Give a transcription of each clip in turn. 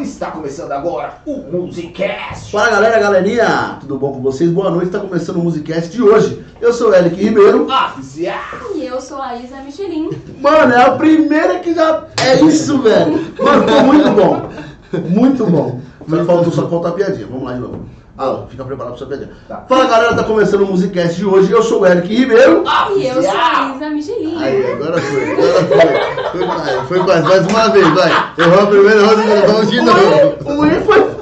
Está começando agora o Musicast. Fala galera, galerinha, tudo bom com vocês? Boa noite, tá começando o Musicast de hoje. Eu sou o Eric Ribeiro. Oficial. E eu sou a Isa Michelin. Mano, é a primeira que já. É isso, velho! Mano, ficou muito bom! Muito bom! Só faltou só faltar a piadinha, vamos lá de novo. Alô, fica preparado pra sua piadinha. Tá. Fala galera, tá começando o Musicast de hoje. Eu sou o Eric Ribeiro. Ah, E eu sou a Isa Michelin. Aí, agora foi, agora foi. Foi mais, foi mais, mais uma vez, vai. Errou a primeira, errou a segunda, vamos de novo. O I foi.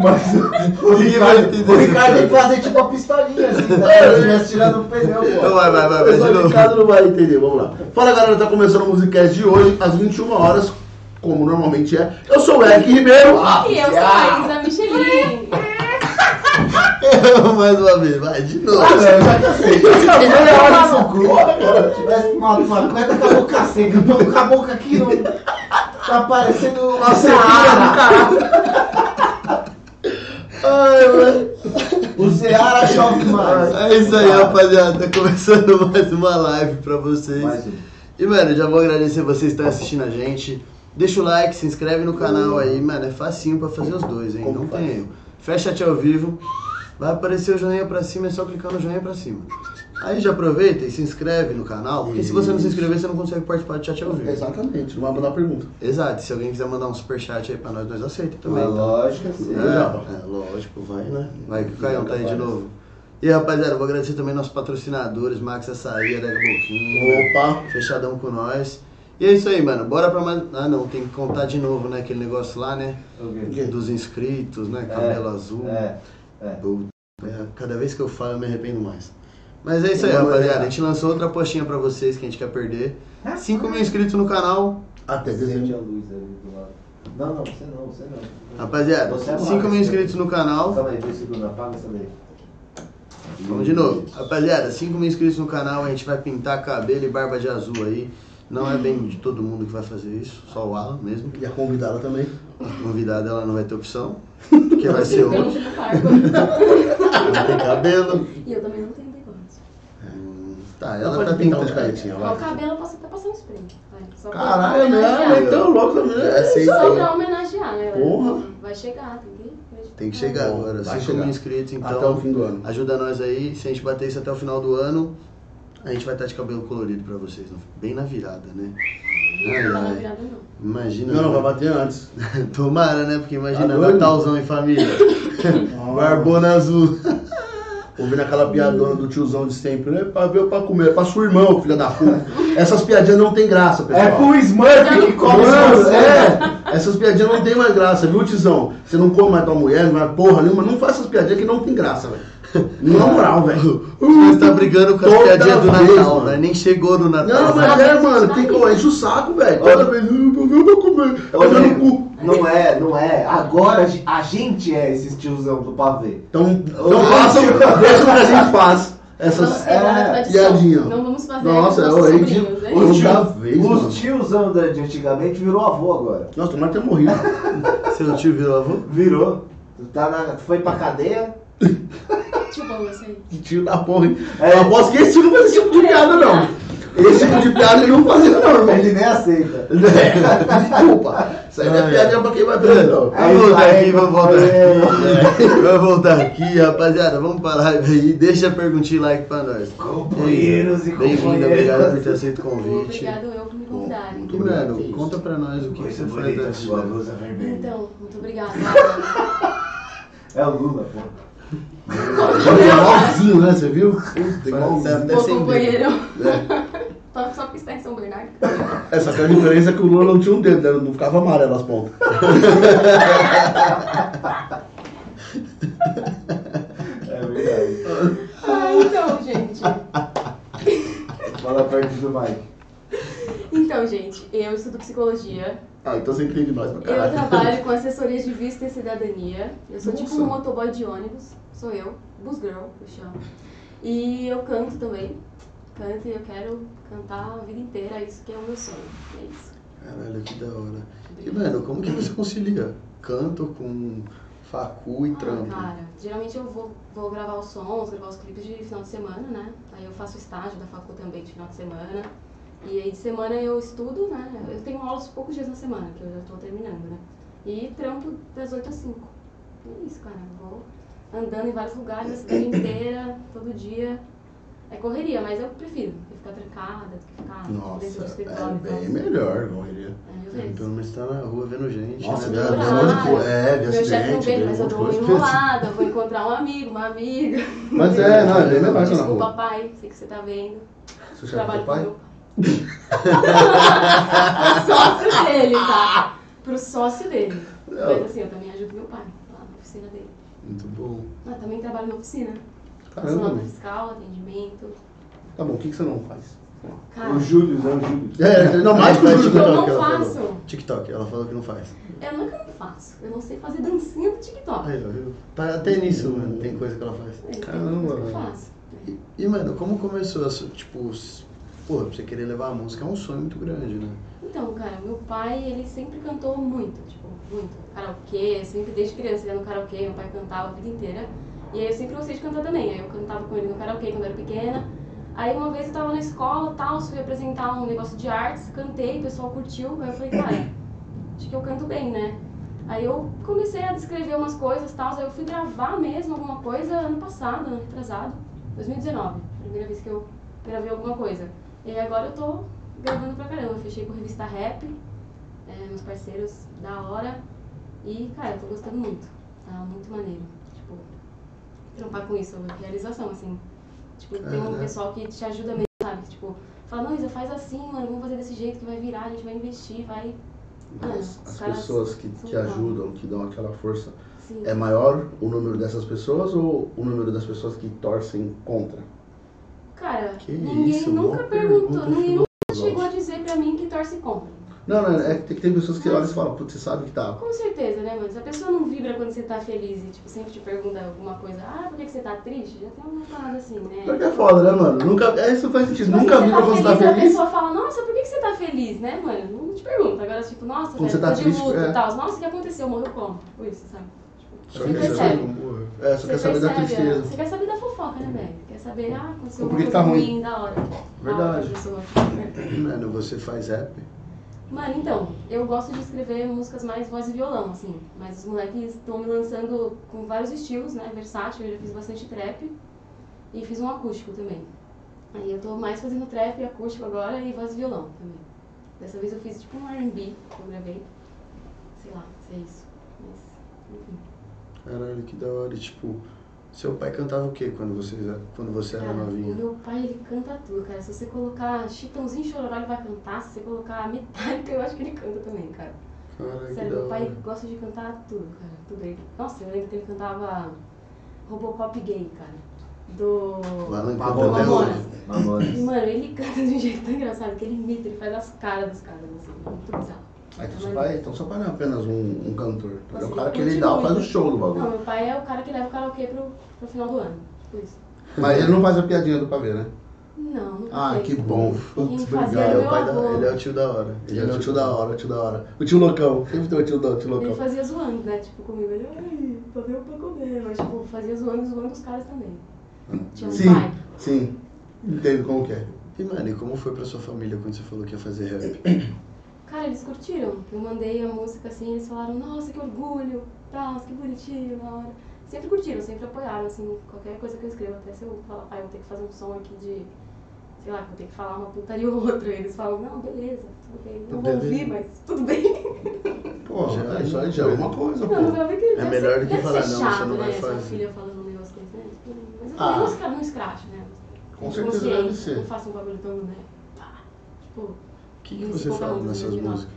Mas o- o Ricardo, o Ricardo tem que fazer tipo a pistolinha, assim, tá? Se eu tivesse tirado o pneu, Então pô. vai, vai, vai, vai de Pessoal de novo. casa não vai entender, vamos lá. Fala galera, tá começando o Musicast de hoje, às 21 horas, como normalmente é. Eu sou o Eric Ribeiro. Ah, Ah, E eu sou a Isa Michelin. Mais uma vez, vai, de novo. Ah, Eu já tá assim. cansei. Olha a hora dessa glória, cara. Se tivesse fumado maconha, acabou tá o cacete. Acabou com a boca aqui, não. Tá parecendo uma Seara. Ai, mano. O Seara chove mais. É isso aí, rapaziada. Tá começando mais uma live pra vocês. Mais um. E, mano, já vou agradecer vocês que estão assistindo a gente. Deixa o like, se inscreve no canal aí, mano. É facinho pra fazer os dois, hein? Hum. Como Não faz? tem erro. Fecha chat ao vivo. Vai aparecer o joinha pra cima, é só clicar no joinha pra cima. Aí já aproveita e se inscreve no canal, porque se você não se inscrever, você não consegue participar do chat ao vivo. Exatamente, não vai mandar pergunta. Exato, se alguém quiser mandar um superchat aí pra nós, nós aceita também. Mas tá? lógico, sim. É, é, lógico, vai, né? Vai que o Caião tá aí de novo. E rapaziada, vou agradecer também nossos patrocinadores, Max Açaí, Adega Boquinha, Opa! fechadão com nós. E é isso aí, mano. Bora pra mais. Ah não, tem que contar de novo, né? Aquele negócio lá, né? Dos inscritos, né? Cabelo azul. É. Puta, é, Cada vez que eu falo eu me arrependo mais. Mas é isso aí, Eu vou rapaziada. olhar. A gente lançou outra postinha pra vocês que a gente quer perder. Ah, 5 mil inscritos no canal. Até Acende dezembro. a luz ali do lado. Não, não, você não, você não. Rapaziada, Você é 5 mil Max, inscritos no canal. Calma aí, dois segundos, apaga essa daí. Vamos de novo. Rapaziada, 5 mil inscritos no canal, a gente vai pintar cabelo e barba de azul aí. Não é bem de todo mundo que vai fazer isso, só o Alan mesmo. E a convidada também. A convidada ela não vai ter opção, porque vai ser outro. Dente do parco. Não tem cabelo. E eu também não tenho negócio. Hum, Tá, Ela ela pode tá pintar um pintando. de caretinha Com o lá. cabelo eu posso até passar um spray. Vai, só pra Caralho, homenagear. né? Então logo também. É, sei, Só sei. pra homenagear, galera. Porra. Vai chegar, tem que... Tem que chegar Bom, agora, vai 5 mil chegar. inscritos, Até o então fim do ano. ajuda nós aí. Se a gente bater isso até o final do ano, a gente vai estar de cabelo colorido pra vocês, não- bem na virada, né? Ai, Não, não, é ai. virada não. Imagina. Não, não, né? vai bater antes. Tomara, né? Porque imagina, Tá doido? Natalzão em família. Barbona azul. Ouvindo aquela piadona do tiozão de sempre. Não é pra ver ou pra comer, é pra sua irmão, filha da puta. Essas piadinhas não tem graça, pessoal. É É Smurf que Mano, né? é. Essas piadinhas não tem mais graça, viu, tizão? Você não come mais tua mulher, não vai porra nenhuma. Não faz essas piadinhas que não tem graça, velho. Na moral, velho. Você tá brigando com as Toda piadinhas do vez, Natal, mano. né? Nem chegou no Natal. Não, né? mas é, mano, tem que ó, enche o saco, velho. Toda vez, "Ah, pra ver ou pra comer. É pra ver no cu. Não é, não é. Agora a gente é esse tiozão do pavê. Então, então Ô, façam, tio. deixa o que a gente faz. Vamos Essas. quebrar a é, tradição. piadinha. Não vamos fazer Nossa, com é nossos o Ed. sobrinhos, né? Ô, Outra vez, mano. os tiozão da- de antigamente virou avô agora. Nossa, tomara ter morrido. Seu tio virou avô? Virou. Tá na- foi pra cadeia. Tipo, você aí. Que tio da porra, hein? É. Eu aposto que esse tio não faz esse tipo de piada, não. Esse tipo de piada ele não fazia, não, irmão. Ele nem aceita. Desculpa. Isso aí não é piadinha pra quem vai preso, não. Aí vamos voltar vai, aqui, vamos voltar é. aqui. Vamos voltar aqui, rapaziada. Vamos parar aí. Deixa a perguntinha e like pra nós. Companheiros e Bem-vindo, obrigado por ter companheiras. aceito o convite. Obrigado eu por me convidarem. E, mano, conta pra nós o que você faz da sua vida. blusa vermelha. Então, muito obrigada. Alan. É o Lula, pô. Olha, igualzinho, né? Você viu? Puta, Você igualzinho. até Ô, sem dedo. companheiro. É. Só, só porque está em São Bernardo. Essa que é a diferença é que o Lula não tinha um dedo, né? Não ficava amarelo as pontas. É verdade. Ah, então, gente. Fala perto do Mike. Então, gente, eu estudo psicologia. Ah, então você entende mais pra Eu caralho. trabalho com assessoria de vista e cidadania. Eu sou tipo Nossa. um motoboy de ônibus. Sou eu, bus girl, eu chamo. E eu canto também. Canto e eu quero cantar a vida inteira. Isso que é o meu sonho. É isso. Caralho, que da hora. E, mano, como que você concilia canto com facu e trampo. cara, geralmente eu vou, vou gravar os sons, gravar os clipes de final de semana, né? Aí eu faço estágio da facul também de final de semana. E aí de semana eu estudo, né? Eu tenho aulas poucos dias na semana, que eu já tô terminando, né? E trampo das 8 às 5. E é isso, cara. eu Vou andando em vários lugares, a cidade inteira, todo dia. É correria, mas eu prefiro do que ficar trancada, do que ficar dentro Nossa, do é escritório. e tal. bem Então, melhor, correria. É, eu vejo. Pelo menos tá na rua vendo gente. Nossa, né? vê eu vê já- onde pô, é, vê Meu chefe não acidente, vê, vê um mas eu monte de dou uma coisa. assim. enrolada, vou encontrar um amigo, uma amiga. Mas é, não, é bem melhor que na Desculpa, rua. pai, sei que você tá vendo. Seu chefe é Trabalho teu com pai? meu pai. Pro sócio dele, tá? Pro sócio dele. Mas assim, eu também ajudo meu pai lá na oficina dele. Muito bom. Mas também trabalho na oficina. Faço Caramba, nota mano. fiscal, atendimento. Tá bom, o que, que você não faz? Cara, O Júlio, né? O Júlio. É, não, mais que o Mas- Júlio. eu TikTok não que ela falou. faço. TikTok, ela falou que não faz. Eu nunca não faço. Eu não sei fazer dancinha do TikTok. Aí, ó, viu? Tá- Até nisso, mano, tem coisa que ela faz. É, tem Caramba, coisa que eu velho. faço. E, e, mano, como começou essa, tipo, s- porra, pra você querer levar a música é um sonho muito grande, né? Então, cara, meu pai, ele sempre cantou muito, tipo, muito. Karaokê, sempre desde criança ia no karaokê, meu pai cantava a vida inteira. E aí eu sempre gostei de cantar também. Aí eu cantava com ele no karaokê quando eu era pequena. Aí uma vez eu tava na escola tal, fui apresentar um negócio de artes, cantei, o pessoal curtiu. Aí eu falei, cara, acho que eu canto bem, né? Aí eu comecei a descrever umas coisas tal, aí eu fui gravar mesmo alguma coisa ano passado, ano retrasado, 2019. Primeira vez que eu gravei alguma coisa. E aí agora eu tô gravando pra caramba. Eu fechei com a revista Rap, é, meus parceiros da hora. E, cara, eu tô gostando muito. Tá muito maneiro. Tipo, trampar com isso, é uma realização, assim. Tipo, tem um Caraca. pessoal que te ajuda mesmo, sabe? Tipo, fala, não, Isa, faz assim, mano, vamos fazer desse jeito que vai virar, a gente vai investir, vai. Mas Ah, as os caras pessoas que são te ajudam, que dão aquela força, Sim. é maior o número dessas pessoas ou o número das pessoas que torcem contra? Cara, Que ninguém isso, nunca boa perguntou, pergunta, ninguém nunca chegou a dizer pra mim que torce contra. Não, não, é que tem- tem pessoas que olham e falam, putz, você sabe que tá. Com certeza, né, mano? Se a pessoa não vibra quando você tá feliz e, tipo, sempre te pergunta alguma coisa, ah, por que, que você tá triste? Já tem uma parada assim, né? Pior que é foda, né, mano? Nunca, é, isso faz sentido. Tipo assim, Nunca você vi tá quando você tá feliz, A feliz. pessoa fala, nossa, por que, que você tá feliz, né, mano? Não te pergunta. Agora, tipo, nossa, Quando você velho, tá tô de triste, luto é. e tal. Nossa, o que aconteceu? Morreu como? Tipo, Isso, sabe? Tipo, Só você quer saber- percebe. É, só quer saber da percebe, tristeza. né? Você quer saber da fofoca, né, velho? Quer saber, ah, aconteceu Por uma que coisa que tá ruim? ruim da hora. Verdade. Ah, outra pessoa. Mano, você faz rap? Mano, então, eu gosto de escrever músicas mais voz e violão, assim. Mas os moleques estão me lançando com vários estilos, né? Versátil, eu já fiz bastante trap. E fiz um acústico também. Aí eu tô mais fazendo trap, acústico agora e voz e violão também. Dessa vez eu fiz tipo um R&B que eu gravei. Sei lá, se é isso. Mas, enfim. Caralho, que da hora. E, tipo, seu pai cantava o quê quando você, quando você era Cara, o novinha? meu pai, ele canta tudo, cara. Se você colocar Chitãozinho e Chororó, ele vai cantar. Se você colocar Metallica, eu acho que ele canta também, cara. Caralho, que Sério, da meu pai hora. gosta de cantar tudo, cara. Tudo ele. Nossa, eu lembro que ele cantava Robocop gay, cara. Do. O Alan canta até hoje. Mamonas. Mamonas. E, mano, ele canta de um jeito tão engraçado que ele imita, ele faz as caras dos caras, assim. Muito bizarro. Ah, então seu pai, então seu pai não é apenas um, um cantor. Ele é o Nossa, cara que ele ele dá, curte faz o muito. show do Não, bagulho. meu pai é o cara que leva o karaokê pro, pro final do ano. Tipo isso. Mas ele não faz a piadinha do pavê, né? Não, não Ah, sei. que bom. Quem Putz, fazia obrigado. era Ele é, meu o pai da- avô. ele é o tio da hora. Ele é o tio da hora, tio da hora. O tio Loucão. Sempre tem o tio, do- tio Ele Loucão. fazia zoando, né? Tipo, comigo. Ele, ai, pra ver o pra comer. Mas, tipo, fazia zoando e zoando os caras também. Tinha um Sim, pai. sim. Entendo como que é. E, mano, e como foi pra sua família quando você falou que ia fazer rap? Cara, eles curtiram. Eu mandei a música assim, eles falaram, nossa, que orgulho, tal, que bonitinho, na hora. Sempre curtiram, sempre apoiaram, assim, qualquer coisa que eu escreva, até se eu falar, pai, eu vou ter que fazer um som aqui de, sei lá, que eu tenho que falar uma putaria ou outra. Eles falam, não, beleza, tudo bem. Não vou Beleza. ouvir, mas tudo bem. Pô, Já já, é isso uma aí já é coisa. uma coisa, Não, não pô. vai ouvir que É deve melhor ser- do que deve falar, ser não, chato, você não vai né, sua fazer. filha falando um negócio desse, né? Tipo, Mas eu Ah. também não escra- não escracho, né? Com certeza deve Consciente, ser. Não faço um bagulho todo, né? pá, Tipo, O que, que você fala nessas músicas?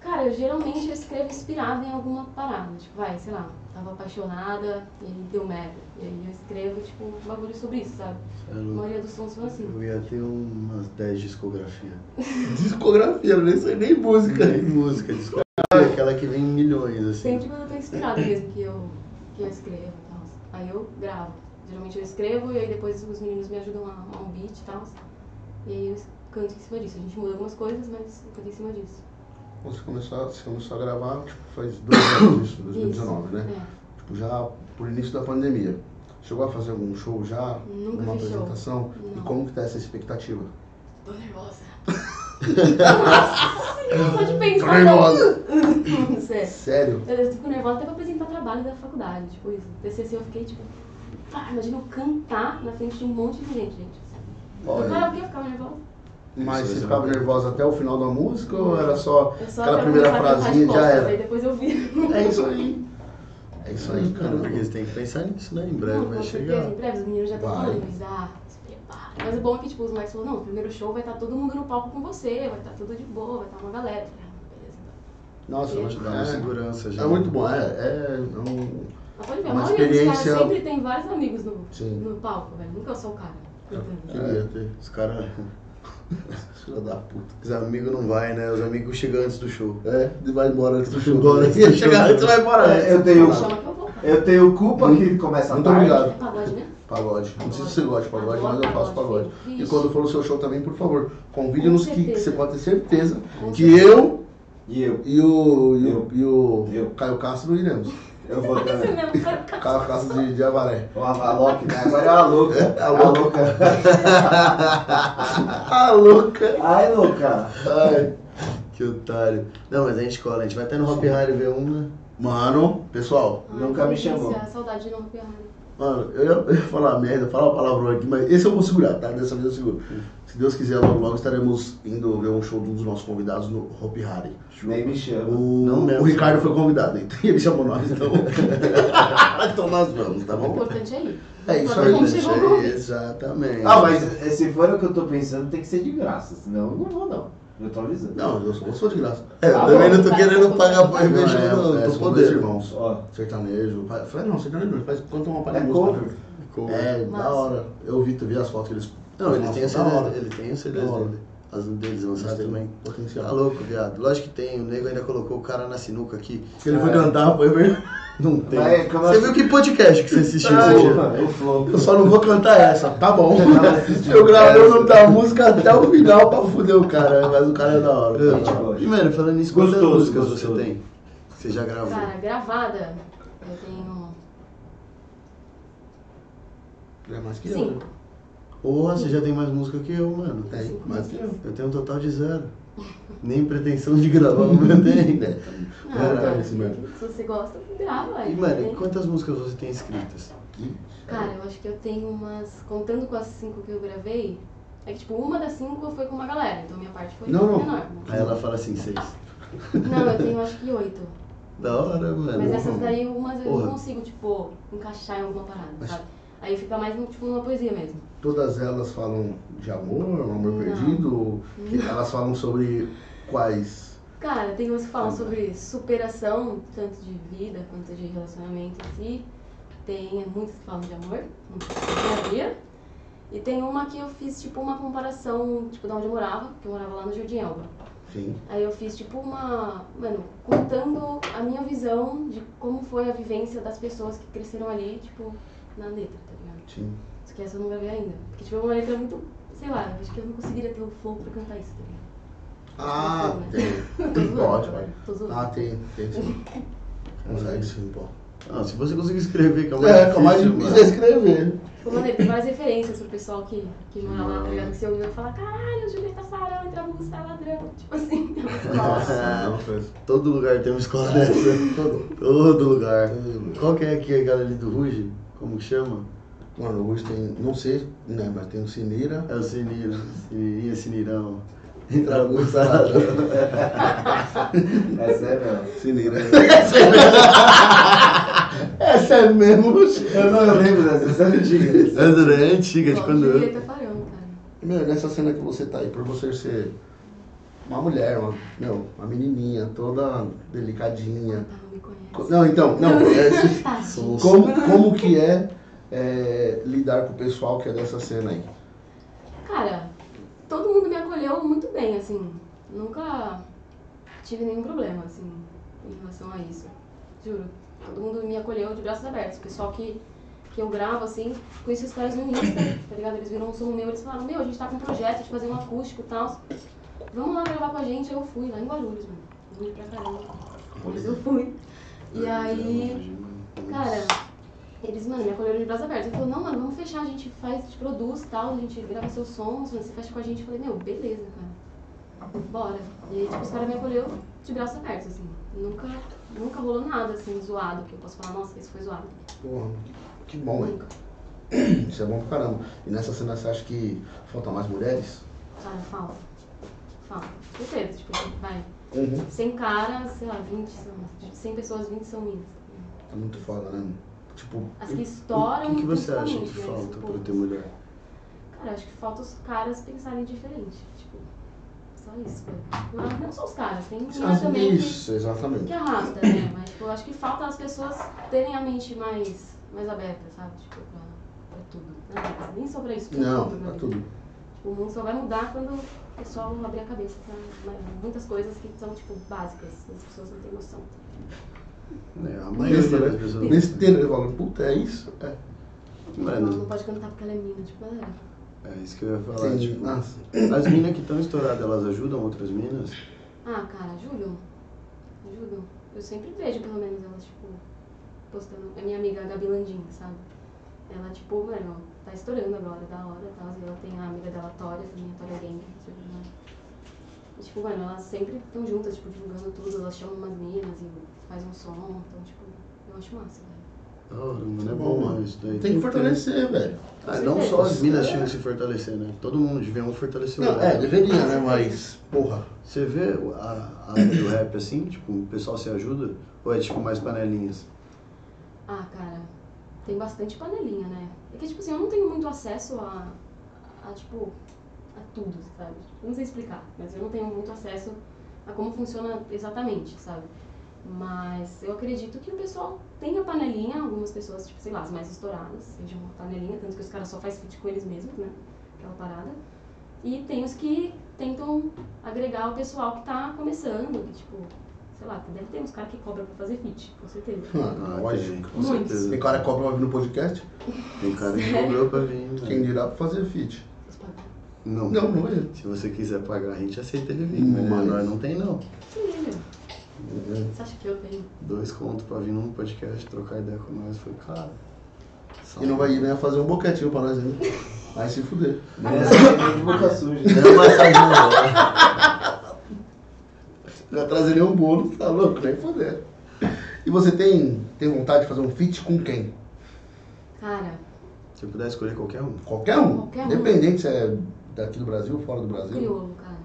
Cara, eu geralmente eu escrevo inspirada em alguma parada. Tipo, vai, sei lá, tava apaixonada e aí deu merda. E aí eu escrevo, tipo, um bagulho sobre isso, sabe? Você é A louco. maioria dos sons são assim. Eu ia ter umas 10 discografias. Discografia, não sei nem música. Nem música, discografia, aquela que vem em milhões, assim. Sempre quando eu tô inspirada mesmo que eu, que eu escrevo e tal. Aí eu gravo. Geralmente eu escrevo e aí depois os meninos me ajudam a arrumar um beat e tal. E aí eu canto em cima disso. A gente muda algumas coisas, mas eu canto em cima disso. Você começou, a- você começou a gravar tipo, faz dois anos isso, 2019, Isso. né? É. Tipo, já por início da pandemia. Chegou a fazer algum show já? Nunca uma fiz show. apresentação? E Não. como que tá essa expectativa? Tô nervosa. Nossa senhora, só de Tô pensar. nervosa. Sério. Sério? Eu eu fico nervosa até pra apresentar trabalho da faculdade, tipo isso. TCC eu fiquei tipo, pá, imagina eu cantar na frente de um monte de gente, gente. No Olha, karaokê eu ficava nervosa. mas Isso, é você isso ficava não. nervosa até o final da música ou era só Eu só aquela quero primeira começar a cantar frasinha de e já costas, era? Aí depois eu vi. É isso aí. É isso aí, cara. Porque você tem que pensar nisso, né? Em breve Não, vai com chegar. certeza, em breve os meninos já estão Vai. falando, mas ah, se prepara. Mas o bom é que tipo, os moleques falaram, não, o primeiro show vai estar todo mundo no palco com você, vai estar tudo de boa, vai estar uma galera. Eu falei, ah, beleza, então. Nossa, Sim. mas Te dá uma é, segurança já. é muito bom. É, é, é um- Mas pode ver, a Uma maioria dos experiência- caras sempre tem vários amigos no, Sim. Tá. no palco, velho. Nunca eu sou o cara. Então, né? cantando. Queria ter. Os caras. Filha da puta. Os amigos não vai, né? Os amigos chegam antes do show. É, ele vai embora antes do show. É, Chega antes, vai embora antes. Eu tenho, Chama que eu vou. cara. eu tenho culpa que começa Muito tarde. obrigado. É pagode, né? Pagode. Não sei se você gosta de pagode, mas eu faço Adoro pagode. pagode, E vixe. quando for no seu show também, por favor, convide-nos Com que, que certeza. você pode ter certeza Com que eu E eu, e o, e o, e o Eu. Caio Castro iremos. eu vou Por que você também. mesmo cara, cara, Caio Castro de, de Avaré. O Avaloc, né? Agora é a louca. É a louca. Ah, louca! Ai, louca. Ai. Que otário. Não, mas a gente cola, a gente vai até no Hop Harry ver um, né? Mano, pessoal, Ai, Nunca me que delícia, chamou. Saudade de novo, Ferrari. mano, eu ia, eu ia falar merda, falar uma palavrão aqui, mas esse eu vou segurar, tá? Dessa vez eu seguro. Se Deus quiser, logo logo estaremos indo ver um show de um dos nossos convidados no Hopi Hari. Nem me chama. O, Não mesmo. o Ricardo foi convidado, então ele chamou nós, então. então nós vamos, tá O bom? importante é ir. É isso Quando aí, a gente gente. chegou no É, Rio. exatamente. Ah, mas eh, se for o que eu tô pensando, tem que ser de graça. Senão eu não vou, não. Eu tô avisando. Não, eu sou, eu sou de graça. É, eu Tá também bom. não tô querendo pagar por Não, cerveja, é, é, não. Tô são dois podendo. irmãos. Ó, Sertanejo. faz- faz- Não, sertanejo não. Faz quanto uma é parada de música. cover. É, Massa. da hora. Eu vi, tu vi as fotos que eles. Não, ele tem o Nossa, CD, da hora. ele tem o CD Da hora. dele. As um Eles deles lançadas têm também. Tá potencial. louco, viado. Lógico que tem, o nego ainda colocou o cara na sinuca aqui. Ele foi cantar, foi ver. Não tem. Mas como Você assim? viu que podcast que você assistiu Ah, esse dia? Opa, o flow. Eu só não vou cantar essa, tá bom. Não, Eu gravei o nome da música até o final pra fuder o cara, mas o cara é da hora. Eu- Gente boa. E, mano, falando nisso, quantas Gostoso, músicas gostoso. você tem? Você já gravou? Tá Cara, gravada, eu tenho É mais que eu. cinco. né? Porra, você já tem mais música que eu, mano. Tem, Tá mais que eu. Eu tenho um total de zero. Nem pretensão de gravar uma tem, né? Não, Caralho, cara, esse mesmo. Ah, tá. se você gosta, grava. E, aí, mano, né? e quantas músicas você tem escritas? Cara, eu acho que eu tenho umas. Contando com as cinco que eu gravei, é que tipo, uma das cinco foi com uma galera, então minha parte foi Não, não. menor. Aí ela fala assim, seis. Não, eu tenho acho que oito. Da hora, mano. Uhum. Mas essas daí umas eu Porra. não consigo, tipo, encaixar em alguma parada, sabe? Aí fica mais tipo numa poesia mesmo. Todas elas falam de amor, um amor Não. perdido. que Elas falam sobre quais. Cara, tem umas que falam sobre superação, tanto de vida quanto de relacionamento em si. Tem muitas que falam de amor, muitas de dia. E tem uma que eu fiz tipo uma comparação, tipo, de onde eu morava, que eu morava lá no Jardim Elba. Sim. Aí eu fiz tipo uma, mano, contando a minha visão de como foi a vivência das pessoas que cresceram ali, tipo, na letra, tá ligado? Sim. Só que essa eu não gravei ainda. Porque tipo, é uma letra muito, sei lá, eu acho que eu não conseguiria ter o flow pra cantar isso, tá ligado? Tipo, Ah, Tô tem. zoando, Pode, cara, pode. Tô zoando. Ah, tem, tem sim. Consegue sim, pô. Ah, se você conseguir escrever, que é o mais É, difícil, com mais difícil é mano. escrever. Ficou maneiro, Tipo, tem várias referências pro pessoal que, que mora lá, tá Uhum. ligado? Que você ouviu e fala, caralho, é Julieta Sarão, entra a música ladrão. Tipo assim, é muito massa. Nossa, não fez. Todo lugar tem uma escola dessa. Todo. Todo lugar. Todo lugar. Qual que é aqui, aquela ali do Ruge? Como que chama? Mano, hoje tem, não sei, né, mas tem o Cineira. É o Sinira. Sinirinha, Sinirão. Entra no Essa é mesmo. Cineira. Essa é mesmo. Eu não lembro é dessas, são antigas. Essa é antiga, de Ó, quando eu... Julieta Farão, cara. Meu, nessa cena que você tá aí, por você ser uma mulher, uma, meu, uma menininha, toda delicadinha. Tá, não me conhece. Co- Não, então, não. é- Tadinho. como, como que é, é, lidar com o pessoal que é dessa cena aí? Cara, todo mundo me acolheu muito bem, assim. Nunca tive nenhum problema, assim, em relação a isso. Juro. Todo mundo me acolheu de braços abertos. O pessoal que, que eu gravo, assim, conheci os caras no Insta, tá ligado? Eles viram um som meu, eles falaram, meu, a gente tá com um projeto de fazer um acústico e tal. Vamos lá gravar com a gente. Aí eu fui lá em Guarulhos, mano. Em ruim pra caramba. Mas eu fui. E aí, cara, eles, mano, é me acolheram de braços abertos. Ele falou, não, mano, vamos fechar, a gente faz, a gente produz tal, a gente grava seus sons, mano, você fecha com a gente. Eu falei, meu, beleza, cara. Bora. E aí, tipo, os caras me acolheu de braços abertos, assim. Nunca, nunca rolou nada, assim, zoado, que eu posso falar, nossa, isso foi zoado. Porra, que bom, hein? Nunca. Isso é bom pra caramba. E nessa cena você acha que faltam mais mulheres? Cara, fala. Fala. Com certeza, tipo, vai. Uhum. 100 caras, sei lá, 20 são. de 100 pessoas, 20 são minhas. Tá muito foda, né? Tipo, As que O estouram. que, que você acha que principalmente, né, falta tipo, pra ter mulher? Cara, acho que falta os caras pensarem diferente. Tipo, só isso, cara. Não, não só os caras, tem mulher as- também que, isso, exatamente. que arrasta, né? Mas tipo, acho que falta as pessoas terem a mente mais, mais aberta, sabe? Tipo, pra, pra tudo. Né? Nem só pra isso, pra Não, tudo, né? pra tudo. Tipo, o mundo só vai mudar quando o pessoal abrir a cabeça pra ma- muitas coisas que são, tipo, básicas. As pessoas não têm noção. É, a maioria das pessoas. né? Nesse termo, eu falo, puta, é isso? É. Ela Mano, não pode cantar porque ela é mina, tipo, galera. é isso que eu ia falar. Entendi. Ah. Tipo, Nossa. as minas que estão estouradas, elas ajudam outras minas? Ah, cara, ajudam. Ajudam. Eu sempre vejo, pelo menos, elas, tipo, postando. É minha amiga a Gabi Landim, sabe? Ela, tipo, mano, tá estourando agora, da hora e tal. E ela tem a amiga dela, Tória, também, a Tória Gang, tipo, né? E, tipo, mano, elas sempre estão juntas, tipo, divulgando tudo. Elas chamam umas minas e faz um som. Então, tipo, eu acho massa, velho. Da hora, mano, Bom, é bom, mano. mano, isso daí. né? Tem que fortalecer, velho. Ah, é, não só as minas tinham que se fortalecer, né? Todo mundo devia um fortalecer o Não, é, outro. deveria, né? Mas, porra. Você vê a, a área do rap assim, tipo, o pessoal se ajuda? Ou é tipo mais panelinhas? Ah, cara, tem bastante panelinha, né? É que, tipo assim, eu não tenho muito acesso a, a tipo, a tudo, sabe? Eu não sei explicar, mas eu não tenho muito acesso a como funciona exatamente, sabe? Mas eu acredito que o pessoal tem a panelinha, algumas pessoas, tipo, sei lá, as mais estouradas, sejam uma panelinha, tanto que os caras só faz feat com eles mesmos, né? Aquela parada. E tem os que tentam agregar o pessoal que tá começando, que, tipo, sei lá, deve ter uns caras que cobram pra fazer feat, com certeza. Mano, Ah, tem, lógico. com Muitos. certeza. Tem cara que cobra pra vir no podcast? Tem cara que cobrou pra vir. né? Quem dirá pra fazer feat? Os pagos. Não. Não, não é. Se você quiser pagar, a gente aceita ele vir, Hum, mas né, mas- nós não tem não. Sim, meu. Uhum. Você acha que eu tenho? Dois contos pra vir num podcast, trocar ideia com nós, foi caro. Só- E não vai ir, né? Fazer um boquetinho pra nós ainda. Vai se fuder. Essa é de boca suja. Não vai sair não, ó. Não trazer nenhum bolo, tá louco? Nem fuder. E você tem, tem vontade de fazer um feat com quem? Cara, Se eu puder escolher qualquer um. Qualquer um? Qualquer um. Independente se é daqui do Brasil ou fora do Brasil. crioulo, cara.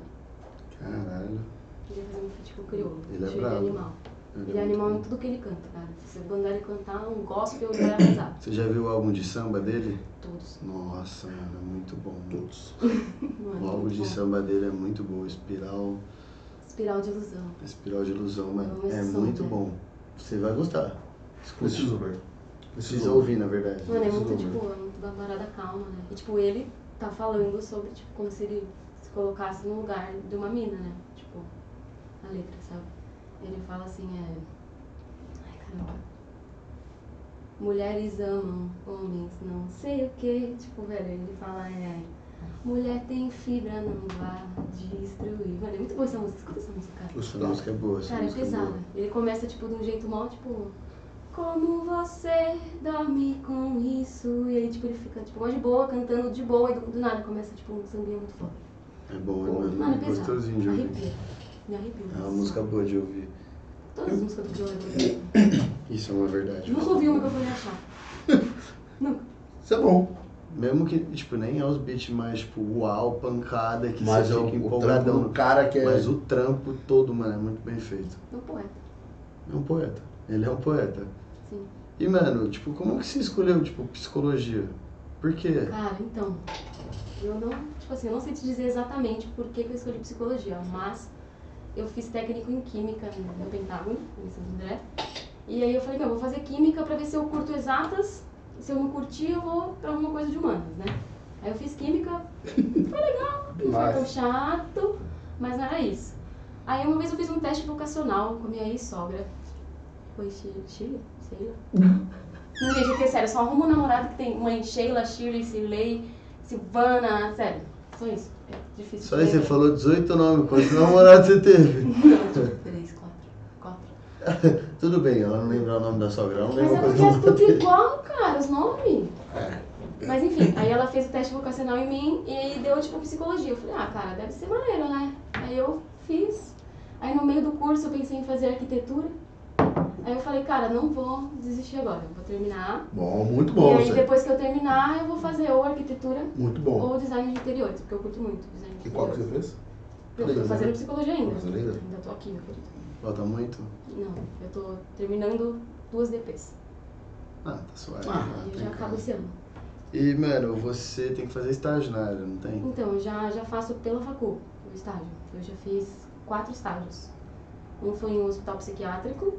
Caralho. Queria fazer um feat com o crioulo. Ele é Acho brabo. animal. Ele é animal em tudo que ele canta, cara. Se você mandar ele cantar um gospel, ele vai arrasar. Você já viu o álbum de samba dele? Todos. Nossa, mano, é muito bom. Mano, O álbum muito de bom. samba dele é muito bom. Espiral, Espiral de ilusão. Espiral de Ilusão, Eu mano. amo É esse som, muito cara. bom. Você vai gostar. Escute. Preciso ver. Precisa ouvir, na verdade. Mano, é muito, Ilusão, tipo, é muito da parada calma, né? E, tipo, ele tá falando sobre, tipo, como se ele se colocasse no lugar de uma mina, né? Tipo, a letra, sabe? Ele fala assim, é... Ai, caramba. Mulheres amam, homens não sei o que. Tipo, velho, ele fala, é... Mulher tem fibra, não vá destruir. Mano, é muito boa essa música. Escuta essa música, cara. Essa música é boa. Essa Cara, é música é boa. pesada. Ele começa, tipo, de um jeito mó, tipo... Como você dorme com isso? E aí, tipo, ele fica, tipo, mó de boa, cantando de boa. E do, do nada começa, tipo, um sambinha muito foda. É Pô, bom, é Mano, é mano. pesado. Gostosinho de ouvir. Arrepia. Me arrepio. É uma música boa de ouvir. Todas as músicas do Joe eu gostei. Isso é uma verdade. Nunca ouvi uma que eu falei achar. Isso é bom. Mesmo que, tipo, nem é os beats mais, tipo, uau, pancada, que Mas você é o, fica o trampo empolgadão. do cara que é. Mas o trampo todo, mano, é muito bem feito. Não poeta. É um poeta. Ele é um poeta. Sim. E, mano, tipo, como que você escolheu, tipo, psicologia? Por quê? Cara, então. Eu não. Tipo assim, eu não sei te dizer exatamente por que, que eu escolhi psicologia, mas eu fiz técnico em química no Pentágono, em Santo André. E aí eu falei, meu, eu vou fazer química pra ver se eu curto exatas. e Se eu não curtir, eu vou pra alguma coisa de humanas, né? Aí eu fiz química, Não foi tão Mas, chato, mas não era isso. Aí uma vez eu fiz um teste vocacional com minha ex-sogra. Foi Shirley, Shirley? Sheila? Não, gente, porque sério, só arruma um namorado que tem mãe Sheila, Shirley, Shirley, Silvana, sério. Só isso. É difícil. Só aí você escrever. falou 18 nomes, quantos namorados você teve? Não, tipo, três, quatro. Tudo bem, ela não lembrar o nome da sogra, ela não Mas lembra é coisa porque é nenhuma. tudo igual, cara, os nomes. É. Mas enfim, aí ela fez o teste vocacional em mim e aí deu tipo psicologia. Eu falei, ah, cara, deve ser maneiro, né? Aí eu fiz. Aí no meio do curso eu pensei em fazer arquitetura. Aí eu falei, cara, não vou desistir agora, eu vou terminar. Bom, muito e Tá bom, aí Zé. depois que eu terminar, eu vou fazer ou arquitetura Muito bom. ou design de interiores, porque eu curto muito design de E qual que você interiores. fez? Eu tô fazendo psicologia ainda. Fazendo ainda? Ainda tô aqui, meu querido. Falta muito? Não, eu tô terminando duas DPs. Ah, tá suave. aí eu tem já cara. acabo esse ano. E, mano, você tem que fazer estágio na área, não tem? Então, eu já, já faço pela facul o estágio. Eu já fiz quatro estágios. Um foi em um hospital psiquiátrico.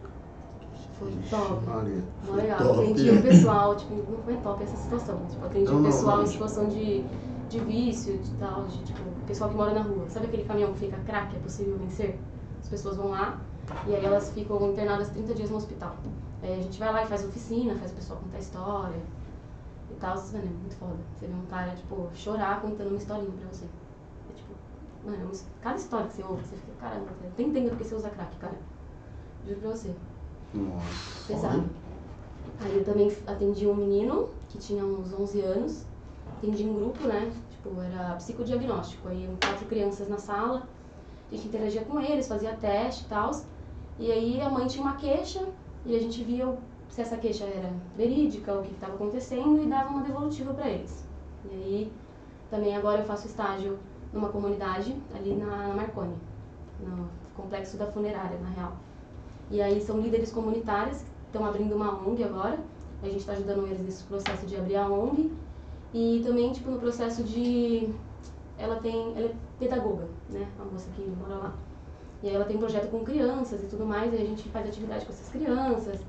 Foi top. Maria. Mó legal. top. Atendi o pessoal, tipo, não foi top essa situação. Mas, tipo, atendi Não, o não, pessoal não. em situação de, de vício, de tal, de tipo, pessoal que mora na rua. Sabe aquele caminhão que fica crack, é possível vencer? As pessoas vão lá e aí elas ficam internadas 30 dias no hospital. Aí a gente vai lá e faz oficina, faz o pessoal contar história e tal. Mano, é muito foda. Você vê um cara, tipo, chorar contando uma historinha pra você. É tipo, mano, é uma his- cada história que você ouve, você fica, caramba, eu nem entendo porque você usa crack, cara. Juro pra você. Nossa. Pesado. Aí eu também atendi um menino que tinha uns 11 anos. Atendi um grupo, né? Tipo, era psicodiagnóstico. Aí eram quatro crianças na sala. A gente interagia com eles, fazia teste e tal. E aí a mãe tinha uma queixa e a gente via o- se essa queixa era verídica, o que estava acontecendo e dava uma devolutiva para eles. E aí também agora eu faço estágio numa comunidade ali na Marconi, no complexo da funerária, na real. E aí são líderes comunitários que estão abrindo uma ONG agora. A gente está ajudando eles nesse processo de abrir a ONG. E também, tipo, no processo de... Ela tem... Ela é pedagoga, né? A moça que mora lá. E aí ela tem um projeto com crianças e tudo mais. E a gente faz atividade com essas crianças.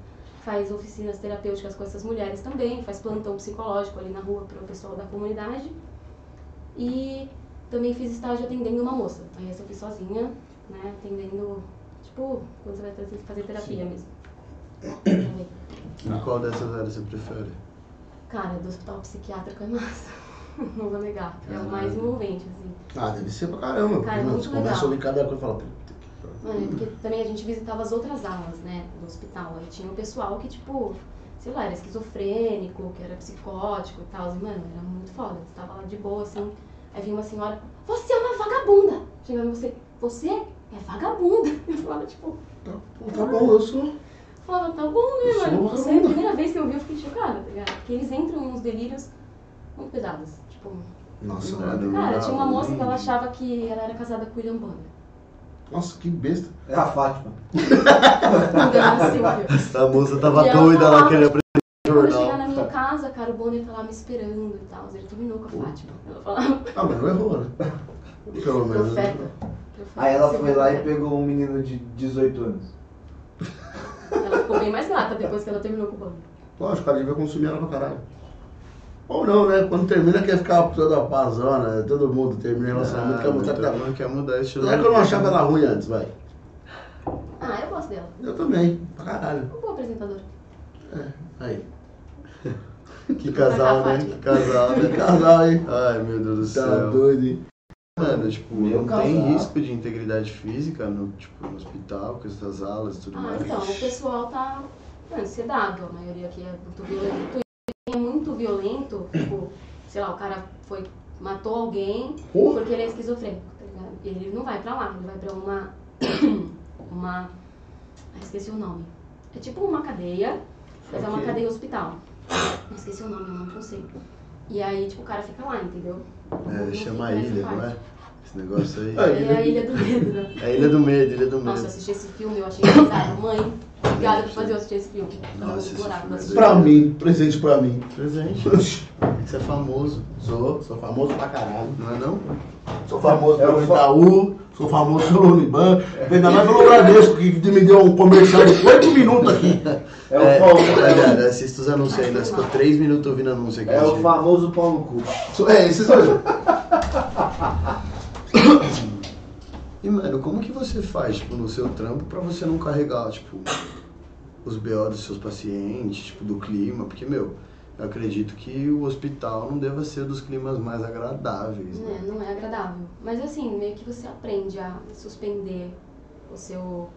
Faz oficinas terapêuticas com essas mulheres também. Faz plantão psicológico ali na rua para o pessoal da comunidade. E também fiz estágio atendendo uma moça. Aí essa eu fiz sozinha, né? Atendendo, tipo, quando você vai fazer- fazer terapia mesmo. Também. E qual dessas áreas você prefere? Cara, do hospital psiquiátrico é massa. Não vou negar. É o mais Caralho. envolvente, assim. Ah, deve ser pra caramba. Cara, é porque, mano, muito você começa a legal. ouvir cada coisa e fala, puta que pariu. Mano, é porque também a gente visitava as outras alas, né, do hospital. Aí tinha o pessoal que, tipo, sei lá, era esquizofrênico, que era psicótico e tal. E, mano, era muito foda. Você tava lá de boa, assim. Aí vinha uma senhora, você é uma vagabunda! Chegando em você, você é vagabunda! Eu falava, tipo, Tá, pô, tá bom, eu sou. falava, tá bom, Eu né, sou mano? uma Você, a vagabunda. primeira vez que eu vi, eu fiquei chocada, tá ligado? Porque eles entram em uns delírios muito pesados. Tipo, Nossa, Não, mano. não. cara, tinha uma moça que ela entendi. achava que ela era casada com o William Bonner. Nossa, que besta. É a Fátima. Quando ela nasceu, viu? A moça tava E ela doida lá falava- tipo, querendo apresentar o Quando eu chegar jornal. na minha casa, cara, o Bonner tá lá me esperando e tal. Ele terminou com a Fátima. Ela falava, Ah, mas não errou, né? Pelo menos. né? profeta. profeta, Aí ela seu foi lá e profeta." pegou um menino de 18 anos. Ela ficou bem mais gata depois que ela terminou com o Bonner. Lógico, o cara devia consumir ela pra caralho. Ou não, né? Quando termina, quer ficar toda pazona, né? todo mundo termina o Ah, relacionamento, quer mudar pra Todo mundo quer mudar esse Não é que eu não achava ela ruim antes, vai. Ah, eu gosto dela. Eu também, pra caralho. Uma boa apresentadora. Aí. Que casal, né? Que casal, Que né? casal, hein? Ai, meu Deus do Tá céu. doido, hein? Mano, tipo, Meu não tem casal. risco de integridade física no, tipo, no hospital, com essas alas e tudo Ah, mais. então, o pessoal tá mano, sedado. A maioria aqui é muito violento. E é muito violento, tipo, sei lá, o cara foi, matou alguém Porra! porque ele é esquizofrênico, tá ligado? E Ele não vai pra lá, ele vai pra uma. uma. Ah, esqueci o nome. É tipo uma cadeia, mas é uma Ok. cadeia hospital. Eu Esqueci o nome, eu não consigo. E aí, tipo, o cara fica lá, entendeu? É, chama a ilha, não é? Esse negócio aí. Ai. É a Ilha do Medo, né? É a Ilha do Medo, Ilha do Nossa, eu Medo. assisti esse filme, eu achei pesado. Mãe, obrigada por fazer eu assistir esse filme. Eu Nossa, esse implorava filme é assistir. Pra mim, presente pra mim. Presente. Você é famoso, Sou, sou famoso pra caralho. não é não? Sou famoso É pelo o Itaú, sou famoso pelo Uniban, ainda mais pelo Bradesco, que me deu um comercial de 8 minutos aqui. É o Paulo. é, galera, assista os anúncios aí, nós ficou 3 minutos ouvindo anúncio aqui. É o gente. famoso Paulo Cu. Sou- É, esses dois. E, mano, como que você faz, tipo, no seu trampo pra você não carregar, tipo, os BO dos seus pacientes, tipo, do clima? Porque, meu, eu acredito que o hospital não deva ser dos climas mais agradáveis, É, né? não é agradável. Mas assim, meio que você aprende a suspender o seu.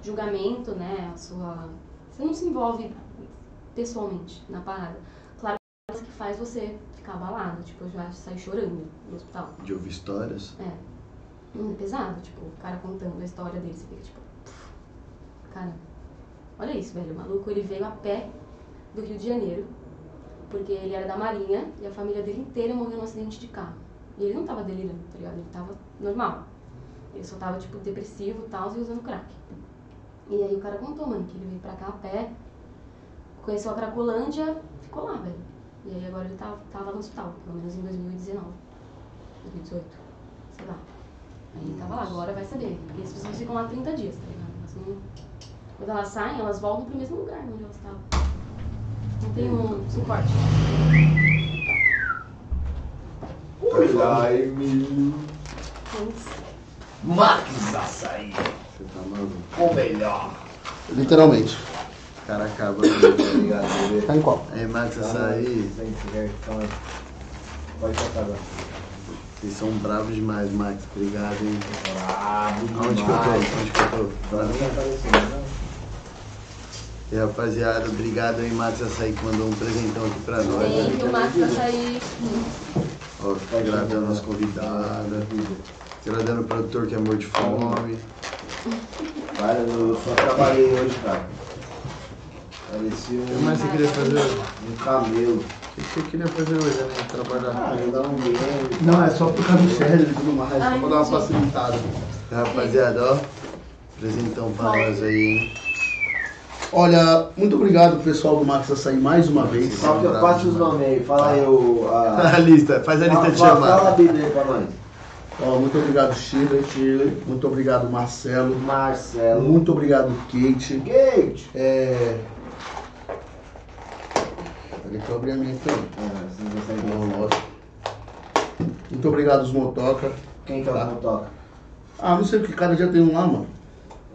julgamento, né? A sua. Você não se envolve pessoalmente na parada. Claro que é isso que faz você ficar abalado, tipo, eu já saí chorando no hospital. De ouvir histórias. Hum, É pesado, tipo, o cara contando a história dele, você fica tipo. "Pff, Cara, olha isso, velho. O maluco ele veio a pé do Rio de Janeiro, porque ele era da Marinha e a família dele inteira morreu num acidente de carro. E ele não tava delirando, tá ligado? Ele tava normal. Ele só tava, tipo, depressivo e tal, e usando crack. E aí o cara contou, mano, que ele veio pra cá a pé, conheceu a Cracolândia, ficou lá, velho. E aí agora ele tá, tava no hospital, pelo menos em 2019, 2018, sei lá. Aí ele tava lá, agora vai saber. Porque as pessoas ficam lá 30 dias, tá ligado? Elas não- Quando elas saem, elas voltam pro mesmo lugar onde elas estavam. Não tem um suporte. Ai, menino. Então, Max Açaí, Você tá maluco? o melhor. Literalmente. O cara acaba. né? Obrigado, bebê. Tá em qual? Aí, Max, açaí. Pode passar agora. Vocês são bravos demais, Max. Obrigado, hein? Bravo Onde que eu tô? Ah, Onde que eu tô? Pra mim? E rapaziada, obrigado aí, Max Açaí, que mandou um presentão aqui pra nós. tem que o Max vai sair. Ó, agradando as convidadas, né? agradando o produtor que é amor de fome. Cara, eu só trabalhei hoje, cara. Parecia O que um, mais você queria fazer hoje? um camelo. O que você queria fazer hoje, né? Trabalhar. Ah, eu dava um dinheiro. Não, é só por causa do cérebro e tudo mais, Ai, só pra dar uma gente. facilitada. Rapaziada, ó, presentão pra nós aí, hein? Olha, muito obrigado pessoal do Max Açaí mais uma vez. Só que eu passo os nomes aí. Fala aí o... A... A lista, faz a lista de Fala- Fala a chamada. Bíblia aí pra nós. Ó, muito obrigado Chile, Chile. Muito obrigado Marcelo. Marcelo. Muito obrigado Kate. Gate. É... Peraí que eu abri a minha aqui. ó. Ah, se não consegue Bom, lógico. Muito obrigado os motoca. Quem que é o Tá. motoca? Ah, não sei o que cara já tem um lá, mano.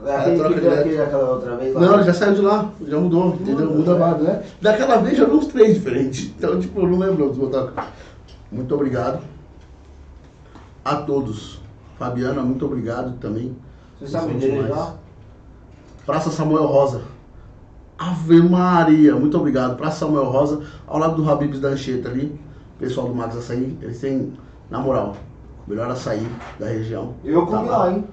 É aquele troca que veio direto. aqui daquela outra vez lá? Não, ele já saiu de lá, já mudou, entendeu? Muda, Muda né? mais, né? Daquela vez já eram uns três diferentes. Então, tipo, eu não lembro dos motoca. Muito obrigado a todos. Fabiana, muito obrigado também. Você Vocês sabe são dele demais. já? Praça Samuel Rosa. Ave Maria, muito obrigado. Praça Samuel Rosa, ao lado do Habibs da Anchieta ali. Pessoal do Max Açaí, eles têm, na moral, o melhor açaí da região. Eu comi Tá lá, hein?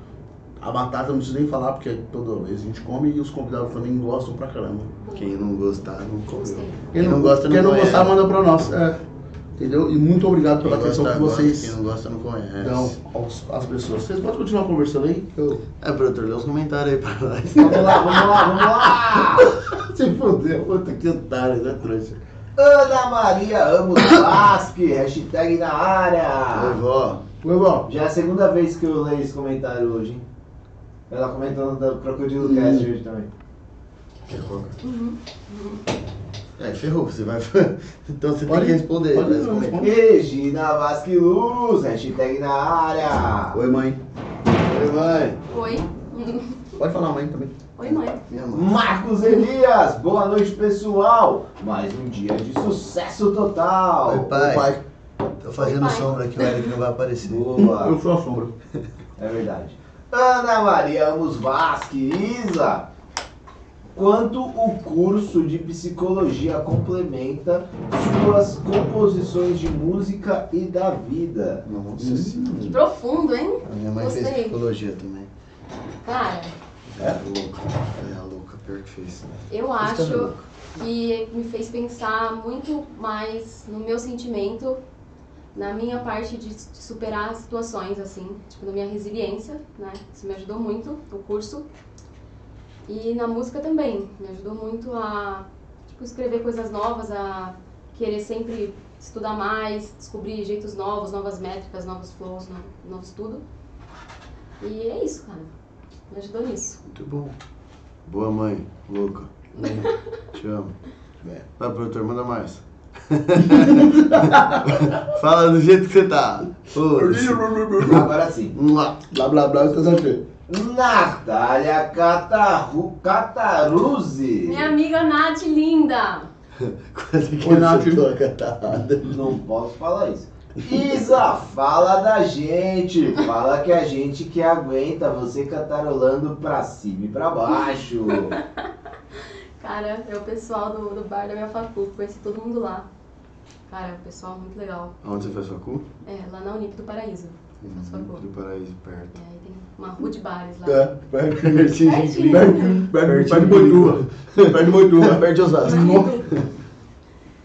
A batata eu não preciso nem falar, porque toda vez a gente come e os convidados também gostam pra caramba. Quem não gostar, não comeu. Gostei. Quem não gosta, não quem não conhece. gostar, manda pra nós. Entendeu? E muito obrigado Quem pela atenção gosta, que gosta. vocês Quem não gosta, não conhece. dão aos- às pessoas. Vocês podem continuar conversando aí? Eu... É, produtor, lê os comentários aí pra nós. Vamos lá, vamos lá, vamos lá! Se fodeu, puta que otário, né, trouxa? Ana Maria Amos Vasque, hashtag na Oi, área. vó. Foi bom. Já é a segunda vez que eu leio esse comentário hoje, hein? Ela comentando do Crocodilo Cast hoje também. Uhum. É, ferrou, você vai. então você Pode- tem que responder. pode vai não, responder. responde. Regina Vasque Luz, hashtag na área. Oi, mãe. Oi, mãe. Oi. Pode falar, mãe, também. Oi, mãe. Minha mãe. Marcos Elias, boa noite pessoal. Mais um dia de sucesso total. Oi, pai. Oi, pai. Tô fazendo Pai. sombra aqui, o Eric não vai aparecer. Boa. Eu sou a sombra. É verdade. Ana Maria Amos Vasque, Isa. Quanto o curso de psicologia complementa suas composições de música e da vida? Nossa senhora. Que profundo, hein? Hum. A minha mãe Gostei. fez psicologia também. Cara, É? é louca. É a louca, pior que fez. eu Isso também é acho louco. que me fez pensar muito mais no meu sentimento, na minha parte de, de superar situações, assim, tipo, na minha resiliência, né? Isso me ajudou muito, o curso. E na música também, me ajudou muito a tipo, escrever coisas novas, a querer sempre estudar mais, descobrir jeitos novos, novas métricas, novos flows, no- novos tudo. E é isso, cara. Me ajudou nisso. Muito bom. Boa mãe, louca. Te amo. É. Vai, produtor, manda mais. Fala do jeito que você tá. Foda-se. Agora sim. Mua. Blá, blá, blá, você tá aqui. Natália Cataru, Cataruzzi. Minha amiga Nath, linda! Quase é que tá? Oi, Nath. eu tô acatada. Não posso falar isso. Isa, fala da gente. Fala que a gente que aguenta você cantarolando pra cima e pra baixo. Cara, é o pessoal do, do bar da minha facu, conheci todo mundo lá. Cara, o pessoal muito legal. Aonde você faz facu? É, lá na Unip do Paraíso. Eu Uhum. faço facu. Do Paraíso, E perto. aí tem uma rua de bares lá. É, perto de- Pertinho. né? perto- perto- perto de Boituva. Perto de Boituva, perto de Osasco.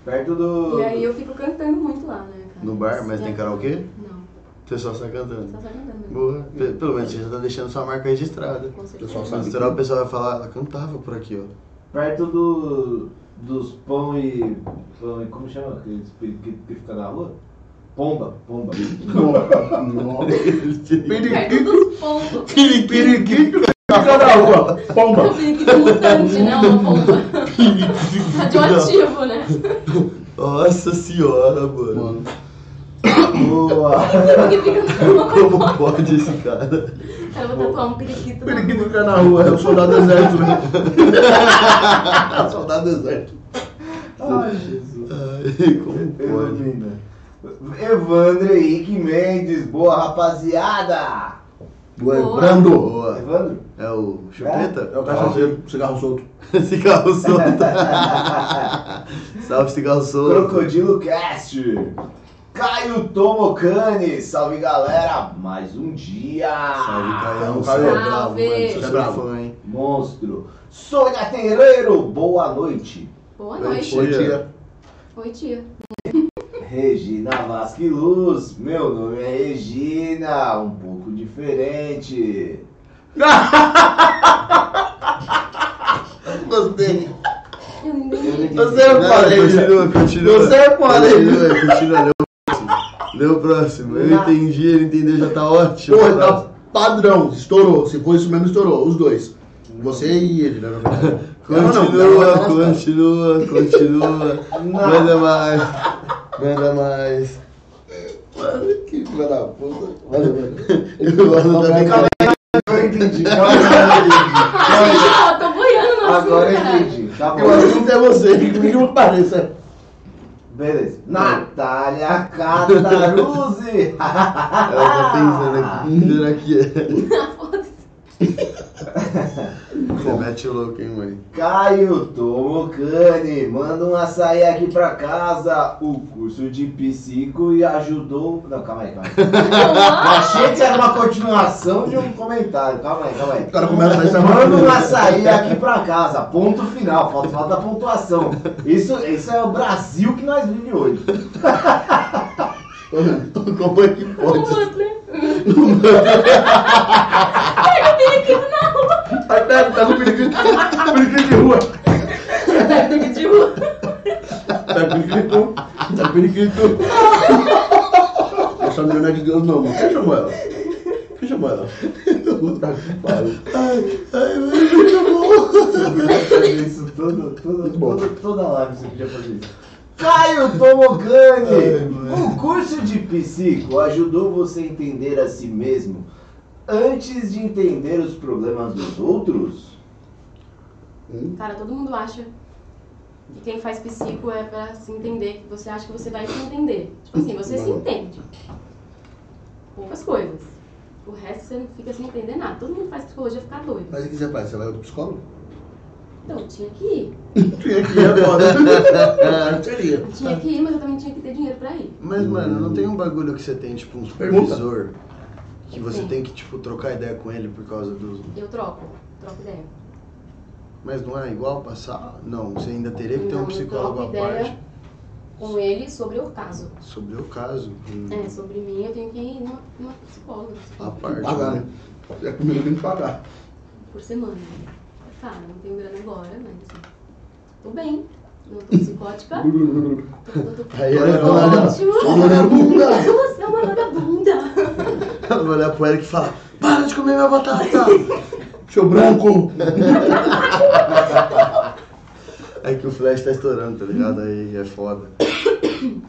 Perto do. E aí eu fico cantando muito lá, né, cara? No bar, mas tem É. karaokê? Não, Você só sai cantando. só sai cantando. mesmo. Boa. Pe- Pelo menos você já tá deixando sua marca registrada. Com certeza. pessoal sabe. Será que o pessoal vai falar, ela cantava por aqui, ó. Perto do. Dos pão e. Pão e como chama? Que, que, que fica na rua? Pomba, pomba. Nossa. Perto Periquito, dos pontos. periquito, fica na rua. Eu Pomba. vi que tem mutante, né? Uma bomba. Radioativo, né? Nossa senhora, mano. Mano, Boa! Porque fica numa Como pode esse cara? Cara, eu vou tatuar um periquito. na periquito rua. fica na rua, é o soldado do exército, né? Soldado do exército. Ai, Jesus. Ai, como pode? Evelina. Evandro Henrique Mendes, boa rapaziada! Ué, Boa. Brando. Boa. Evandro? É o chupeta? É o cachaceiro, cigarro solto. Cigarro solto. Salve, cigarro solto. Crocodilo Cast. Caio Tomocani, salve galera, mais um dia. Salve, Caião. Salve. Você é bravo, mano. Você Salve. é bravo, fã, hein? Monstro. Sônia Terreiro, boa noite. Boa noite. Oi, Oi, tia. Oi, tia. Regina Vasque Luz, meu nome é Regina, um pouco diferente. Gostei. Eu não Eu entendi. não Você é Não, foda, Continua, continua. Você é foda, hein? Continua, continua. Lê o próximo. Lê o próximo. Eu Não. entendi, ele entendeu, já tá ótimo. Porra, tá padrão. Estourou. Se for isso mesmo, estourou. Os dois. Você e ele, né? na verdade. Ela não, ela Continua, vai lascar. continua, continua. Manda mais. Manda mais. Mano, que filha da puta. Vai, Eu gosto da vai. Eu entendi, agora Ah, eu tô boiando no assunto, eu cara. entendi. Tá Eu bom. assunto é você, que mínimo pareça. Beleza. Natália Cataruzzi. Ela tá pensando aqui. Será que é? Você mete o louco, hein, mãe? Caio Tomocani, manda um açaí aqui pra casa. O curso de psico e ajudou. Não, calma aí, calma aí. Eu achei que era uma continuação de um comentário. Calma aí, calma aí. O cara começa a pensar Manda um açaí aqui pra casa. Ponto final. Falta, falta a pontuação. Isso, isso é o Brasil que nós vivemos hoje. Como é que pode? Putz, né? Aí pega, pega o tá periquito. Periquito de rua. Técnico de rua. Pega o Tá periquito. Pega o periquito. Essa mulher não é de Deus, não, mano. Quem chamou ela? Quem chamou ela? Puta que pariu. Você podia fazer isso todo, todo, Muito bom. todo, toda live você podia fazer isso. Caio Tomogani! Ai, mano. O curso de psico ajudou você a entender a si mesmo antes de entender os problemas dos outros? Cara, todo mundo acha que quem faz psico é pra se entender, que você acha que você vai se entender. Tipo assim, você se Não. entende. Poucas coisas. O resto você não fica sem entender nada. Todo mundo faz psicologia ficar doido. Mas o que você faz? Você vai ao psicólogo? Então, eu tinha que ir. Tinha é que ir agora. Seria. Eu tinha que ir, mas eu também tinha que ter dinheiro pra ir. Mas, mano, não tem um bagulho que você tem, tipo, um supervisor que você Sim. tem que, tipo, trocar ideia com ele por causa dos. Eu troco. Troco ideia. Mas não é igual passar? Não, você ainda teria que ter Então, um eu psicólogo à troco ideia parte com ele sobre o caso. sobre o caso. Hum, É, sobre mim eu tenho que ir numa, numa psicóloga. À Tem que parte. pagar, né? né? É primeiro tem que pagar. por semana. Cara, não tenho grana agora, mas assim, tô bem. Não tô psicótica. tô, tô, tô, Aí é tô ela né? vai olhar, ótima. vagabunda! Você é uma vagabunda. Ela vai olhar pro Eric e falar: Para de comer minha batata! Seu branco! É que o flash tá estourando, tá ligado? Aí é foda.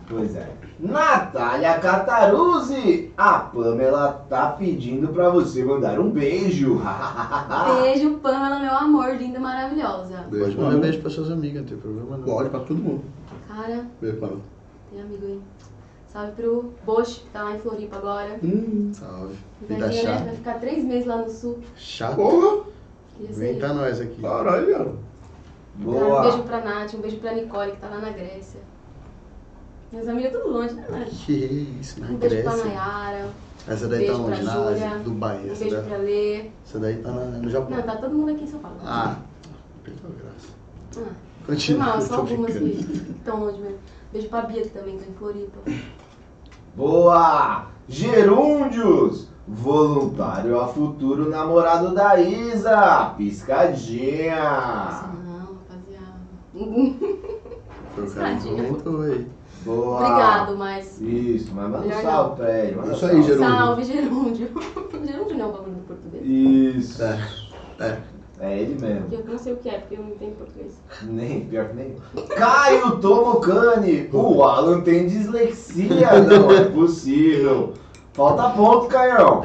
Pois é. Natália Cataruzzi! A Pamela tá pedindo pra você mandar um beijo. Ah. Beijo, Pamela, meu amor, linda, maravilhosa. Pode Uhum. mandar beijo pra suas amigas, não tem problema não. Olha pra todo mundo. Cara, Beijo pra ela. tem amigo aí. Salve pro Bosch, que tá lá em Floripa agora. Hum. Salve. Vida Imagina, né? Vai chata. ficar três meses lá no sul. Chata. Porra! Queria ser Vem ele. pra nós aqui. Caralho, cara. Um beijo Boa. pra Nath, um beijo pra Nicole, que tá lá na Grécia. Minhas amigas tudo longe, né, Nath? Que isso, na Um beijo pra Grécia. Nayara, Essa daí tá beijo pra onde? Na Júlia. Ásia? Dubai. um Essa beijo daí, pra Lê. essa daí tá na- no Japão. Não, tá todo mundo aqui em São Paulo. Ah, perdeu a graça. Ah, foi Continua. mal, só tô algumas brincando. que estão longe mesmo. Beijo pra Bia, que também tá em Floripa. Boa. Gerúndios. Voluntário a futuro namorado da Isa. Ah. Nossa, Piscadinha. não, rapaziada. Foi o cara que Tadinho. comentou aí. Boa. Obrigado, mas. Isso, mas manda um Melhor salve pra ele. manda um Isso aí, salve. Gerúndio. Salve, Gerúndio. Gerúndio não é o bagulho do português. Isso. É. É ele mesmo. Porque eu não sei o que é, porque eu não entendo português. Nem, pior que nem. Caio Tomocani. O Alan tem dislexia. Não é possível. Falta ponto, Caio.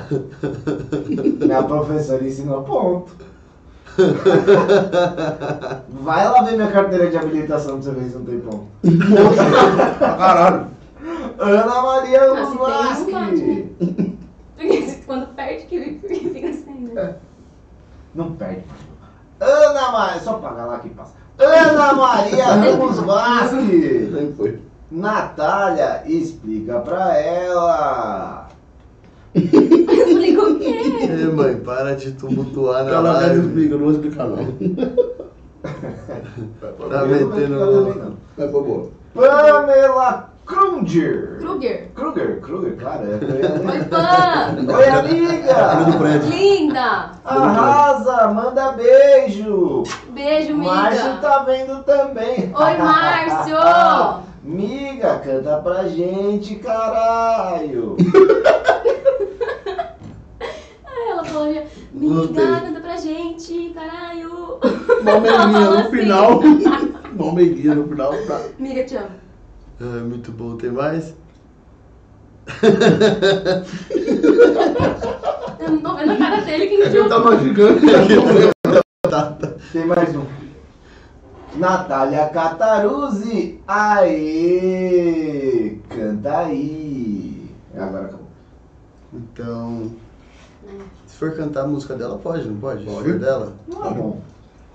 Minha professora ensinou ponto. Vai lá ver minha carteira de habilitação pra você ver se não tem ponto. Caralho. Ana Maria Ah, se tem, não pode, Muslaski. né? Porque quando perde, que que fica assim, né? Não perde. Ana Maria. Só paga lá que passa. Ana Maria Ramos Vasque. Nem foi. Natália explica pra ela. Eu falei, como que é? Ei, mãe, para de tumultuar na Ela já live. explica, eu não vou explicar não. Tá Eu não vou metendo explicar também, não. Mas foi boa. Pamela Kruger. Kruger. Kruger, Kruger, claro. é. Oi, Pan! Oi, amiga! Linda! Arrasa, manda beijo. Beijo, Márcio amiga! tá vendo também. Oi, Márcio! Miga, canta pra gente, caralho. Ai, ela falou, Gostei. amiga, canta pra gente, caralho! Malmeguinha Fala no assim. final. Malmeguinha no final. Tá. Miga, te amo. Ah, muito bom, tem mais? Eu não tô vendo a cara dele, quem te Ele tá ouve? mastigando. Tem mais um. Natália Cataruzzi. Aê! Canta aí. Agora acabou. Então, Né? se for cantar a música dela, pode, não pode? Pode. Se for dela, Não é bom.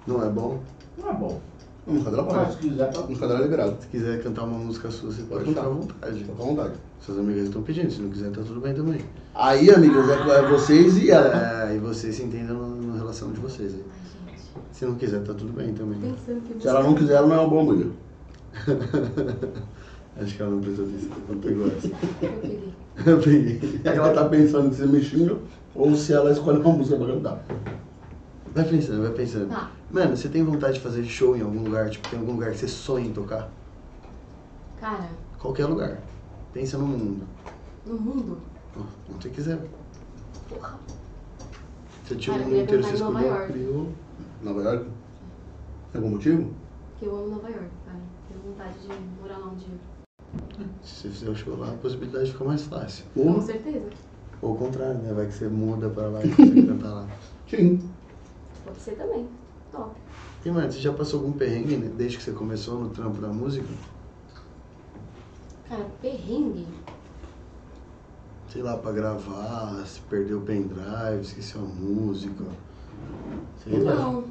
não é bom? Não é bom. Não, cadê ela Mas se pode? quiser, tá Não, cadê ela liberado. Se quiser cantar uma música sua, você Pode pode Tá ficar à cantar. vontade. Fica à vontade. Suas amigas estão pedindo, se não quiser, tá tudo bem também. Aí, amigos, é é vocês e ela. né? É, e vocês se entendam na- na relação de vocês aí. Ai, gente, Se não quiser, tá tudo bem também. pensando que Se ela não quiser, ela não é uma boa mulher. Acho que ela não pensou nisso, não pegou essa. Eu peguei. Eu peguei. É que ela tá pensando se me xinga ou se ela escolhe uma música pra cantar. Vai pensando, vai pensando. Tá. Mano, você tem vontade de fazer show em algum lugar? Tipo, tem algum lugar que você sonha em tocar? Cara, Qualquer lugar. Pensa no mundo. no mundo, Onde você quiser. porra, Você tinha Cara, eu um mundo ia inteiro, cantar em você Nova escolheu. York. Criou. Nova York? Tem algum motivo? que eu amo Nova York, cara. Tenho vontade de morar lá um dia. Se você fizer o show lá, a possibilidade fica mais fácil. Com Porra. certeza. Ou o contrário, né? Vai que você muda pra lá e consegue cantar lá. Sim. Pode ser também. Top. E, mano, você já passou algum perrengue, né? Desde que você começou no trampo da música? Cara, perrengue. Sei lá, pra gravar, se perdeu o pendrive, esqueceu a música. Uhum. Sei lá. Não,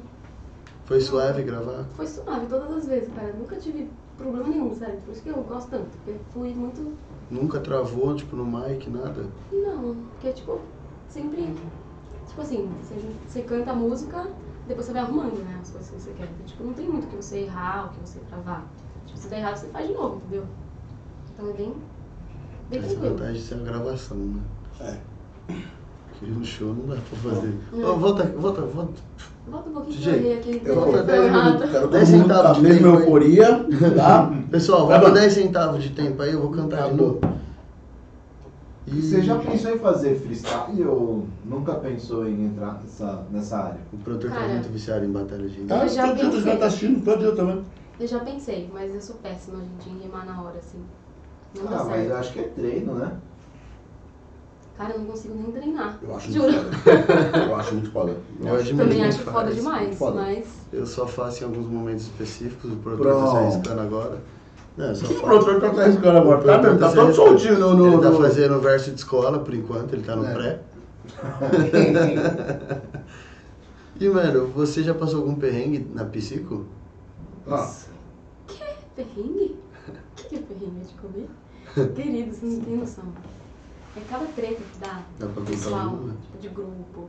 Foi suave gravar? foi suave todas as vezes, cara. Nunca tive problema nenhum, sério. Por isso que eu gosto tanto. Porque fui muito. Nunca travou, tipo, no mic, nada? Não. Porque, tipo, sempre. Tipo assim, você, você canta a música, depois você vai arrumando, né? As coisas que você quer. Então, tipo, não tem muito que você errar ou que você travar. Tipo, se der errado, você faz de novo, entendeu? Então é bem. Bem Essa tranquilo. vantagem de ser a gravação, né? É. Porque no show não dá pra fazer. Não. Ó, volta, volta, volta. Volta um pouquinho que eu DJ, errei aqui. Eu Volta vou dez 10 minutos. Quero todo Dez mundo centavos da de mesma tempo aí. euforia, tá? Pessoal, Vai volta lá. 10 centavos de tempo aí, eu vou cantar de novo. E Você já pensou em fazer freestyle ou nunca pensou em entrar nessa, nessa área? O produtor tá Cara. muito viciado em batalha de Tá, Eu já todo um dia, pensei. os caras tá assistindo todo dia também. Eu já pensei, mas eu sou péssima hoje em dia em rimar na hora, assim. Não dá Ah, mas certo. eu acho que é treino, né? Cara, eu não consigo nem treinar. Eu acho Juro. muito foda. Eu acho muito foda. Eu admiro Também quem acho faz. foda demais, Foda. mas. Eu só faço em alguns momentos específicos, o produtor tá se Pronto. arriscando agora. Não, só O falta- produtor tá arriscando agora, tá Portanto, mesmo? Tá esse todo respeito. soltinho no. no, Ele tá no- fazendo verso de escola por enquanto, ele tá no É. pré. e, mano, você já passou algum perrengue na psico? Ah, Perrengue? O que que é perrengue de comer? Querido, você não tem noção. É cada treta que dá. Dá pra contar Pessoal, alguma? tipo, de grupo,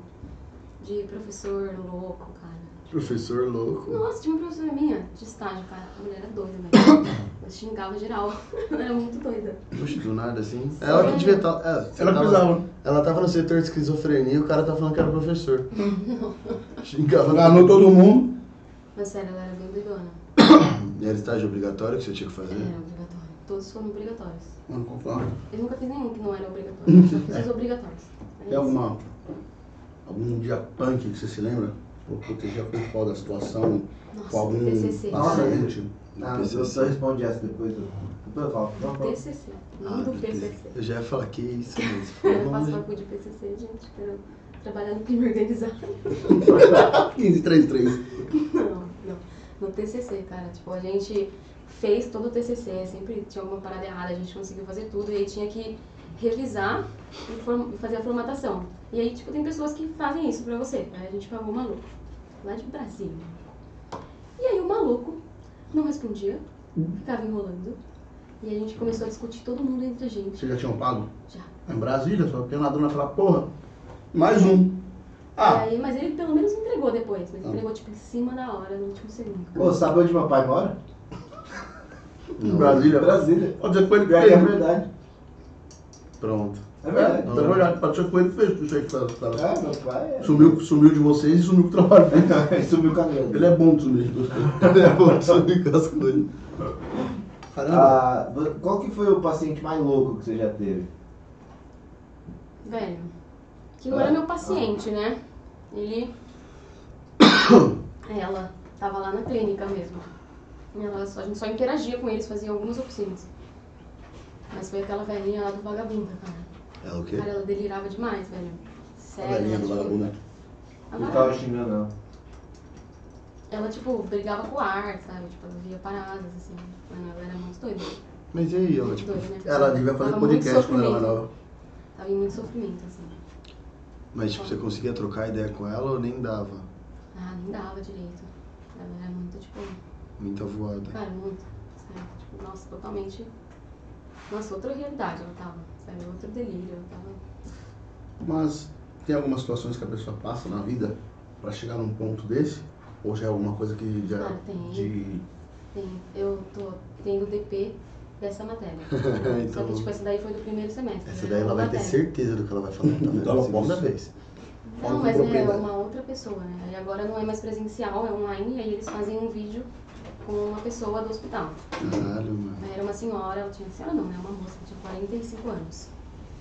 de professor louco, cara. Professor louco. Nossa, tinha uma professora minha de estágio, cara. A mulher era doida, velho. Eu xingava geral. Ela era muito doida. Puxa, do nada assim. Ela que devia estar. Ela, Ela que pisava. Ela tava no setor de esquizofrenia e o cara tá falando que era professor. Xingava. Enganou todo mundo. Mas sério, ela era bem doidona. E Né, era estágio obrigatório que você tinha que fazer? Era obrigatório. Todos foram obrigatórios. Mano, como fala? Eu nunca fiz nenhum que não era obrigatório. Só fiz os obrigatórios. É Tem isso. alguma. Algum dia punk que você se lembra? Por proteger a pessoal da situação? Com Nossa, algum. TCC. Nossa, cara. paciente? Ah, eu só respondi essa depois. eu- Depois eu falo. então Não, não. TCC. Ah, Lindo meu Deus. PCC. Eu já ia falar que isso, mano. Você falou, Eu faço vamos- faculdade de PCC, gente. Quero trabalhar no crime organizado. 1533. Não, não. No TCC, cara. Tipo, a gente fez todo o TCC, sempre tinha alguma parada errada, a gente conseguiu fazer tudo, e aí tinha que revisar e form- e fazer a formatação. E aí, tipo, tem pessoas que fazem isso pra você. Aí a gente pagou um maluco, lá de Brasília. E aí o maluco não respondia, ficava enrolando, e a gente começou a discutir todo mundo entre a gente. Vocês já tinham pago? Já. Em Brasília, só porque na dona fala, porra, mais um. Ah, E aí, mas ele pelo menos entregou depois, mas Ah. entregou, tipo, em cima da hora, no último segundo. Ô, sabe onde meu pai mora? É. em Brasília. Brasília. Pode ser com ele Pior que é feio. verdade. Pronto. É É, verdade. tá verdade. Pode ser com ele feio. isso aí que tá- tá- É, meu pai é. Sumiu, sumiu de vocês e sumiu com o trabalho dele. Sumiu o cabelo. Ele é bom de sumir de vocês. É bom sumir com as coisas. Caramba. Ah, vo- qual que foi o paciente mais louco que você já teve? Velho, que não era meu paciente, né? Ele. Ela tava lá na clínica mesmo. Ela só- a gente só interagia com eles, fazia algumas oficinas. Mas foi aquela velhinha lá do vagabunda, cara. É o quê? Cara, ela delirava demais, velho. A Sério. velhinha ela, do tipo, vagabundo. a Não vara- tava xingando, não. Ela, tipo, brigava com o ar, sabe? Tipo, ela via paradas, assim. Mano, ela era muito doida. Mas e aí, ela, Muito tipo. doida, né? Ela devia fazer Tava muito podcast quando ela era sofrimento. nova. Tava em muito sofrimento, assim. Mas tipo, você conseguia trocar ideia com ela ou nem dava? Ah, nem dava direito. Ela era muito, tipo. Muita voada. Cara, muito. Sério. Tipo, nossa, totalmente. Nossa, outra realidade ela tava. Sabe? Outro delírio. Ela tava. Mas tem algumas situações que a pessoa passa na vida pra chegar num ponto desse? Ou já é alguma coisa que já. Ah, tem. De... Tem, eu tô tendo DP dessa matéria. Só que, Então- tipo, essa daí foi do primeiro semestre. Essa né? daí ela vai ter Matéria. certeza do que ela vai falar, tá vendo? Então ela Segunda posta. vez. Fala Não, com mas é propriedade. uma outra pessoa, né? E agora não é mais presencial, é online. E aí eles fazem um vídeo com uma pessoa do hospital. Caralho, mano. Aí Era uma senhora, ela tinha. Senhora não, né? Uma moça, tinha 45 anos.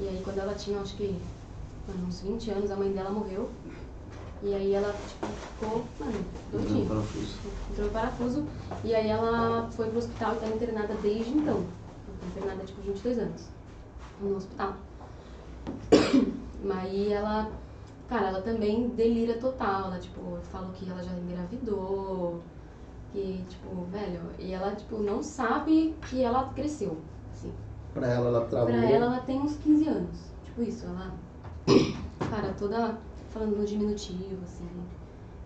E aí, quando ela tinha, acho que, mano, uns 20 anos, a mãe dela morreu. E aí ela, tipo, ficou, mano, Não, doidinha. parafuso. entrou em parafuso e aí ela foi pro hospital e tá internada desde então. Ela tá internada tipo 22 anos no hospital. Mas aí ela, cara, ela também delira total, ela tipo, falou que ela já engravidou, que tipo, velho, e ela tipo não sabe que ela cresceu, assim. Pra ela, ela travou. Pra ela, ela tem uns 15 anos. Tipo isso, ela. Cara, toda falando no diminutivo, assim.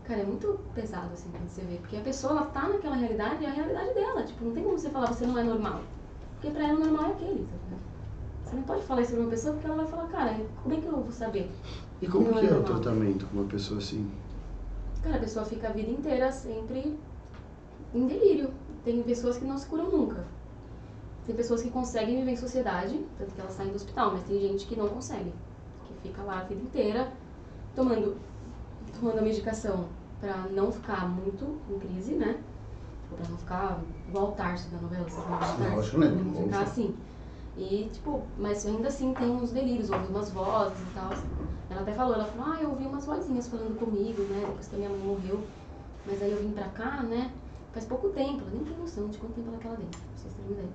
Cara, é muito pesado, assim, quando você vê. Porque a pessoa, ela tá naquela realidade e é a realidade dela. Tipo, não tem como você falar você não é normal. Porque pra ela, o normal é aquele, sabe? Você não pode falar isso pra uma pessoa porque ela vai falar, cara, como é que eu vou saber? E como Não que é é o normal. tratamento com uma pessoa assim? Cara, a pessoa fica a vida inteira sempre em delírio. Tem pessoas que não se curam nunca. Tem pessoas que conseguem viver em sociedade, tanto que elas saem do hospital, mas tem gente que não consegue. Que fica lá a vida inteira tomando, tomando a medicação pra não ficar muito em crise, né? Ou Pra não ficar igual o Tarso da novela, vocês lembram do Não, Tarso? acho que eu lembro. Pra não ficar assim. E, tipo, mas ainda assim tem uns delírios, ouve umas vozes e tal. Ela até falou, ela falou, ah, eu ouvi umas vozinhas falando comigo, né? Depois que a minha mãe morreu. Mas aí eu vim pra cá, né? Faz pouco tempo, ela nem tem noção de quanto tempo ela tá lá dentro, pra vocês terem uma ideia.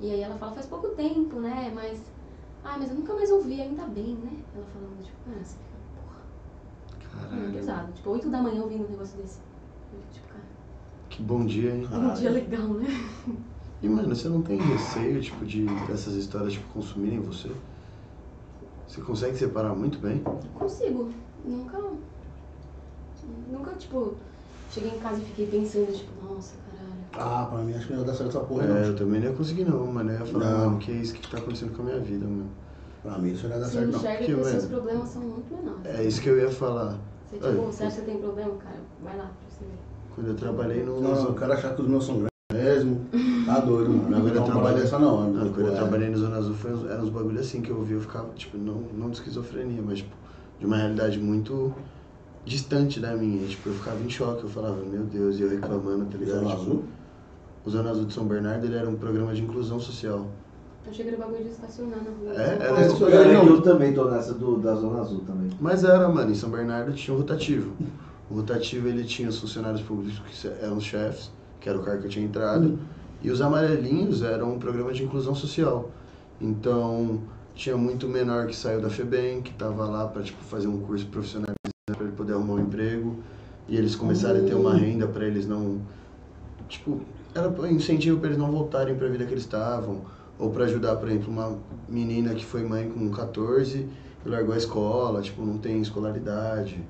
E aí ela fala, faz pouco tempo, né? Mas. Ah, mas eu nunca mais ouvi, ainda bem, né? Ela falando, tipo, ah, você fica, porra, é Caralho. pesado. Tipo, 8 da manhã ouvindo um negócio desse. Eu, tipo, cara, Ah. Que bom dia, hein? um dia legal, né? E, mano, você não tem receio, tipo, de dessas histórias, tipo, consumirem você? Você consegue separar muito bem? Consigo. Nunca. Nunca, tipo, cheguei em casa e fiquei pensando, tipo, nossa, caralho. Ah, pra mim acho que não ia dar certo essa porra, é, não. eu também não ia conseguir não, mano. Eu ia falar, Não. mano, que é isso que tá acontecendo com a minha vida, mano. Pra mim isso não ia dar Você Tá certo, não. enxerga que, porque, os seus velho, problemas são muito menores. É isso que eu ia falar. Você, tipo, Ai, você acha que você tem problema, cara? Vai lá pra você ver. Quando eu trabalhei no... Não, o cara achar que os meus são grandes mesmo. Tá doido, mano. Não Quando vai eu dar uma parada trabalhei- dessa, não. Não, né? quando eu É. trabalhei na Zona Azul, foi uns, eram uns bagulho assim que eu ouvi, eu ficava, tipo, não, não de esquizofrenia, mas tipo, de uma realidade muito distante da minha. Tipo, eu ficava em choque, eu falava, meu Deus, e eu reclamando, tá ligado? Zona Tipo, Azul? O Zona Azul de São Bernardo, ele era um programa de inclusão social. Eu achei que era Então bagulho de estacionar na rua. assim. É, Só é, pode. isso Eu, Cara, eu não. também tô nessa do, da Zona Azul também. Mas era, mano, em São Bernardo tinha um rotativo. O rotativo, ele tinha os funcionários públicos que eram os chefes, que era o cargo que eu tinha entrado, e os amarelinhos eram um programa de inclusão social. Então, tinha muito menor que saiu da FEBEM, que tava lá para tipo, fazer um curso profissionalizante para ele poder arrumar um emprego, e eles começaram a ter uma renda para eles não tipo, era um incentivo para eles não voltarem para a vida que eles estavam, ou para ajudar, por exemplo, uma menina que foi mãe com 14 e largou a escola, tipo, não tem escolaridade.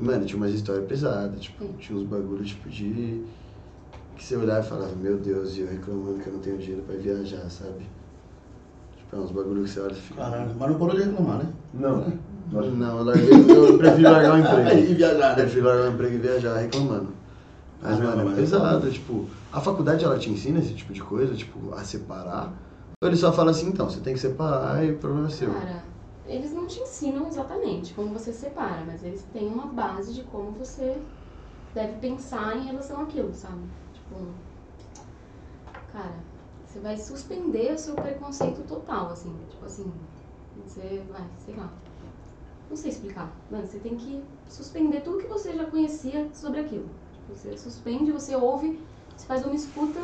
Mano, tinha umas histórias pesadas, tipo, tinha uns bagulhos tipo de que você olhava e falava, meu Deus, e eu reclamando que eu não tenho dinheiro para viajar, sabe? Tipo, é uns bagulhos que você olha e fica. Caralho, mas não parou de reclamar, né? Não. Não. Não, eu, larguei, eu prefiro largar o Tá, emprego. E viajar, né? Prefiro largar o emprego e viajar reclamando. Mas, Ah, não, mano, é mas- pesado. Tipo, a faculdade ela te ensina esse tipo de coisa, tipo, a separar. Ou ele só fala assim, então, você tem que separar e o problema é seu. Cara, eles não te ensinam exatamente como você separa, mas eles têm uma base de como você deve pensar em relação àquilo, sabe? Tipo, cara, você vai suspender o seu preconceito total, assim. Tipo assim, você vai, sei lá. Não sei explicar. Mano, você tem que suspender tudo que você já conhecia sobre aquilo. Tipo, você suspende, você ouve, você faz uma escuta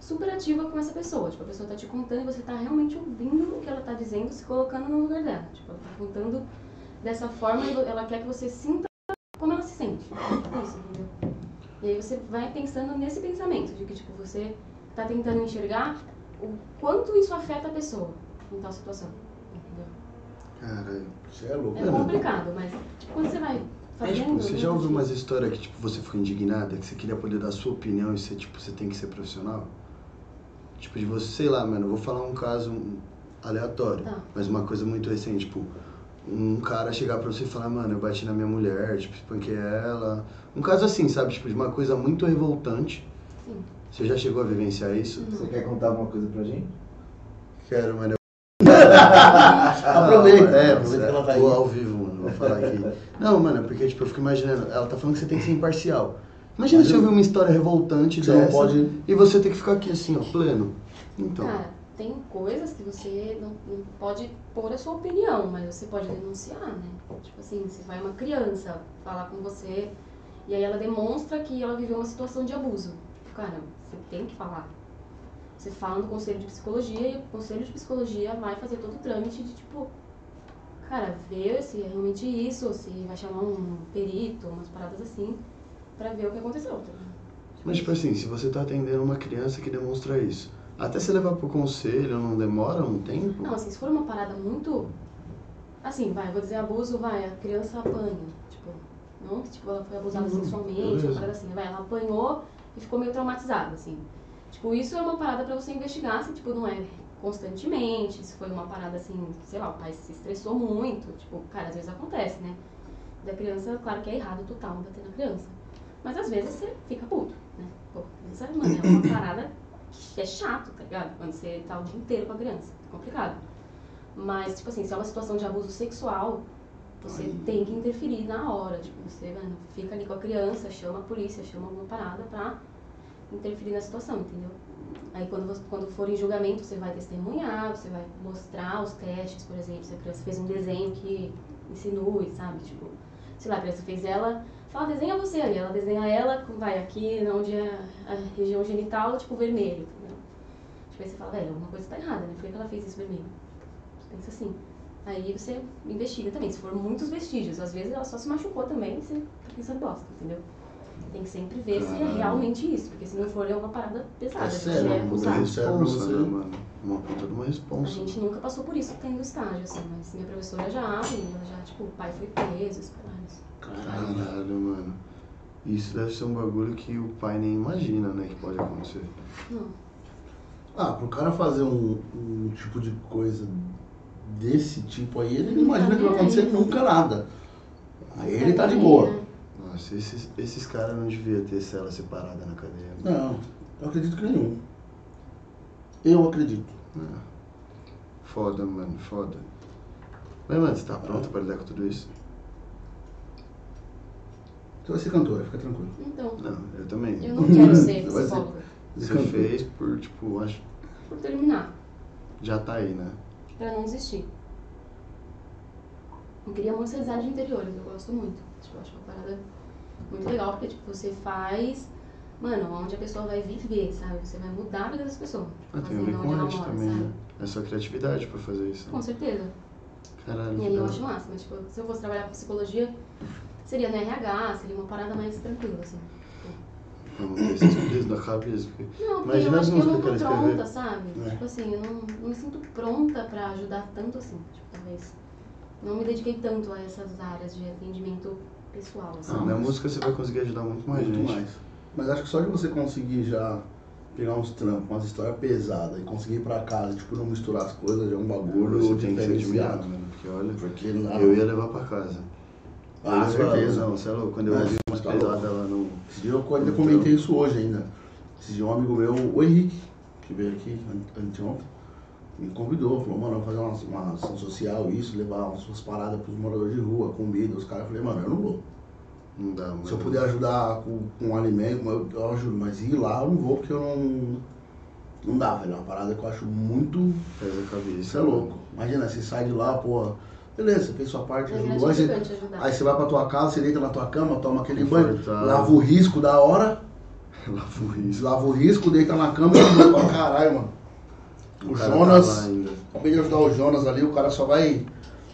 superativa com essa pessoa. Tipo, a pessoa tá te contando e você tá realmente ouvindo o que ela tá dizendo, se colocando no lugar dela. Tipo, ela tá contando dessa forma e vo- ela quer que você sinta como ela se sente. Tipo Isso, entendeu? E aí você vai pensando nesse pensamento de que, tipo, você tá tentando enxergar o quanto isso afeta a pessoa em tal situação. Entendeu? Caralho. Você é louco, É né, mano? complicado, mas tipo, quando você vai É, fazendo... tipo, você já né, ouviu tipo, umas histórias que tipo, você ficou indignada, que você queria poder dar sua opinião e você, tipo, você tem que ser profissional? Tipo, de você, sei lá, mano, eu vou falar um caso aleatório, Tá. mas uma coisa muito recente, tipo, um cara chegar pra você e falar, mano, eu bati na minha mulher, tipo, espanquei ela. Um caso assim, sabe? Tipo, de uma coisa muito revoltante. Sim. Hum. Você já chegou a vivenciar isso? Você quer contar alguma coisa pra gente? Quero, mano. Aproveita. É, aproveita que ela tá aí. vou ao vivo, mano. Vou falar aqui. Não, mano, é porque tipo, eu fico imaginando, ela tá falando que você tem que ser imparcial. Imagina Mas se eu- ouvir uma história revoltante Você dessa não pode... e você tem que ficar aqui assim, ó, pleno. Então, Cara, Ah, tem coisas que você não, não pode pôr a sua opinião, mas você pode denunciar, né? Tipo assim, se vai uma criança falar com você e aí ela demonstra que ela viveu uma situação de abuso. Tipo, Cara, você tem que falar. Você fala no conselho de psicologia e o conselho de psicologia vai fazer todo o trâmite de tipo, cara, ver se é realmente isso, se vai chamar um perito, umas paradas assim, pra ver o que aconteceu. tá ligado? mas tipo assim, se você tá atendendo uma criança que demonstra isso, até você levar pro conselho não demora um tempo? Não, assim, se for uma parada muito. Assim, vai, vou dizer abuso, vai, a criança apanha. Tipo, não que tipo, ela foi abusada sexualmente, uma beleza. parada assim, vai, ela apanhou e ficou meio traumatizada, assim. Tipo, isso é uma parada pra você investigar se, tipo, não é constantemente, se foi uma parada assim, sei lá, o pai se estressou muito. Tipo, cara, às vezes acontece, né? Da criança, claro que é errado total bater na criança. Mas às vezes você fica puto, né? Pô, criança, mano, é uma parada que é chato, tá ligado? Quando você tá o dia inteiro com a criança, é complicado. Mas, tipo assim, se é uma situação de abuso sexual, você Aí. tem que interferir na hora. Tipo, você mano, fica ali com a criança, chama a polícia, chama alguma parada pra interferir na situação, entendeu? Aí quando, você- quando for em julgamento, você vai testemunhar, você vai mostrar os testes, por exemplo, se a criança fez um desenho que insinue, sabe? Tipo, sei lá, a criança fez ela, fala, desenha você aí. Ela desenha ela, vai aqui, onde é a região genital, tipo, vermelho, entendeu? Tipo, aí você fala, velho, alguma coisa tá errada, né? Por que que ela fez isso vermelho? Você pensa assim. Aí você investiga também, se for muitos vestígios. Às vezes ela só se machucou também e você tá pensando bosta, entendeu? Tem que sempre ver se é Caralho. realmente isso, porque se não for é uma parada pesada, É que sério, é mano. Puta acusado. Exato. responsa, Você- né, mano? Uma puta de uma A responsa. gente nunca passou por isso tendo estágio, assim, mas minha professora já, e ela já, tipo, o pai foi preso, os caralhos. Caralho. Caralho, mano. Isso deve ser um bagulho que o pai nem imagina, né, que pode acontecer. Não, Ah, pro cara fazer um, um tipo de coisa desse tipo aí, ele não imagina que vai é acontecer nunca nada. Aí ele tá de boa. né? Nossa, esses, esses caras não deviam ter cela separada na cadeia. né? Não, eu acredito que nenhum. Eu acredito. Foda, mano, foda. Mas, mano, você tá pronto pra lidar com tudo isso? Você vai ser cantora, Então fica tranquilo. Então, Não, eu também. eu não quero ser Vai ser- psicóloga. Você Cantor. fez por, tipo, acho Por terminar, já tá aí, né? pra não desistir. Eu queria muito realizar de interiores, eu gosto muito. Tipo, eu acho uma parada muito legal, porque, tipo, você faz... Mano, onde a pessoa vai viver, sabe? Você vai mudar a vida das pessoas. Ah, tem a fazendo ver com onde ela arte mora, também, sabe? né? É só criatividade pra fazer isso. né? Com certeza. Caralho, E aí que eu da- acho massa, mas tipo, se eu fosse trabalhar com psicologia, seria no RH, seria uma parada mais tranquila, assim. Vamos ver se isso isso da cabeça. porque- Não, porque Imagina eu as acho que eu não tô músicas que ela escreveu. pronta, sabe? É. Tipo assim, eu não, não me sinto pronta pra ajudar tanto assim, tipo, talvez. Não me dediquei tanto a essas áreas de atendimento pessoal, assim. Ah, na música você vai conseguir ajudar muito mais Muito gente. mais. Mas acho que só de você conseguir já pegar uns trampos, umas histórias pesadas e conseguir ir pra casa, tipo, não misturar as coisas, já é um bagulho Você tem que ser admirado, diferenciado. mano. Porque olha, Porque lá. eu ia levar pra casa. Ah, Eu ia levar, certeza. Não, você é louco. Quando eu Mas- ouvi umas tá pesadas lá no. Esse dia eu ainda comentei isso hoje ainda. Esse dia um amigo meu, o Henrique, que veio aqui an- anteontem, me convidou, falou, mano, vamos fazer umas- uma, ação social, isso, levar umas, umas paradas pros moradores de rua, comida, os caras. Eu falei, mano, eu não vou. Não dá, mano. Se eu puder ajudar com, com um alimento, eu, eu ajudo, mas ir lá eu não vou porque eu não. Não dá, velho. É uma parada que eu acho muito. Pesa a cabeça. Isso é louco. Imagina, você sai de lá, pô, beleza, você fez sua Ah, parte, É ajudou. Aí você, gratificante ajudar. aí você vai pra tua casa, você deita na tua cama, toma aquele banho, Confortável. lava o risco da hora. Lava o risco. Lava o risco, deita na cama e ajuda pra caralho, mano. O cara tá lá Jonas, ainda. acabei de ajudar o Jonas ali, o cara só vai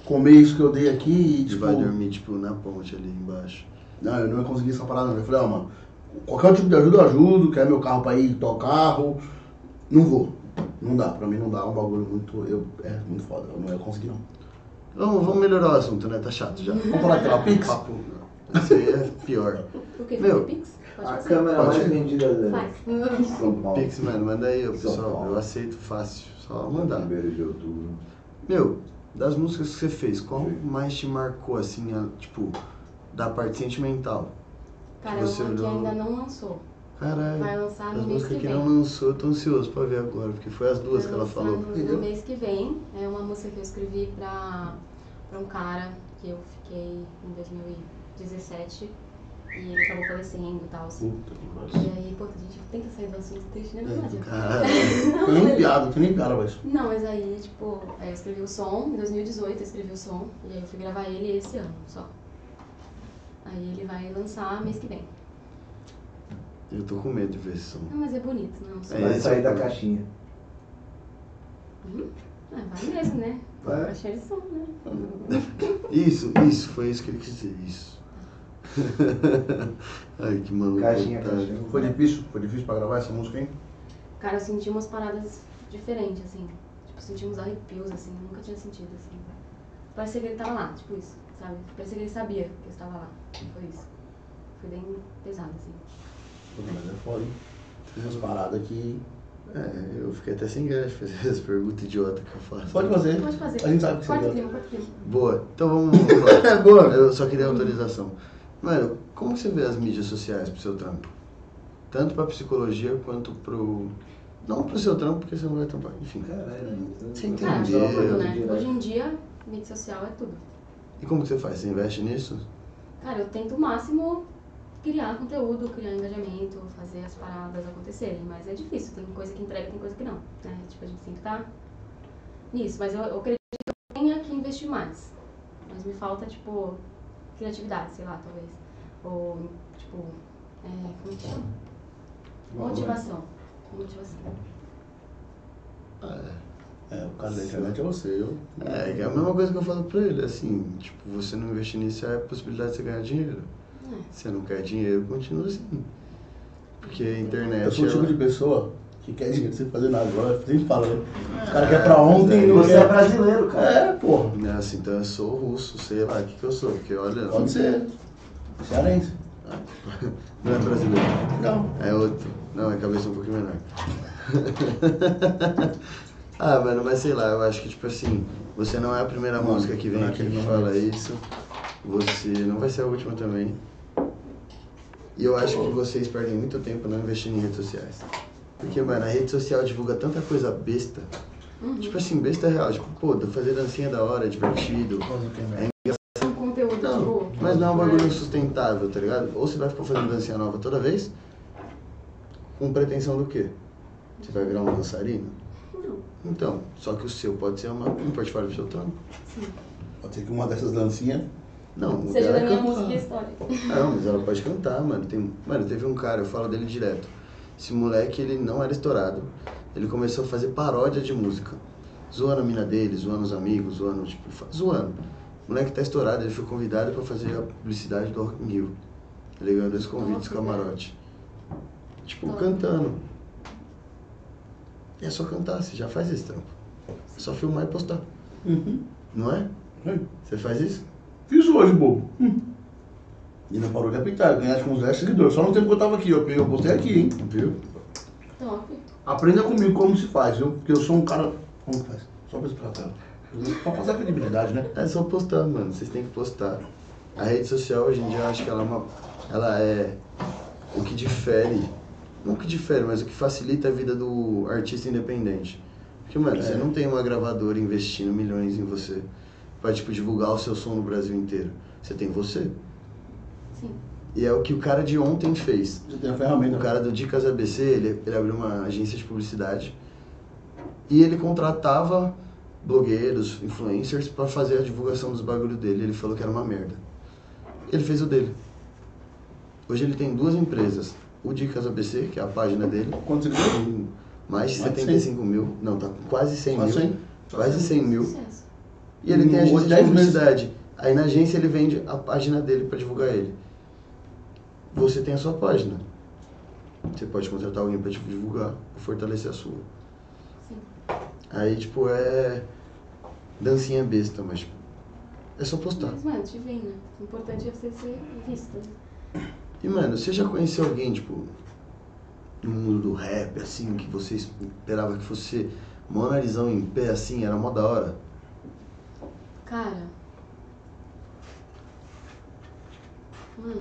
comer isso que eu dei aqui e E tipo. vai dormir, tipo, na ponte ali embaixo. Não, eu não ia conseguir essa parada, não. Eu falei, ó, mano, qualquer tipo de ajuda eu ajudo, quer meu carro pra ir, tocar carro. Não vou. Não dá, pra mim não dá, é um bagulho muito. Eu, é muito foda, eu não ia conseguir não. Vamos, vamos melhorar o assunto, né? Tá chato já. Vamos falar aquela Pix? Papo. Isso aí é pior. O que? Meu, Pix? Pode A fazer. câmera Pode mais ir. vendida da Faz. São Paulo. Pix, mano, manda aí, ô, Só pessoal. fala. Eu aceito fácil. tá Só mandar. 1 de outubro. Meu, das músicas que você fez, qual mais te marcou, assim, a- tipo, da parte sentimental? Cara, é Você uma que olhou- ainda não lançou. Vai Caralho. lançar As no mês que músicas que vem. não lançou, eu tô ansioso pra ver agora, porque foi as duas que ela lançar falou. No, Entendeu? no mês que vem. É uma música que eu escrevi pra, pra um cara que eu fiquei em 2017 e ele acabou falecendo e tal. assim. Puta que E pariu. aí, pô, a gente tem que sair do assunto triste, É, né? Não adianta. Caralho. Tô nem piada, tô nem piada, mas. Não, mas aí, tipo, aí eu escrevi o som, em 2018 eu escrevi o som, e aí eu fui gravar ele esse ano só. Aí ele vai lançar mês que vem. Eu tô com medo de ver esse som. Não, mas é bonito, não. só- É, Vai esse sair da o- caixinha. Hum? Ah, vai mesmo, né? É. Vai. Vai achar ele som, né? Isso, isso, foi isso que ele quis dizer, isso. Ai, que maluco. tá. Caixinha, otário. caixinha. Foi difícil? Foi difícil pra gravar essa música, hein? Cara, eu senti umas paradas diferentes, assim. Tipo, senti uns arrepios, assim, nunca tinha sentido, assim. Parecia que ele tava lá, tipo isso, sabe? Parecia que ele sabia que eu estava lá. Foi isso. Foi bem pesado, assim. Puta, mas é foda, hein? Tem umas paradas que. É, eu fiquei até sem graça de fazer essa pergunta idiota que eu faço. Pode fazer. Pode fazer. É. A gente sabe que você Quarto gosta. clima, quarto clima. Boa, então vamos, vamos lá. É boa. Eu só queria autorização. Mano, como que você vê as mídias sociais pro seu trampo? Tanto pra psicologia quanto pro. Não pro seu trampo, porque você não vai trampar. Enfim. Caralho. então- Você Cara, acho entendeu. que é tudo, né? Direto. Hoje em dia, mídia social é tudo. E como que você faz? Você investe nisso? Cara, eu tento o máximo criar conteúdo, criar engajamento, fazer as paradas acontecerem, mas é difícil. Tem coisa que entrega, tem coisa que não. Né? Tipo, a gente sempre tá nisso. Mas eu, eu acredito que eu tenha que investir mais. Mas me falta, tipo, criatividade, sei lá, talvez. Ou, tipo, é, como que chama? né? Motivação. Motivação. É, o caso da internet é você, eu. É, que é a mesma coisa que eu falo pra ele, assim, tipo, você não investir nisso é a possibilidade de você ganhar dinheiro. Você não quer dinheiro, continua assim. Porque a É Eu internet. sou o tipo de né? ela- pessoa pessoa que quer dinheiro sem fazer nada. Agora sempre fala, né? Os caras querem pra ontem e não Você é quer. brasileiro, cara. É, porra. Nossa, então eu sou russo, sei lá, o que, que eu sou? Porque olha. Pode ser. Cearense. Não é brasileiro, Não. é outro. Não, é cabeça um pouquinho menor. ah, mano, mas sei lá, eu acho que tipo assim, você não é a primeira Mano, música que vem pra aqui é aquele que momento. fala isso. Você não vai ser a última também. E eu acho que vocês perdem muito tempo não investindo em redes sociais. Porque, mano, a rede social divulga tanta coisa besta. Uhum. Tipo assim, besta real. Tipo, pô, fazer dancinha da hora é divertido. Um conteúdo, Não, tipo. mas não é um bagulho né? sustentável, tá ligado? Ou você vai ficar fazendo dancinha nova toda vez, com pretensão do quê? Você vai virar um dançarino? Não. Então, só que o seu pode ser uma, um portfólio do seu trono. Pode ser que uma dessas dancinhas. Não, o Seja da dela é minha cantar. música e história. Não, Ah, mas ela pode cantar, mano. Tem, mano, teve um cara, eu falo dele direto. Esse moleque, ele não era estourado. Ele começou a fazer paródia de música. Zoando a mina dele, zoando os amigos, zoando, tipo, fa- zoando. O moleque tá estourado, ele foi convidado pra fazer a publicidade do Rock in Rio. Ele ganhou dois Nossa, convites, camarote. Tipo, Top. cantando. E é só cantar, você já faz esse trampo. É só filmar e postar, Uhum. não é? É. Você faz isso? Fiz hoje, bobo. Hum. E não parou de apitar. Eu ganhei acho que uns 10 seguidores. Só no tempo que eu tava aqui, ó. porque Eu postei aqui, hein? Viu? Top. Aprenda comigo como se faz, viu? Porque eu sou um cara. Como que faz? Só pra pra tela. Pra passar credibilidade, né? É só postar, mano. Vocês têm que postar. A rede social hoje em dia eu acho que ela é uma. Ela é o que difere. Não o que difere, mas o que facilita a vida do artista independente. Porque, mano, você não tem uma gravadora investindo milhões em você pra, tipo, divulgar o seu som no Brasil inteiro. Você tem você. Sim. E é o que o cara de ontem fez. Você tem a ferramenta. O cara do Dicas ABC, ele, ele abriu uma agência de publicidade e ele contratava blogueiros, influencers pra fazer a divulgação dos bagulhos dele. Ele falou que era uma merda. Ele fez o dele. Hoje ele tem duas empresas. O Dicas ABC, que é a página dele, Quantos seguidores? com mais de Mais de 75 mil. Não, tá com quase 100 Quase mil. 100. Quase 100 mil. Sucesso. E ele tem Em a agência oito, de dez meses. publicidade. Aí na agência ele vende a página dele pra divulgar ele. Você tem a sua página. Você pode contratar alguém pra te divulgar, pra fortalecer a sua. Sim. Aí, tipo, é dancinha besta, mas tipo, é só postar. Mas, mano, te vem, né? O importante é você ser vista. E, mano, você já conheceu alguém, tipo, no mundo do rap, assim, que você esperava que fosse monalizão em pé, assim, era mó da hora? Cara. Mano,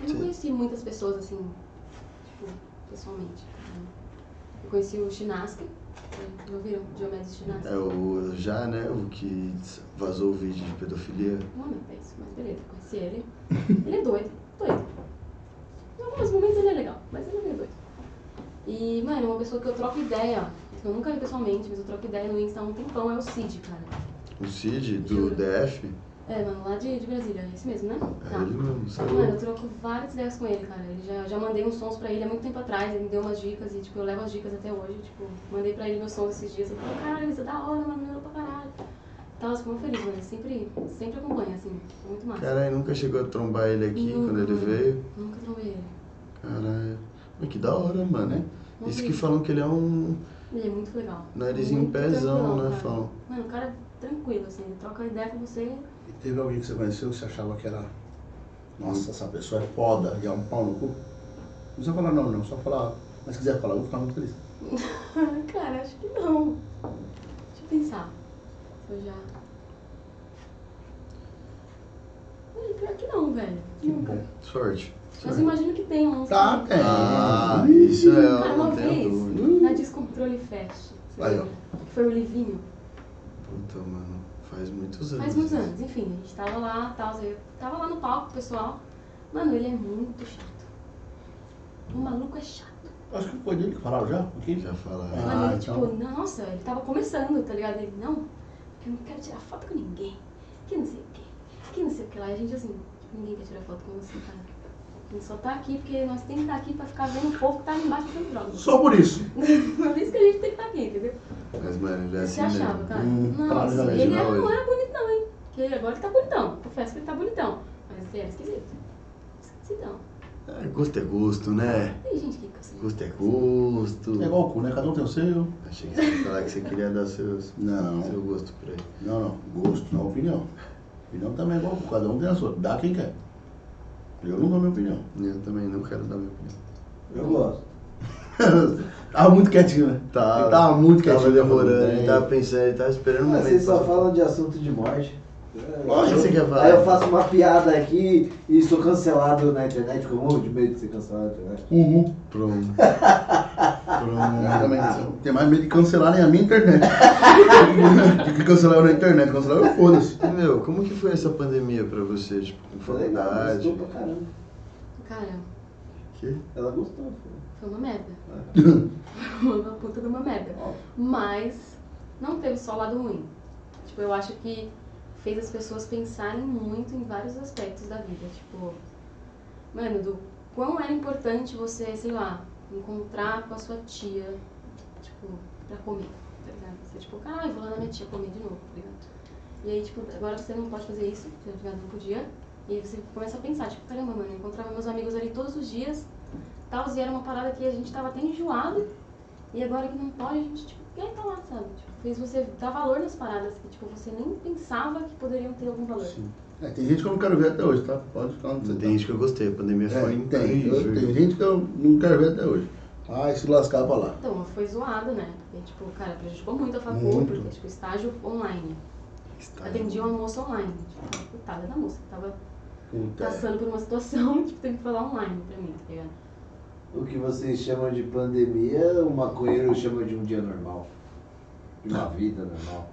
eu Sim. não conheci muitas pessoas assim, tipo, pessoalmente. né? Eu conheci o Chinaski, né? já ouviram? Diomedes Chinaski. É o já, né, o que vazou o vídeo de pedofilia. Mano, é isso, mas beleza, conheci ele. Ele é doido, doido. Em alguns momentos ele é legal, mas ele é meio doido. E, mano, uma pessoa que eu troco ideia, que eu nunca vi pessoalmente, mas eu troco ideia no Insta há um tempão, é o Cid, cara. O Cid, do Jura? DF, É, mano, lá de, de Brasília, é esse mesmo, né? é ele mesmo, Mano, eu sabe? troco várias ideias com ele, cara. Ele já, já mandei uns sons pra ele há muito tempo atrás, ele me deu umas dicas e, tipo, eu levo as dicas até hoje. Tipo, mandei pra ele meus sons esses dias. Ele falou, caralho, isso é da hora, mano, melhorou pra caralho. Tá, Tava super feliz, mano. Ele sempre, sempre acompanha, assim, muito massa. Caralho, nunca chegou a trombar ele aqui Nunca, quando ele mano. veio. Nunca trombei ele. Caralho. Mas que da hora, mano, né? Não Isso vi. que falam que ele é um Ele é muito legal. nariz Muito em pezão, tranquilão, né? cara. Falam. Mano, o cara é tranquilo, assim, ele troca ideia com você. E Teve alguém que você conheceu que você achava que era. Nossa, essa pessoa é foda e é um pau no cu? Não precisa falar não, não. Só falar. Mas se quiser falar, eu vou ficar muito feliz. Ah, cara, acho que não. Deixa eu pensar. Se eu já. Mano, pior que não, velho. Nunca. Sorte. Mas eu imagino que um tem uns. Tá, que- tem. Ah, isso é, Cara, eu uma não tenho dúvida. vez, na Descontrole Fest. você Aí, ó. lembra? Que Foi o Livinho. Puta, mano, faz muitos anos. Faz uns anos, enfim, a gente tava lá, tal, eu tava lá no palco, pessoal. Mano, ele é muito chato. O maluco é chato. Acho que foi dele que falaram já. Aqui? Já falaram. Mano, Ah, ele, então. tipo, nossa, ele tava começando, tá ligado? Ele, não, eu não quero tirar foto com ninguém, que não sei o quê, que não sei o que lá. E A gente, assim, tipo, ninguém quer tirar foto com você, cara. A gente só tá aqui porque nós temos que estar aqui pra ficar vendo o povo que tá ali embaixo do droga. Só por isso. Por isso que a gente tem que estar aqui, entendeu? Mas, mano, ele é Você assim achava, mesmo. cara? Hum, claro, Nossa, já e ele imaginava era- não ele. era bonito não, hein? Porque agora ele tá bonitão. Confesso que ele tá bonitão. Mas ele era esquisito. se dão. É, gosto é gosto, né? Tem gente que consegue. Gosto é gosto. É igual o cu, né? Cada um tem o seu. Achei que você ia falar que você queria dar seus, Não. seu gosto pra ele. Não, não. Gosto, não é opinião. Opinião também é igual, cada um tem a sua. Dá quem quer. Eu não dou minha opinião. Eu também não quero dar minha opinião. Eu gosto. tava muito quietinho, né? Ele tava muito quietinho. Tá, Tava demorando, Bem. ele tava pensando, ele tava esperando um Mas momento. vocês Ah, só pra- falam de assunto de morte. É, Lógico que você quer falar. Aí eu faço uma piada aqui e sou cancelado na internet, como eu morro de medo de ser cancelado na internet. Uhum. Pronto. Eu Pronto. também tenho mais medo de cancelarem a minha internet. de que cancelar na internet. Cancelar eu foda-se. Meu, como que foi essa pandemia pra você? Tipo, com Foi legal, faculdade? gostou pra caramba. Cara, Que? Ela gostou, foi. foi uma merda. Foi uma puta de uma merda. Ó. Mas não teve só o lado ruim. Tipo, eu acho que fez as pessoas pensarem muito em vários aspectos da vida. Tipo, mano, do quão era importante você, sei lá, encontrar com a sua tia, tipo, pra comer, tá ligado? Você, tipo, caralho, vou lá na minha tia comer de novo, tá ligado? E aí, tipo, agora você não pode fazer isso, tá ligado? Não podia. E aí você começa a pensar, tipo, caramba, mano, eu encontrava meus amigos ali todos os dias, tal, e era uma parada que a gente tava até enjoado. E agora que não pode, a gente, tipo, quer tá lá, sabe? Tipo, fez você dar valor nas paradas que, tipo, você nem pensava que poderiam ter algum valor. É, tem gente que eu não quero ver até hoje, tá? Pode ficar onde você Tem gente que eu gostei, a pandemia tá. foi É, tem, incrível. eu- tem gente que eu não quero ver até hoje. Ai, se lascar pra lá. Então, foi zoado, né? Porque, tipo, cara, prejudicou muito a facul, Muito. Tá. porque, tipo, estágio online. Está Atendi uma moça online. Tipo, coitada da moça, que tava Puta. passando por uma situação, tipo, teve que falar online pra mim, tá ligado? O que vocês chamam de pandemia, o maconheiro chama de um dia normal. De uma vida normal.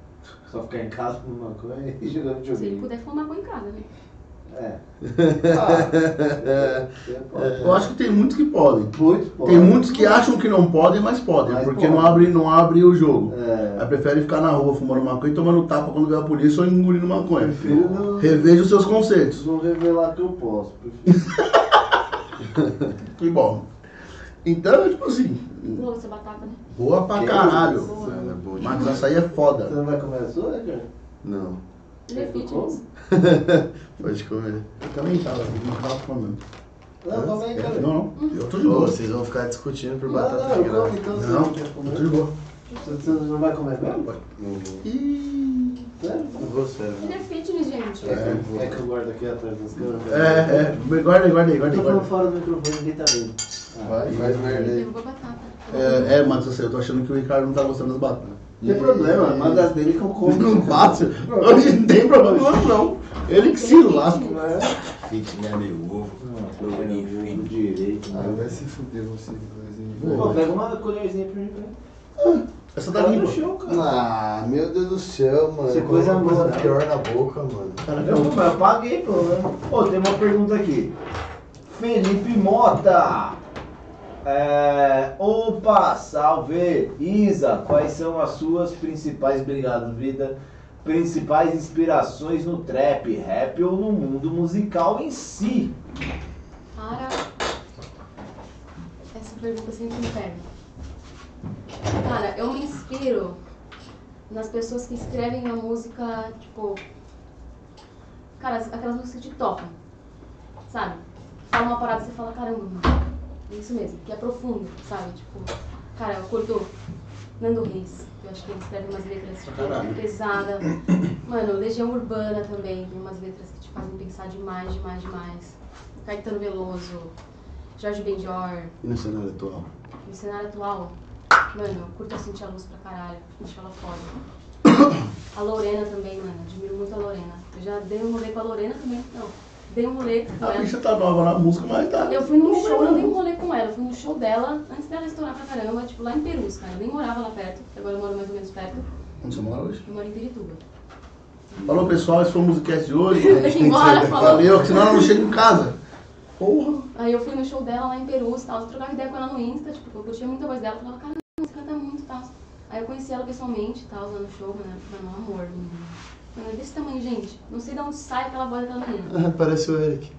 Só ficar em casa com maconha e jogando Se ele Uhum. joguinho. puder fumar com em casa, né? É. Ah, É, É. Eu acho que tem muitos que podem. muito bom. Tem muitos que acham que não podem, mas podem, Mas porque podem. não abre, não abre o jogo. É, Aí prefere ficar na rua fumando maconha e tomando tapa quando vê a polícia ou engolindo maconha. prefiro não, Reveja os seus conceitos. não revelar que eu posso. Prefiro. E bom. Então, tipo assim, Pulou essa batata, né? boa pra Que caralho. isso? Cara, é bom Mas demais. essa aí é Você foda. não vai comer a sua, cara? Não, Ele é Ele fitness. pode comer. Eu também tava, não tava comendo. Tá É? Não, come aí, cara. Não, Não, Uhum. não. Eu tô de Ô, boa. vocês vão ficar discutindo por não, batata eu como grave. então. se Não, você quer eu tô de comer. boa. Você você não vai comer mesmo? Não vou. Ih, Sério? Não vou, sério. Ele é fitness, gente. É, que eu guardo aqui atrás das câmeras. É, é, guarda aí, guarda aí, Eu tô guarda aí. falando Guarda. fora do microfone, ninguém tá vendo. Ah, Vai, faz merda aí. Pegou a batata. aí. É, é, Matheus, eu sei, eu tô achando que o Ricardo não tá gostando das batatas. Não tem problema, mas as dele que tá eu como. Não bate. Hoje não tem problema não. Ele que se lasca. né? Fit, né? Meio ovo. Não, não, direito, Ah, né? vai se fuder vocês dois, hein? Pô, pega uma colherzinha pra mim, cara. Essa Tá tá no limpa. chão, cara. Ah, meu Deus do céu, mano. Isso é coisa Coloca boa, né? pior na boca, mano. Eu, mas eu paguei, pelo menos. Pô, tem uma pergunta aqui. Felipe Mota. É, opa, salve! Isa, quais são as suas principais, obrigado vida, principais inspirações no trap, rap ou no mundo musical em si? Para. Essa pergunta sempre me pega. Cara, eu me inspiro nas pessoas que escrevem a música, tipo. Cara, as- aquelas músicas que te tocam. Sabe? Fala uma parada e você fala, caramba, mano. É isso mesmo, que é profundo, sabe? Tipo, cara, eu curto Nando Reis, que eu acho que ele escreve umas letras tipo, pesadas. Mano, Legião Urbana também, tem umas letras que te fazem pensar demais, demais, demais. Caetano Veloso, Jorge Benjor, E no cenário atual? no cenário atual, mano, eu curto a Cintia Luz pra caralho, acho ela foda. A Lorena também, mano, admiro muito a Lorena. Eu já dei um rolê com a Lorena também, não. Dei um rolê com A ela. bicha tá nova na música, mas tá. Eu fui num show, não dei um rolê com ela, eu fui num show dela, antes dela estourar pra caramba, tipo lá em Perus, cara. Eu nem morava lá perto, agora eu moro mais ou menos perto, Onde você mora hoje? eu moro em Pirituba. Falou pessoal, esse foi o Musicast de hoje. Tem que ir embora, falou. Valeu, que senão ela não chega em casa. Porra. Aí eu fui no show dela lá em Perus, tal, eu trocava ideia com ela no Insta, tipo, eu curtia muita coisa dela, falava, caramba, você canta muito, tal. Aí eu conheci ela pessoalmente, tal, lá no show, mano, mano, um amor, menino. Mano, é desse tamanho, gente, não sei de onde sai aquela voz daquela menina. Ah, parece o Eric.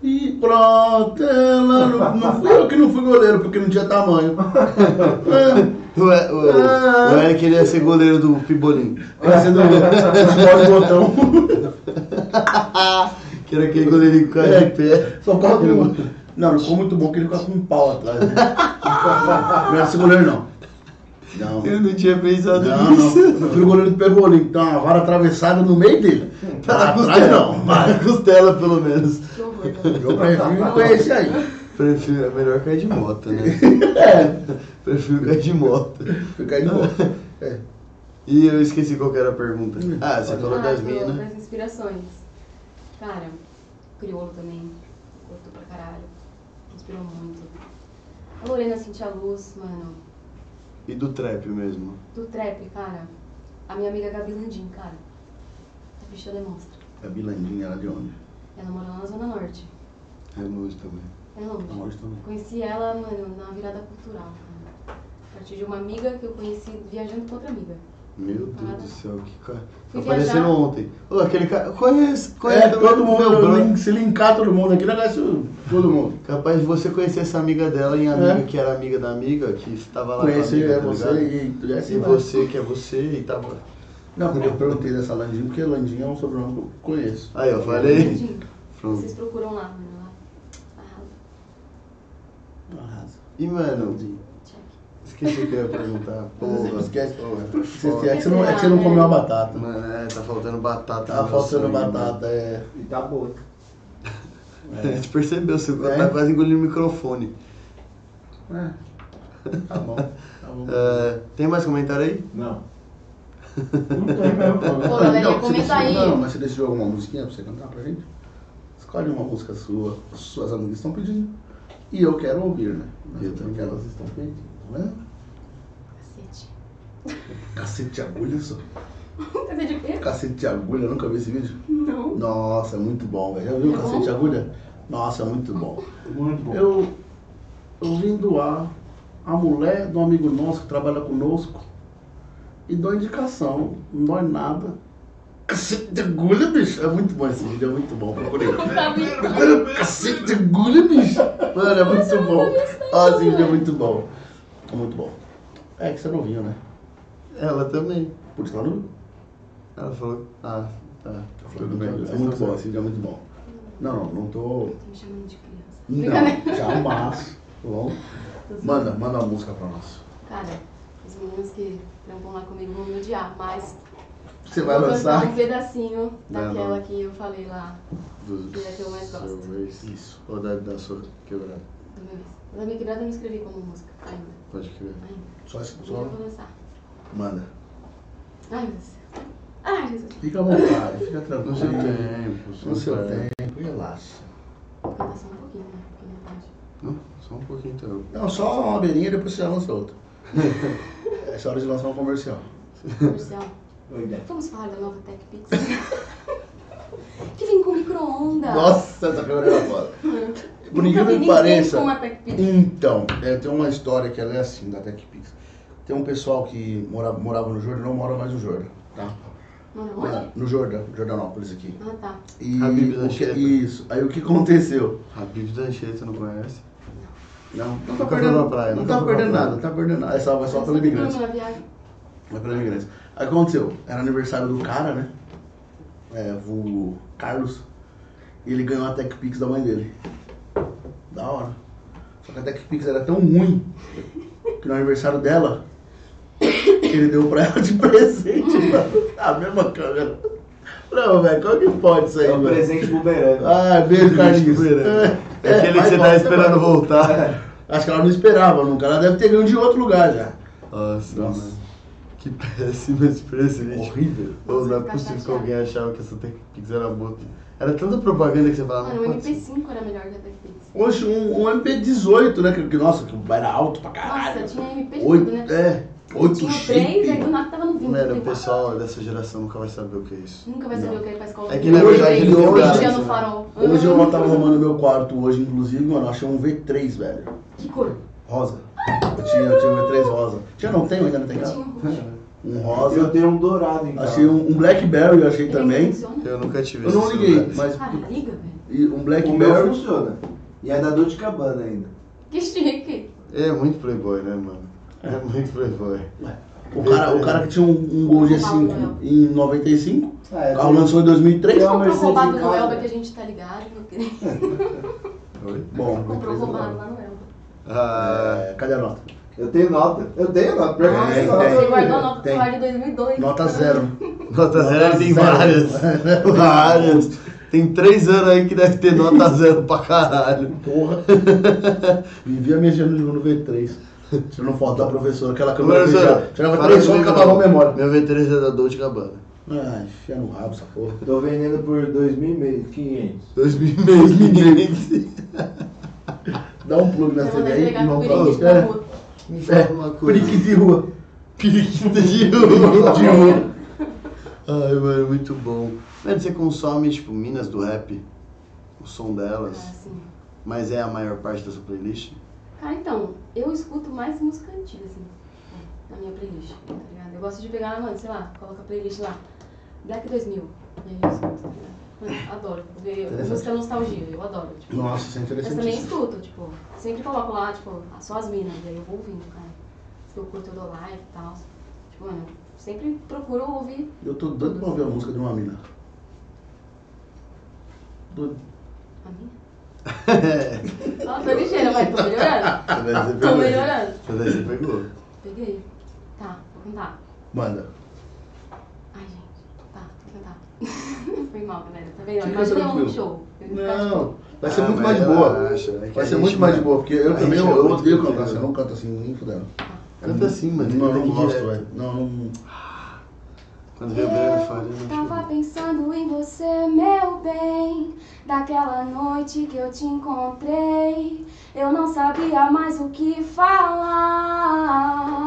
E pronto, ela não, não fui eu que não fui goleiro, porque não tinha tamanho. É, O, E- o- Ah. o Eric ele ia ser goleiro do Pibolim. Vai ser do futebol de botão. Que era aquele quando ele ficava de pé. Só um. ficava com. Não, não ficou muito bom que ele ficava com um pau atrás. Né? Não era esse goleiro, não. Não. Eu não tinha pensado Não, nisso. não. Meu filho goleiro pegou ali, então uma vara atravessada no meio dele. Tá na atrás, costela. não. Tá na costela, pelo menos. Que horror, né? Eu prefiro com é esse aí. Prefiro, é melhor cair de moto, né? É. Prefiro cair de moto. Fica aí de boa. É. E eu esqueci qual que era a pergunta. Hum. Ah, você Pode falou Ah, das do- minhas, né? Das inspirações. Cara, crioulo também. Curto pra caralho. Inspirou muito. A Lorena sentia a luz, mano. E do trap mesmo. Do trap, cara. A minha amiga Gabi Landim, cara. A bicha demonstra. Gabi Landinha era É de onde? Ela mora lá na Zona Norte. É luz também. É longe. Amor também. Conheci ela, mano, na virada cultural. Cara. A partir de uma amiga que eu conheci viajando com outra amiga. Meu Deus Parada. do céu, que cara. Fui Aparecendo viajar. ontem. Ô, aquele cara. Conheço, conheço. É, todo mundo, meu brother. link- se linkar todo mundo aqui, negócio, todo mundo. Capaz de você conhecer essa amiga dela e a amiga É. que era amiga da amiga, que estava lá Conhecer com a amiga, é tá você ligado? e tudo é assim. E vai. você que é você e tava. Não, porque eu perguntei dessa Landinha, porque Landinha é um sobrenome que eu conheço. Aí, eu falei. Landim. Pronto. Vocês procuram lá, mano. Lá. Ah, Arrasa. Arrasa. E, mano, Check. esqueci o que eu ia perguntar. Você Porra. esquece, Você- é que você não, é que você não comeu a batata. Mano, é, tá faltando batata. Tá no meu faltando sangue, mano. batata, é. E tá boa. A gente percebeu, você É. tá quase engolindo o microfone. É. Tá bom, tá bom. É, tem mais comentário aí? Não. Não tem mesmo Pô, problema. galera, Não, você comenta aí. decidiu- Não, mas você decidiu alguma musiquinha pra você cantar pra gente? Escolhe uma música sua, suas amigas estão pedindo. E eu quero ouvir, né? Mas Eu porque também. elas estão pedindo, tá vendo? Cacete. Cacete de agulha, só. Cacete de quê? Cacete de agulha, nunca vi esse vídeo? Não. Nossa, é muito bom, velho. Já viu É Cacete bom? de agulha? Nossa, é muito bom. Muito bom. Eu, eu vim doar a mulher de um amigo nosso que trabalha conosco e dou indicação, não dói nada. Cacete de agulha, bicho. É muito bom esse vídeo, é muito bom. Procurei. Cacete de agulha, bicho. Mano, é muito bom. Ó, esse vídeo é muito bom. É muito bom. É que você não viu, né? Ela também. Por isso que ela não viu. Ela falou. Ah, tá. Tudo bem. É muito bom, esse vídeo é muito bom. Não, não, não tô. Tá me chamando de criança. Não, jamais. Tá bom? Manda, manda uma música pra nós. Cara, os meninos que trampam lá comigo vão me odiar, mas Você vai vou lançar? cantar um pedacinho Vai daquela lá. que eu falei lá Do Que é que eu mais gosto. seu ex. Isso. Ou da, da sua quebrada. do meu ex. Mas a minha quebrada eu não escrevi como música ainda. Pode crer. Ainda. Só esse Mas eu só vou lançar. manda. Ai, meu Deus. do céu. Ai, Jesus. Fica à vontade, fica tranquilo. No seu tempo. No seu tempo. tempo, relaxa. Vou cantar só um pouquinho, né? Porque não é tarde. Não, só um pouquinho então. Não, só uma beirinha e depois você já lança outra. é só hora de lançar um comercial. Comercial. Oi, Beto. Vamos falar da nova Tech Pix. que vem com micro-ondas. Nossa, essa câmera é foda. Por Nunca vi incrível que ninguém pareça. com uma Tech Pix. Então, é, tem uma história que ela é assim da TechPix. Tem um pessoal que mora, morava no Jordão, não mora mais no Jordão, tá? Mano, onde? No Jordão, Jordanópolis aqui. Ah, tá. E Habib o da que, Xepa. Isso. Aí o que aconteceu? Habib Dancheta, não conhece? Não, não Nunca tá foi perdendo, pra praia, não nunca tá foi pra perdendo praia. nada, não tá perdendo nada. É só, é só pela imigrante. Na viagem. Vai pela imigrante. Aí aconteceu, era aniversário do cara, né? É, o Carlos. E ele ganhou a TechPix da mãe dele. Da hora. Só que a TechPix era tão ruim que no aniversário dela, ele deu pra ela de presente, mano. A mesma câmera. Não, velho, como que pode isso aí, É um velho? presente bumerangue. Ah, beijo, Carlinhos. tá É, aquele que você tá esperando voltar. Acho que ela não esperava nunca. Ela deve ter ganho de outro lugar já. Nossa, Nossa. mano. Que péssimo esse presente. Horrível. Ou não é Ficar possível que chateado. alguém achava que essa TechPix era boa. Era tanta propaganda que você falava, Mano, não o pode ser. MP5 era melhor que a Tech Pix. Hoje, um, um MP18, né? Que, que, nossa, que era alto pra caralho. Nossa, tinha MP Oito, tudo, né? é. Oito Tinha três, aí né? do chip. nada tava no 20. Mano, o Falei, pessoal dessa geração nunca vai saber o que é isso. Nunca vai saber o que ele faz com a É que na Hoje- verdade ele tem um hoje- braço, Dia no né? farol. tá. Ah, Hoje eu tava arrumando meu quarto hoje, inclusive, mano, eu achei um V3, velho. Que cor? Rosa. Eu tinha, eu tinha um V3 rosa. Já não tenho ainda, não tem Eu tinha nada. um roxo. Um Eu rosa. tenho um dourado em casa. Achei um, um Blackberry, eu achei Ele também. funciona? Eu nunca tive Eu não esse liguei, celular. mas Cara, liga, velho. e um O meu Blackberry. funciona. E é da Dolce Cabana ainda. Que chique. É muito É playboy, né, mano? É muito playboy. O cara, o cara que tinha um, um Gol G5 em 95, Ah, é, o carro lançou em 2003. Não, Comprou Mercedes roubado em no casa. Elba que a gente tá ligado. meu querido. Oi? é Bom, Comprou roubado não. lá no Elba. Ah, É, cadê a nota? Eu tenho nota. Eu tenho nota. Provavelmente Tem, nota. tem. Você guardou a nota do tem. celular de 2002. Nota zero. nota zero Nota tem zero. várias. várias. Tem três anos aí que deve ter nota zero pra caralho. Porra. Vivia mexendo no no V3. Tirando foto da professora, aquela câmera Professora, né? fechada. Tirava fala três fotos e comigo, acabava a não. memória. Meu V3 é da Dolce Gabbana. Ai, enfia no rabo essa porra. Tô vendendo por 2.500. 2006. Dá um plug Você na mandou TV aí entregar e com tá o vamos pra outra. periquito na É, rua. Me fala uma coisa. periquito de rua. Periquita de Periquito de ouro. rua. Ai, mano, muito bom. Mano, você consome, tipo, minas do rap, o som Ah, delas, sim. mas é a maior parte da sua playlist? Cara, então, eu escuto mais música antiga, assim, na minha playlist, tá ligado? Eu gosto de pegar, mano, sei lá, coloca a playlist lá, Black 2000, e aí eu escuto, tá ligado? Mano, adoro, ver música é nostalgia, eu adoro, tipo. Nossa, isso é Mas também interessantíssimo. escuto, tipo, sempre coloco lá, tipo, só as minas, e aí eu vou ouvindo, cara. Se eu curto, eu dou like e tal. Tipo, mano, sempre procuro ouvir. Eu tô doido pra ouvir a música de uma mina. Doido. A minha? Ó, tô ligeira, vai, tô melhorando. Você vai dizer Tô pegou. melhorando. Você vai dizer pegou. Peguei. Tá, vou cantar. Manda. Ai, gente. Tá, vou cantar. Foi mal, galera. Tá vendo? Fica Imagina eu num tranquilo. show. Eu ia ficar, Não, vai ser Ah, muito mas mais de ela boa. acha, é que Vai a ser gente muito mais de não- boa, porque eu a também gente eu, não eu gosta odeio de cantar. cantar. Você não canta assim, nem fudendo. né? Canta assim, mano. Não, eu não Tem gosto, direto. Uhum. velho. Não, não. Quando veio o Breno Fábio, eu Eu não tipo, tava tinha. pensando em você, meu bem. Daquela noite que eu te encontrei, eu não sabia mais o que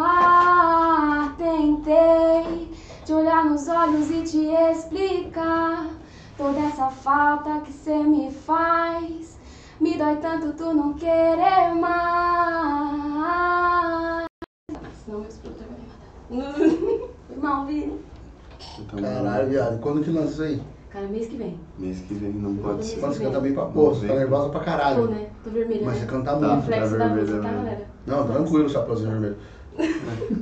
falar. Tentei te olhar nos olhos e te explicar toda essa falta que você me faz. Me dói tanto tu não querer mais. Senão meu escudo vai me matar. Foi mal, Vini. Então, Caralho, viado. Quando que lança isso aí? Cara, mês que vem. Mês que vem não pode ser. Mano, você canta bem pra porra. Você tá nervosa pra Tô, caralho. né? Tô vermelha. Mas né? você canta Tá. muito. Reflexo tá da vermelha música, tá, mesmo. galera? Não, tranquilo, chapeuzinho vermelho. É.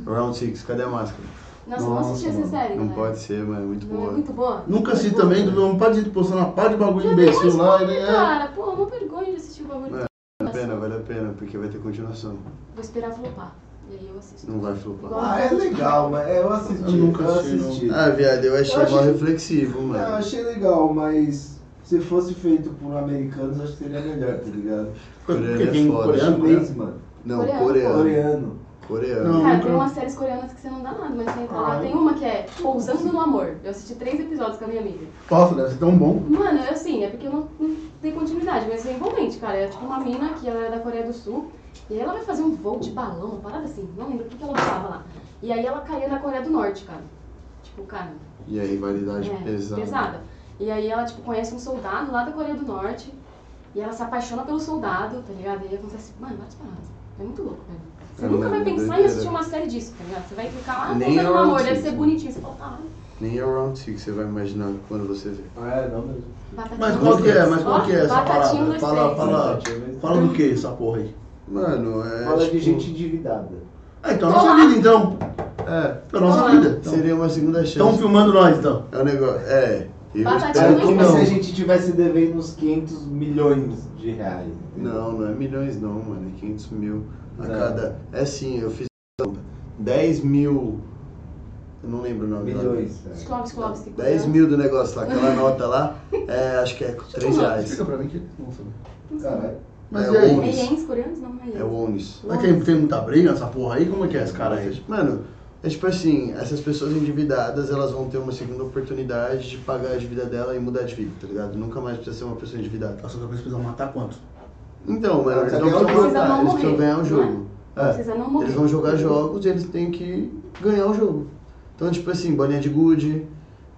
Round 6, cadê a máscara? Nossa, vamos Nossa, assistir essa mano, série, Não galera. pode ser, mano. É muito Não é boa. muito boa? Nunca Muito assisti boa. também, do um par de postando uma par de bagulho Já imbecil tem lá. lá, Ele é... Cara, pô, não vergonha de assistir o bagulho. Vale a pena, vale a pena, porque vai ter continuação. Vou esperar flopar. E aí eu assisto. Não vai flopar. Ah, é legal, mas eu Eu assisti. nunca eu assisti, não. assisti. Ah, viado, eu achei Eu achei- mal reflexivo, Não, eu mano. achei legal, mas se fosse feito por americanos, acho que seria melhor, tá ligado? Coreano é Porque tem foda. coreano, Chinês, mano. Não, Coreano, coreano. Coreano. Coreano. Não, Cara, nunca. tem umas séries coreanas que você não dá nada, mas você entra lá. Ah. Tem uma que é Pousando no Amor. Eu assisti três episódios com a minha amiga. Nossa, deve ser tão bom. Mano, eu assim, é porque eu não, não dei continuidade, mas é envolvente, cara. É tipo uma mina que ela é da Coreia do Sul, e aí ela vai fazer um voo de balão, uma parada assim, não lembro o que, que ela voava lá. E aí ela caía na Coreia do Norte, cara. Tipo, cara, E a rivalidade é, Tá pesada. E aí ela, tipo, conhece um soldado lá da Coreia do Norte, e ela se apaixona pelo soldado, tá ligado? E aí acontece, mano, várias paradas. É muito louco, velho. Você É, nunca mano, vai pensar em doideira. assistir uma série disso, tá ligado? Você vai clicar lá, ah, Nem pousando no eu amor, deve assisto. ser bonitinho. Você fala, tá, Nem é o Round 6 você vai imaginar quando você vê. Ah, é, não mesmo. batatinha. Mas qual que é? Mas Ó, qual que é essa batatinha, parada? dois, Fala, três. fala. Fala do que essa porra aí? Mano, é. É, Fala de tipo, gente endividada. Ah, então é a nossa vida então. É, É a nossa Olá. vida. então. seria uma segunda chance. Estão filmando nós então. É um negócio. É. Eu Batatinha espero Cara, dois, que como três. se a não. gente tivesse devendo uns 500 milhões de reais. entendeu? Não, não é milhões não, mano. É 500 mil a É. cada. É sim, eu fiz a conta. 10 mil. Eu não lembro o nome. dela. Milhões. cara. Clóvis, Clóvis, que 10 mil do negócio lá, aquela nota lá, é, acho que é 3 reais. Explica pra mim que não sabe. Caralho. Mas É e o- aí? Meiens coreanos? Não, meiens. É o ONIS. Mas tem, tem muita briga nessa porra aí? Como é que é esse cara aí? Mano, é tipo assim, essas pessoas endividadas, elas vão ter uma segunda oportunidade de pagar a dívida dela e mudar de vida, tá ligado? Nunca mais precisa ser uma pessoa endividada. Nossa, talvez precisam matar quanto? Então, mano, eles Precisa não ganhar o precisam jogo. matar, eles Precisa não precisam ganhar o morrer, jogo. Não É. precisa não morrer. Eles vão jogar jogos e eles têm que ganhar o jogo. Então, tipo assim, bolinha de gude,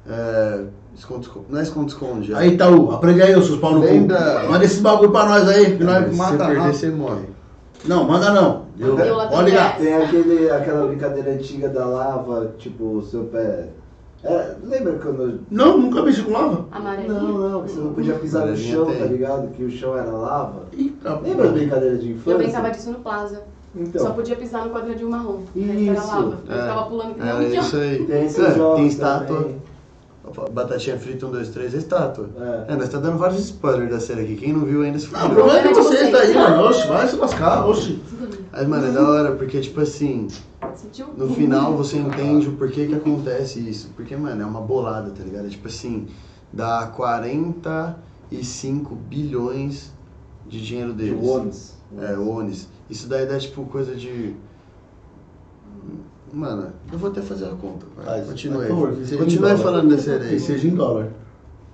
é, esconde, esconde, não é esconde-esconde. é- Aí, Itaú, aprende aí, os seus pau no cu. Lembra- Manda esse bagulho pra nós aí, que Se nós você mata perder, rápido. você morre. Não, manda não. Eu, Eu lá pode ligar. também. Tem aquele, aquela brincadeira antiga da lava, tipo, o seu pé. É, lembra quando. Não, nunca mexi com lava. Amarelinho? Não, não, que você não podia pisar no Amarelinha chão, tem. tá ligado? Que o chão era lava. Eita, Lembra as porra. brincadeiras de Eu infância? pensava disso no Plaza. Só Então, podia pisar no quadradinho marrom. Isso. Aí era lava. Eu É. ficava pulando que nem um É idiota. isso aí. tem esses É, jogos tem estátua. também. Opa, Batatinha frita, um, dois, três, é estátua. É. É, nós tá dando vários spoilers da série aqui. Quem não viu ainda se Ah, fudeu. aproveita que você tá aí, mano. Oxe, vai se lascar, oxe. Mas, mano, é da hora, porque, tipo assim, Sentiu? no final você entende o porquê que acontece isso. Porque, mano, é uma bolada, tá ligado? É tipo assim, dá 45 bilhões de dinheiro De deles. Wones. É, ONIs. Isso daí dá, tipo, coisa de... Mano, eu vou até fazer a conta. Vai, Faz, continue vai, aí. por favor, que seja em Continue dólar. falando da série Que aí. seja em dólar.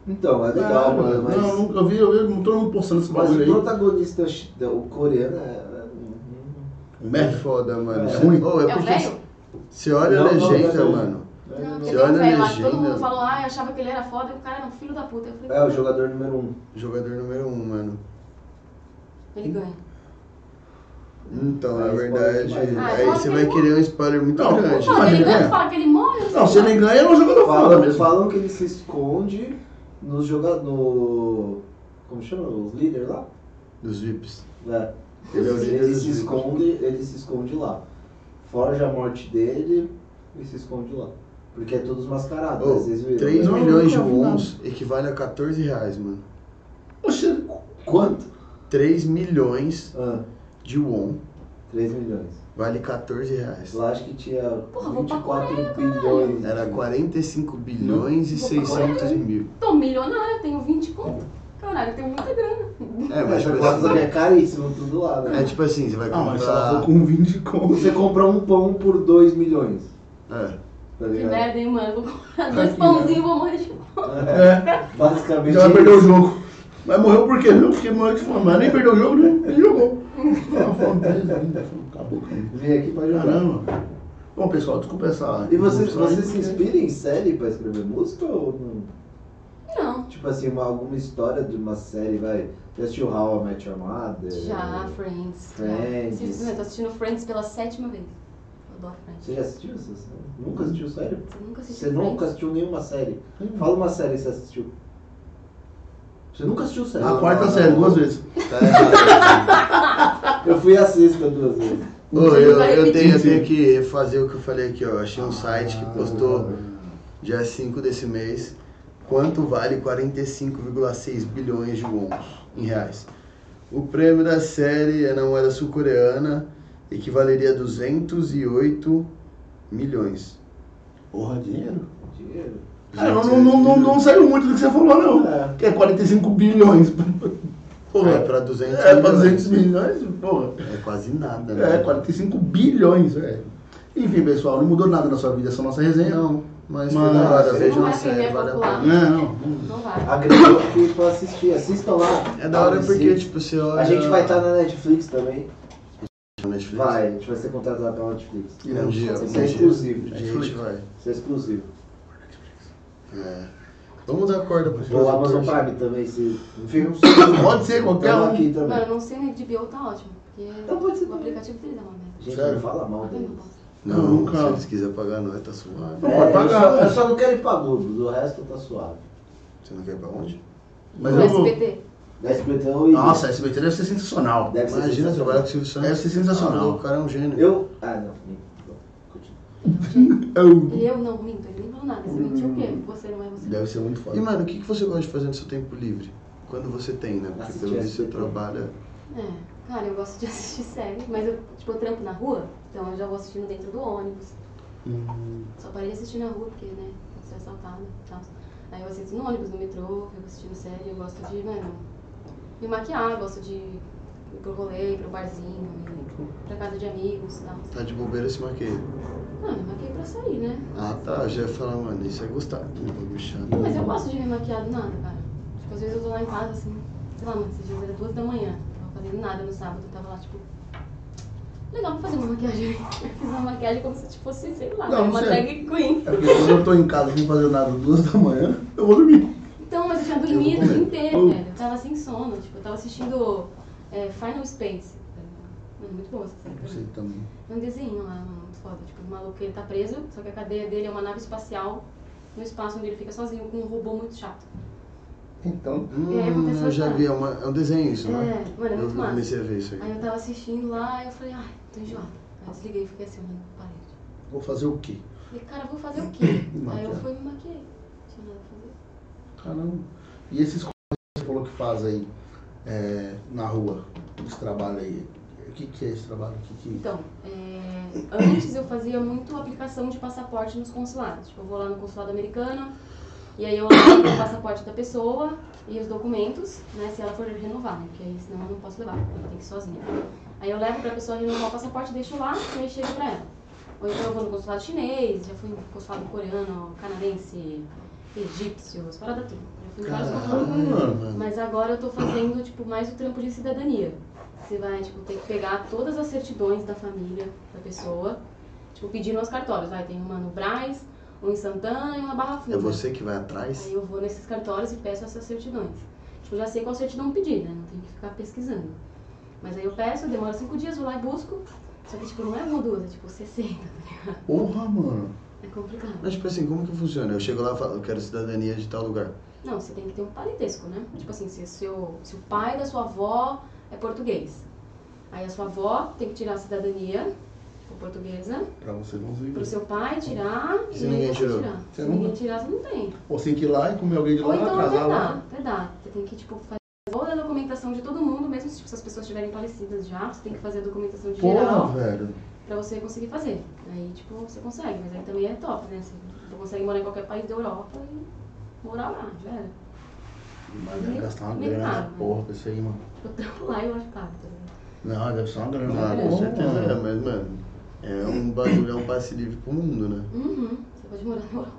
Então, é legal, mano, mas... Não, nunca- eu vi, eu vi todo mundo postando esse Mas o bagulho aí. protagonista, chi- o coreano, é. É Merda. foda, mano. É ruim. Ô, é É o porque velho? você olha a Não, não, legenda, não, não. mano. é- Não, Você porque tem um olha a velho lá que todo legenda. mundo falou, ah, eu achava que ele era foda, e o cara era um filho da puta. Eu falei, É o jogador número um. Jogador número um, mano. ele ganha. Então, Aí na spoiler verdade, demais, né? Ah, aí você vai querer um spoiler muito Não, grande. não, Não, ele ele ganha, ganha. fala que ele morre. Não, se ele ganha, ele é um jogador foda Falam, mesmo. falam que ele se esconde nos jogadores. No, como chama? Os líderes lá? Dos VIPs. É. Ele é o líder Ele dos se VIPs. esconde, ele se esconde lá. Forja a morte dele e se esconde lá. Porque é todos mascarados, Ô, né? vocês viram. 3 né? Não, milhões de nunca vi nada. wons equivale a 14 reais, mano. Oxe, Quanto? 3 milhões Ah, de won 3 milhões. vale 14 reais. Lá acho que tinha Porra, vou pra 24 bilhões. Era 45 bilhões e Opa, 600 mil. Tô um milionário, tenho 20 conto. Caralho, eu tenho muita grana. É, mas Essa tipo coisa assim, é caríssimo tudo lá, né? é tipo assim, você vai Ah, mas se ela for comprar... com 20 conto. Você comprar um pão por 2 milhões, É, tá Que ligado? merda, hein, mano. Vou Tá comprar Aqui, dois né? pãozinhos e vou morrer de fome. É, Basicamente. ele vai é perder o isso. jogo. Mas morreu por quê? Não, porque morreu de fome. Mas nem perdeu o jogo, né? Ele jogou. Ah, fome dele, ainda, fome. Acabou. cara. Vem aqui pra jogar. Caramba. Bom, pessoal, desculpa essa... E vocês, interrupção aí, vocês se porque- inspiram em série pra escrever música ou não? Não. Tipo assim, uma, alguma história de uma série, vai. Já assistiu How I Met Your Mother? Já, Friends. É, Friends. Já. Simplesmente, eu tô assistindo Friends pela sétima vez. Eu adoro Friends. Você já assistiu essa série? Nunca assistiu série? Você nunca assistiu Você Friends? nunca assistiu nenhuma série. Fala uma série que você assistiu. Você nunca assistiu série. A quarta série, duas vezes. tá errado. Eu fui a sexta duas vezes. Ô, eu, eu, tenho, eu tenho que fazer o que eu falei aqui, ó. Achei um site que postou... Ah, dia 5 desse mês, quanto vale 45,6 bilhões de wons em reais. O prêmio da série é na moeda sul-coreana, equivaleria a 208 milhões. Porra, dinheiro. Dinheiro. Cara, Ah, não, não, não, não, não saiu muito do que você falou, não. É. Que é 45 bilhões. Porra, É pra 200 é pra 200 milhões. milhões, porra. É quase nada, né? É, 45 bilhões, velho. Enfim, pessoal, não mudou nada na sua vida essa nossa resenha? Não, mas, Mas- foi da hora, Não vejam vai a aprender série, a vale a calcular. pena. Não, não. Não vai. Agregou aqui pra assistir. Assistam lá. É da hora Ah, porque, sim. tipo, você olha... A gente vai estar na Netflix também. na Netflix. Vai, a gente vai ser contratado pela Netflix. Um dia, um Isso dia. é exclusivo. A gente vai. Isso é exclusivo. É. Vamos dar corda pro Ou Amazon Prime também, se não fica com Pode ser, qualquer Tamo um. aqui também. Mano, eu não sei o HBO tá ótimo. Porque Então pode ser o também. aplicativo dele dá uma merda. Gente, Sério? não fala mal Tá vendo, dele. bosta? Não, Não, cara. se eles quiserem pagar nós, tá suave. Não, pode É, eu pagar, só- Eu só, né? não quero ir pra Globo, do resto tá suave. Você não quer ir pra onde? Mas o eu vou. SBT. Da SBTão e. Nossa, a SBT deve ser sensacional. Deve ser Imagina sensacional. trabalhar com o Silvio Santos. Deve ser sensacional. Ah, o cara é um gênio. Eu. Ah, não. Bom, continua. Ele eu não minto, ele nem falou nada. Você mentiu o quê? Você não é você. Deve ser muito E, foda. mano, o que que você gosta de fazer no seu tempo livre? Quando você tem, né? Porque Assistir pelo visto você SBT. trabalha. É, cara, eu gosto de assistir série, mas eu, tipo, eu trampo na rua, então eu já vou assistindo dentro do ônibus. Só parei de assistir na rua, porque, né, posso ser assaltada e tal. Aí eu assisto no ônibus, no metrô, eu vou assistindo série, eu gosto de, mano, me maquiar, gosto de ir pro rolê, ir pro barzinho, ir pra casa de amigos e tal. Tá de bobeira se maqueia. Não, me maquiei pra sair, né? Ah, tá. Eu já ia falar, mano, isso é gostar. Um bagulho chato. Não, mas eu gosto de me maquiar do nada, cara. Tipo, às vezes eu tô lá em casa, assim, sei lá, mano, esses dias era duas da manhã, eu tava fazendo nada no sábado, eu tava lá, tipo, legal, vou fazer uma maquiagem. Eu fiz uma maquiagem como se fosse, sei lá, Não, uma você- drag queen. É porque quando eu tô em casa sem fazer nada duas da manhã, eu vou dormir. Então, mas eu tinha vou dormido o dia comer. inteiro, Oh. velho. Eu tava sem sono, tipo, eu tava assistindo é, Final Space. Mano, muito boa essa série. pra mim. também. É um desenho lá, mano, muito foda. Tipo, o maluco ele tá preso, só que a cadeia dele é uma nave espacial no espaço onde ele fica sozinho com um robô muito chato. Então, E aí eu vou Hum, eu pensar, já tá. vi, é, uma- é um desenho isso, É, não é? mano, é eu muito massa. comecei a ver isso Aí aí. eu tava assistindo lá, eu falei, ai, tô enjoada. Aí eu desliguei e fiquei assim, olhando pra parede. vou fazer o quê? Falei, cara, vou fazer o quê? Me Aí eu maquiar. fui e me maquiei. Não tinha nada pra fazer. Caramba. E esses c****** que você falou que faz aí é, na rua, esse trabalho aí, o que, que é esse trabalho? O que que... Então, é, antes eu fazia muito aplicação de passaporte nos consulados. Tipo, eu vou lá no consulado americano, e aí eu levo o passaporte da pessoa e os documentos, né, se ela for renovar, né, porque aí senão eu não posso levar, eu tenho que ir sozinha. Aí eu levo pra pessoa renovar o passaporte, deixo lá e aí chego pra ela. Ou então eu vou no consulado chinês, já fui no consulado coreano, canadense, egípcio, as paradas tudo. Já fui em vários Ah, consulados. Caramba, mano. Mas agora eu tô fazendo, tipo, mais o trampo de cidadania. Você vai, tipo, ter que pegar todas as certidões da família da pessoa, tipo, pedir nos cartórios. Vai, tem uma no Braz, um em Santana e uma Barra Funda. É você que vai atrás? Aí eu vou nesses cartórios e peço essas certidões. Tipo, já sei qual certidão pedir, né? Não tenho que ficar pesquisando. Mas aí eu peço, demora cinco dias, vou lá e busco. Só que, tipo, não é uma ou duas, é tipo 60, tá ligado? Porra, mano. É complicado. Mas tipo assim, como que funciona? Eu chego lá e falo, eu quero cidadania de tal lugar. Não, você tem que ter um parentesco, né? Tipo assim, se, seu, se o pai da sua avó é português, aí a sua avó tem que tirar a cidadania ou portuguesa, Pra você não pro viver. seu pai tirar Se e ninguém aí você tirou. tirar. Você Se não- ninguém tirar, você não tem. Ou sem que ir lá e comer alguém de Ou lá, então até casar dá, lá. até dá. Você tem que, tipo, fazer toda a documentação de todo mundo, mesmo se, tipo, se as pessoas estiverem falecidas já, você tem que fazer a documentação de Porra, geral velho. pra você conseguir fazer. Aí, tipo, você consegue, mas aí também é top, né? Você consegue morar em qualquer país da Europa e morar lá, já era. Mas deve Nem- gastar uma nem grana, nada, essa né? porra, pra isso aí, mano. Eu trampo lá e eu acho caro, tá ligado? Não, deve ser uma grana. Ah, porra, com certeza é, mano. mas mano, é um bagulho, é um passe livre pro mundo, né? Uhum. Você pode morar na Europa.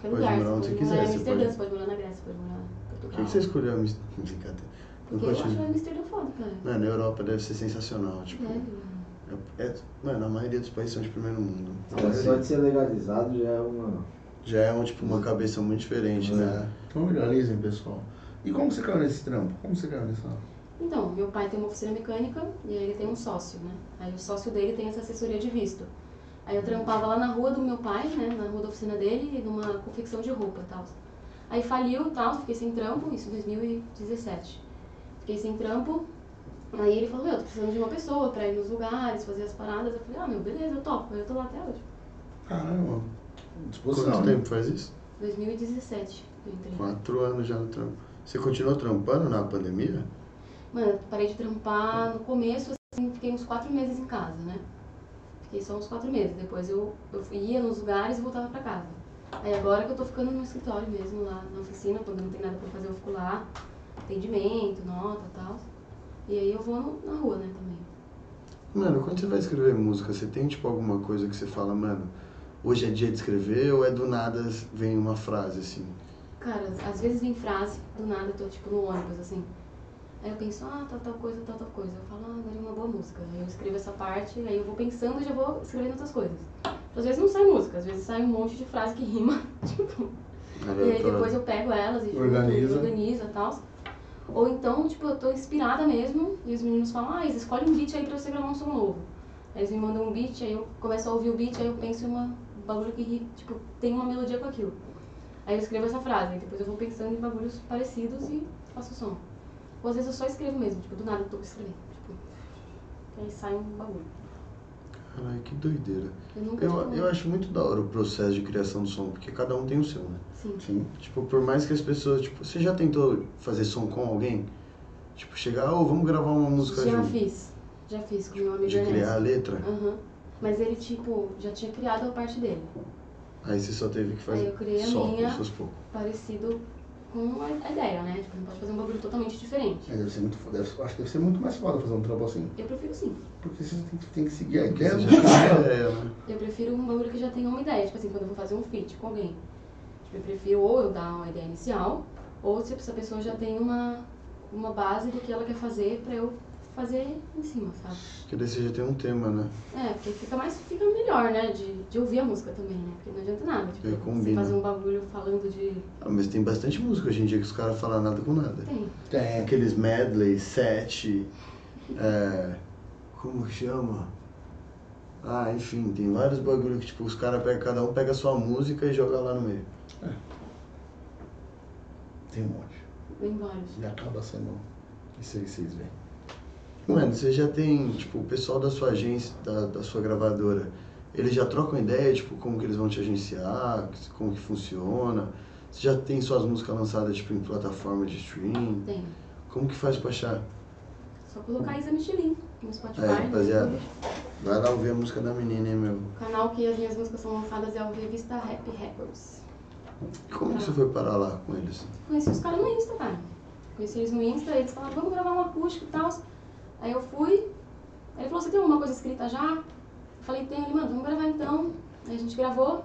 Qualquer Pode lugar. morar onde você você pode quiser, morar em você Amsterdã, pode- você pode morar na Grécia, você pode morar em Por Portugal. que, que você escolheu a mis- brincadeira? Porque eu acho Amsterdã foda, cara. Mano, a Europa deve ser sensacional, tipo. É, mano. É, é- mano, a maioria dos países são de primeiro mundo. A Não, mas maioria. só de ser legalizado já é uma. Já é um, tipo, uma cabeça muito diferente, né? Então legalizem, pessoal. E como você caiu nesse trampo? Como você caiu nessa... Então, meu pai tem uma oficina mecânica e aí ele tem um sócio, né? Aí o sócio dele tem essa assessoria de visto. Aí eu trampava lá na rua do meu pai, né? Na rua da oficina dele, numa confecção de roupa e tal. Aí faliu e tal, fiquei sem trampo, isso em 2017. Fiquei sem trampo. Aí ele falou, meu, tô precisando de uma pessoa pra ir nos lugares, fazer as paradas. Eu falei, ah, meu, beleza, eu topo. Aí eu tô lá até hoje. Caramba. Quanto Disposição. né? tempo faz isso? 2017 eu entrei. Quatro anos já no trampo. Você continuou trampando na pandemia? Mano, eu parei de trampar no começo, assim, fiquei uns quatro meses em casa, né? Fiquei só uns quatro meses. Depois eu, eu fui- ia nos lugares e voltava pra casa. Aí agora que eu tô ficando no escritório mesmo, lá na oficina, quando não tem nada pra fazer, eu fico lá, atendimento, nota e tal. E aí eu vou no- na rua, né, também. Mano, quando você vai escrever música, você tem, tipo, alguma coisa que você fala, mano, hoje é dia de escrever ou é do nada vem uma frase, assim? Cara, às- às vezes vem frase, do nada eu tô tipo no ônibus, assim. Aí eu penso, ah, tal, tal coisa, tal, tal coisa. Eu falo, ah, agora é uma boa música. Aí eu escrevo essa parte, aí eu vou pensando e já vou escrevendo outras coisas. Às vezes não sai música, às vezes sai um monte de frase que rima, tipo. é E aí depois eu pego elas e junto, Organiza. organizo e tal. Ou então, tipo, eu tô inspirada mesmo e os meninos falam, ah, Isa, escolhe um beat aí pra você gravar um som novo. Aí eles me mandam um beat, aí eu começo a ouvir o beat, aí eu penso em uma, um bagulho que, ri- tipo, tem uma melodia com aquilo. Aí eu escrevo essa frase, aí depois eu vou pensando em bagulhos parecidos e faço o som. Ou às vezes eu só escrevo mesmo, tipo, do nada eu tô escrevendo, tipo, e aí sai um bagulho. Caralho, que doideira. Eu nunca, Eu, tipo, eu acho muito da hora o processo de criação do som, porque cada um tem o seu, né? Sim. Sim. Tipo, por mais que as pessoas, tipo, você já tentou fazer som com alguém? Tipo, chegar, ô, vamos gravar uma música Já junto. fiz, já fiz com meu amigo De Ernesto. criar a letra. Aham. Mas ele, tipo, já tinha criado a parte dele. Aí você só teve que fazer Aí eu criei a só minha. com seus poucos. Parecido com a a ideia, né? Tipo, não pode fazer um bagulho totalmente diferente. Mas É, deve ser muito foda. Deve- Acho que deve ser muito mais foda fazer um trampo assim. Eu prefiro sim. Porque você tem que, tem que seguir é a ideia Você do já tem cara. ideia, né? Eu prefiro um bagulho que já tenha uma ideia. Tipo assim, quando eu vou fazer um feat com alguém. Tipo, eu prefiro ou eu dar uma ideia inicial, ou se essa pessoa já tem uma, uma base do que ela quer fazer pra eu fazer em cima, sabe? Porque daí você já tem um tema, né? É, porque fica mais, fica melhor, né? De, de ouvir a música também, né? Porque não adianta nada. Tipo, É, você combina. fazer um bagulho falando de. Ah, mas tem bastante música hoje em dia que os caras falam nada com nada. Tem. Tem. Aqueles medley, set, é, como que chama? Ah, enfim, tem vários bagulho que tipo, os caras pegam, cada um pega a sua música e joga lá no meio. Tem um monte. Vem vários. E acaba sendo. Isso aí vocês veem. Mano, você já tem, tipo, o pessoal da sua agência, da, da sua gravadora, eles já trocam ideia, tipo, como que eles vão te agenciar, como que funciona. Você já tem suas músicas lançadas, tipo, em plataforma de streaming. Tem. Como que faz pra achar? Só colocar Isa Michelin no Spotify. Aí, rapaziada. no YouTube. Vai lá ouvir a música da menina, hein, meu? O canal que as minhas músicas são lançadas é o Revista Rap Records. E como que você foi parar lá com eles? Conheci os caras no Insta, cara. Conheci eles no Insta, eles falaram, vamos gravar um acústico e tal. Aí eu fui, aí ele falou, você tem alguma coisa escrita já? Eu falei, tenho, ele, mano, vamos gravar então. Aí a gente gravou. Aí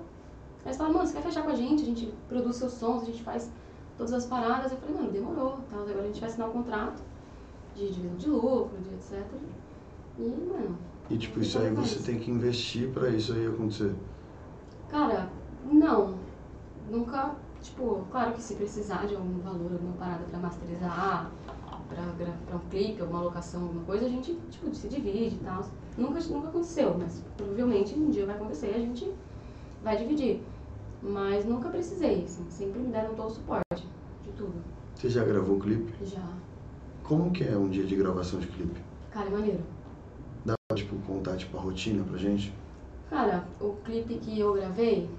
eles falaram, mano, você quer fechar com a gente? A gente produz seus sons, a gente faz todas as paradas. Eu falei, mano, demorou, tal. Agora a gente vai assinar um contrato de divisão de lucro, de etc. E, mano, E, tipo, isso aí você tem que investir pra isso aí acontecer. Cara, não. Nunca, tipo, claro que se precisar de algum valor, alguma parada pra masterizar, pra, gra- pra um clipe, alguma locação, alguma coisa, a gente, tipo, se divide e tal. Nunca, nunca aconteceu, mas provavelmente um dia vai acontecer e a gente vai dividir. Mas nunca precisei, assim, sempre me deram todo o suporte de tudo. Você já gravou clipe? Já. Como que é um dia de gravação de clipe? Cara, é maneiro. Dá pra, tipo, contar, tipo, a rotina pra gente? Cara, o clipe que eu gravei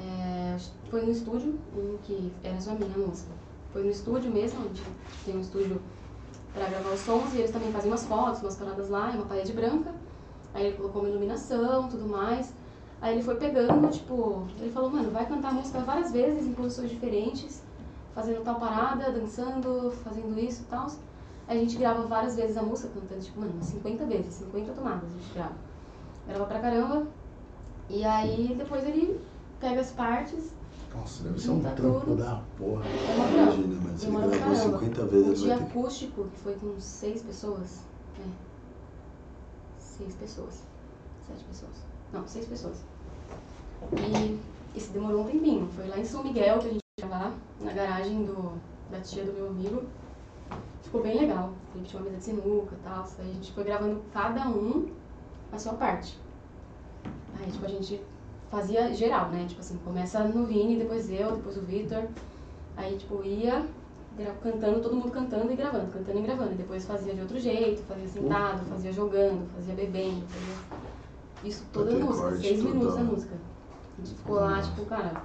é, foi no estúdio em que era só minha música. Foi no estúdio mesmo, a gente tem um estúdio pra gravar os sons e eles também fazem umas fotos, umas paradas lá, é uma parede branca. Aí ele colocou uma iluminação tudo mais. Aí ele foi pegando, tipo, ele falou, mano, vai cantar a música várias vezes em posições diferentes, fazendo tal parada, dançando, fazendo isso e tal. Aí a gente grava várias vezes a música cantando, tipo, mano, umas 50 vezes, 50 tomadas a gente grava grava pra caramba. E aí depois ele pega as partes, Nossa, deve ser um Tá trampo tudo. da porra. é uma trampa. Imagina, mano. Se ele Demora pra gravou caramba. 50 Um vezes, ele dia vai ter que... acústico, que foi com seis pessoas. É. Seis pessoas. Sete pessoas. Não, seis pessoas. E isso demorou um tempinho. Foi lá em São Miguel que a gente ia gravar, na garagem do, da tia do meu amigo. Ficou bem legal. A gente tinha uma mesa de sinuca e tal. Aí a gente foi gravando cada um a sua parte. Aí, tipo, a gente fazia geral, né? Tipo assim, começa no Vini, depois eu, depois o Vitor. Aí, tipo, ia gra- cantando, todo mundo cantando e gravando, cantando e gravando. E depois fazia de outro jeito, fazia Uhum. sentado, fazia jogando, fazia bebendo, fazia... Isso toda a Bater música, corte, seis tudo, minutos ó. a música. A gente ficou lá, tipo, cara...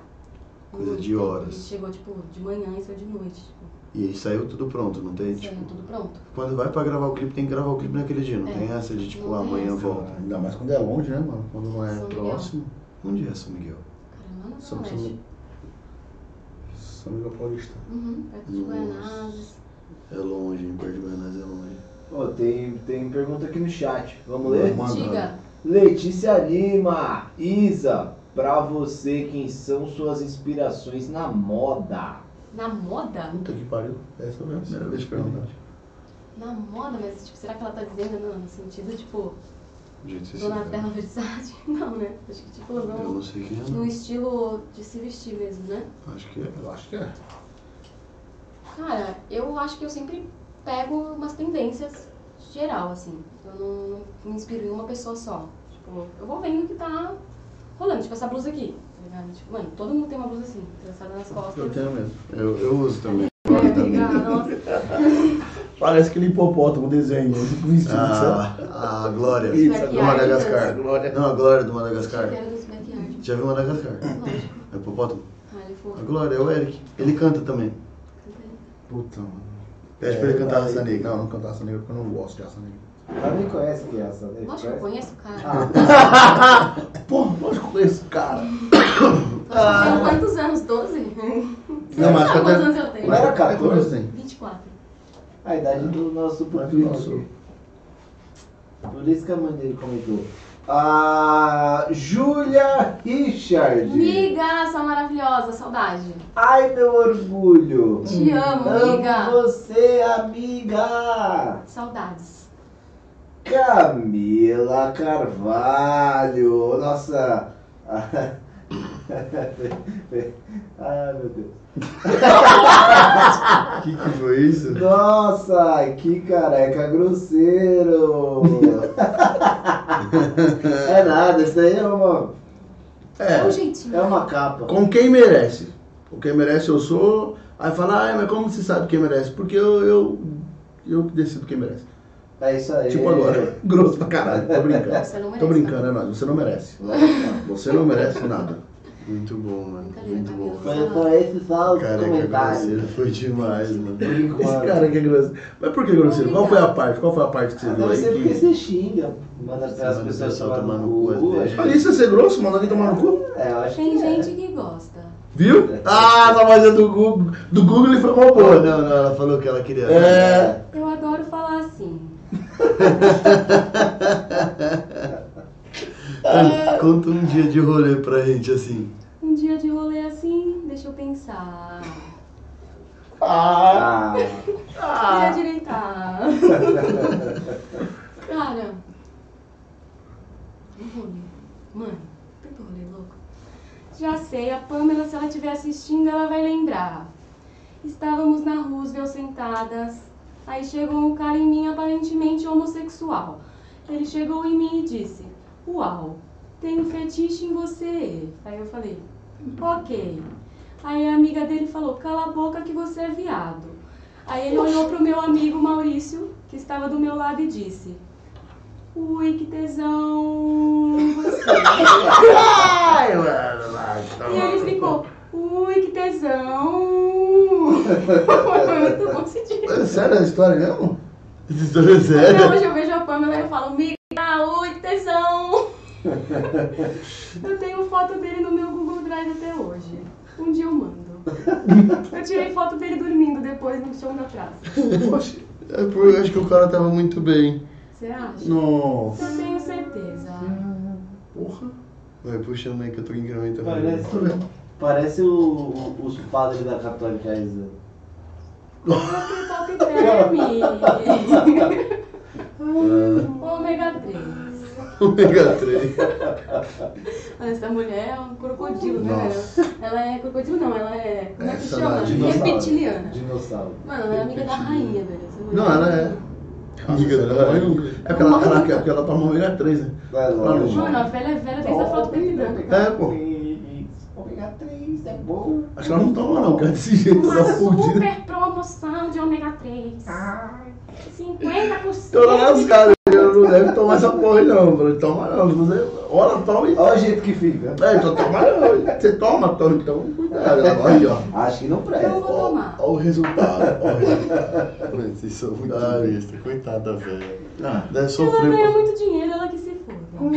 Coisa muito de tempo. horas. A gente chegou, tipo, de manhã e saiu de noite, tipo, E aí saiu tudo pronto, não tem, saiu tipo... tudo pronto. Quando vai pra gravar o clipe, tem que gravar o clipe naquele dia. Não É. tem essa de, tipo, Não tem amanhã eu essa. volto. Ainda mais quando é longe, né, mano? Quando não é São Miguel. próximo. Onde é São Miguel? Cara, lá na São, Zona Leste. um- São, São Miguel Paulista. Uhum, perto de Nossa. Guanás. É longe, em Perto de Minas é longe. Ó, tem, tem pergunta aqui no chat. Vamos Vamos ler? lá. Diga, Letícia Lima, Isa, pra você, quem são suas inspirações na moda? na moda? Puta que pariu. É essa mesmo. Primeira vez que perguntar. Na moda, mas tipo, será que ela tá dizendo no, no sentido, tipo, Do jeito que você se Dona vê. Terra Versace? Não, né? Acho que tipo, Eu no, não sei quem é, no não. estilo de se vestir mesmo, né? Acho que é. Eu acho que é. Cara, eu acho que eu sempre pego umas tendências geral, assim. Eu não me inspiro em uma pessoa só. Tipo, eu vou vendo o que tá rolando. Tipo, essa blusa aqui, tá ligado? Tipo, mano, todo mundo tem uma blusa assim, traçada nas Eu costas. tenho mesmo. Eu, eu uso também. É, obrigada, nossa. Parece aquele hipopótamo, o desenho. o vestido, sabe? Ah, a Glória. Isso, Backyard. Do Madagascar. Glória. Não, a Glória do Achei que Madagascar. era dos backyard. Já viu Madagascar? Lógico. É o Popótamo. Ah, ele A foi. Glória é o Eric. Ele canta também. Puta, mano. Pede pra ele cantar aí. essa negra. É, Não, não cantar essa negra porque eu não gosto de essa negra. Ela nem conhece quem é essa, né? Lógico que eu conheço o cara. É, Porra, lógico que eu conheço o cara. Tenho quantos anos? 12? Não, mas Sabe quanto- quantos anos eu tenho? Não era 14? tem? 24. A idade do nosso pupilo. Nossa, Por isso que a mãe dele comentou. A Júlia Richard. Miga, sua maravilhosa, saudade. Ai, meu orgulho. Te Hum. Amo amo, amiga. você, amiga. Saudades. Camila Carvalho. Nossa. Ai, meu Deus. Ah. O que, que foi isso? Nossa, que careca grosseiro! é nada, isso daí é uma, É um É, jeitinho. é uma capa. com quem merece. Com quem merece eu sou, Aí fala, ah, mas como você sabe quem merece? Porque eu, eu, eu que decido quem merece. É isso aí. Tipo agora, grosso pra caralho, tô brincando. Você não merece. né? Tô brincando, é nóis, você não merece. Você não merece nada. Muito bom, mano. Brincadeira, Muito Camila. bom. Foi só esses só os Cara, que comentários. agradecer. Foi demais, mano. Esse cara é que é grosseiro. Mas por que grosseiro? Qual foi a parte? Qual foi a parte que você Ah, viu Deve ser aí? porque assim. Que... você xinga. Manda as Manda pessoas pessoal tomar tomar no no cu, às cu. vezes. acho Ali, isso é ser grosso, manda alguém tomar no cu? que- É, eu acho Tem que é. gente que gosta. Viu? Ah, na magia do Google, do Google ele foi uma Pô, boa. não, não, ela falou que ela queria. É. Eu adoro falar assim. É. Mano, Conta um dia de rolê pra gente assim. Um dia de rolê assim, deixa eu pensar. Ah, Ah, Ah. E direitar. Cara. Um rolê. Mano, tanto rolê louco. Já sei, a Pamela, se ela estiver assistindo, ela vai lembrar. Estávamos na Roosevelt sentadas. Aí chegou um cara em mim aparentemente homossexual. Ele chegou em mim e disse: Uau, tenho fetiche em você. Aí eu falei: Ok. Aí a amiga dele falou: Cala a boca que você é viado. Aí ele olhou pro meu amigo Maurício, que estava do meu lado, e disse: Ui, que tesão! em você." ai, mano. vai, tá E ele bom. ficou: Ui, que tesão! Foi muito bom esse dia. É sério a história mesmo? Essa história é Até séria? hoje eu vejo a Pamela e eu falo: Miga, ui, que tesão! Eu tenho foto dele no meu Google Drive até hoje. Um dia eu mando. Eu tirei foto dele dormindo depois no chão da praça. Oxi. É porque eu acho que o cara tava muito bem. Você acha? Nossa. Eu tenho certeza. Porra. Vai puxando aí que eu tô incrementando. parece, parece o, o- os padres da católica Isa. Top, top tá- Prime! Hum, Ômega 3. Ômega 3. Essa mulher é um crocodilo, né? Nossa. velho? Ela é crocodilo, não, ela é. Como é que Essa chama? não, dinossauro. Reptiliana. Dinossauro. Mano, ela é amiga da rainha, velho. Essa mulher. Não, ela é. Amiga Nossa, da ela rainha. É porque ela, ela, é porque ela toma ômega 3, né? Vai longe. Mano, a velha é velha desde a foto preto e branco. É, pô. Ômega 3 é bom. Acho que ela não toma, não, cara, desse jeito, tá Uma toda fodida. é super promoção de ômega 3. 50%. Ah. Então não é os caras, eu não deve tomar essa porra, não. Falei, toma não. Se Você, ora, toma e. Olha o jeito que fica. É, então toma não. Você toma, toma, então cuidado. Ela, olha aí, ó. né? Acho que não Não presta. vou tomar. Olha o resultado. Olha o resultado. Mano, vocês são muito Ai. besta. Coitada, velho. Ah. Deve Ela sofrer. ganha pra- muito dinheiro, ela que se foda.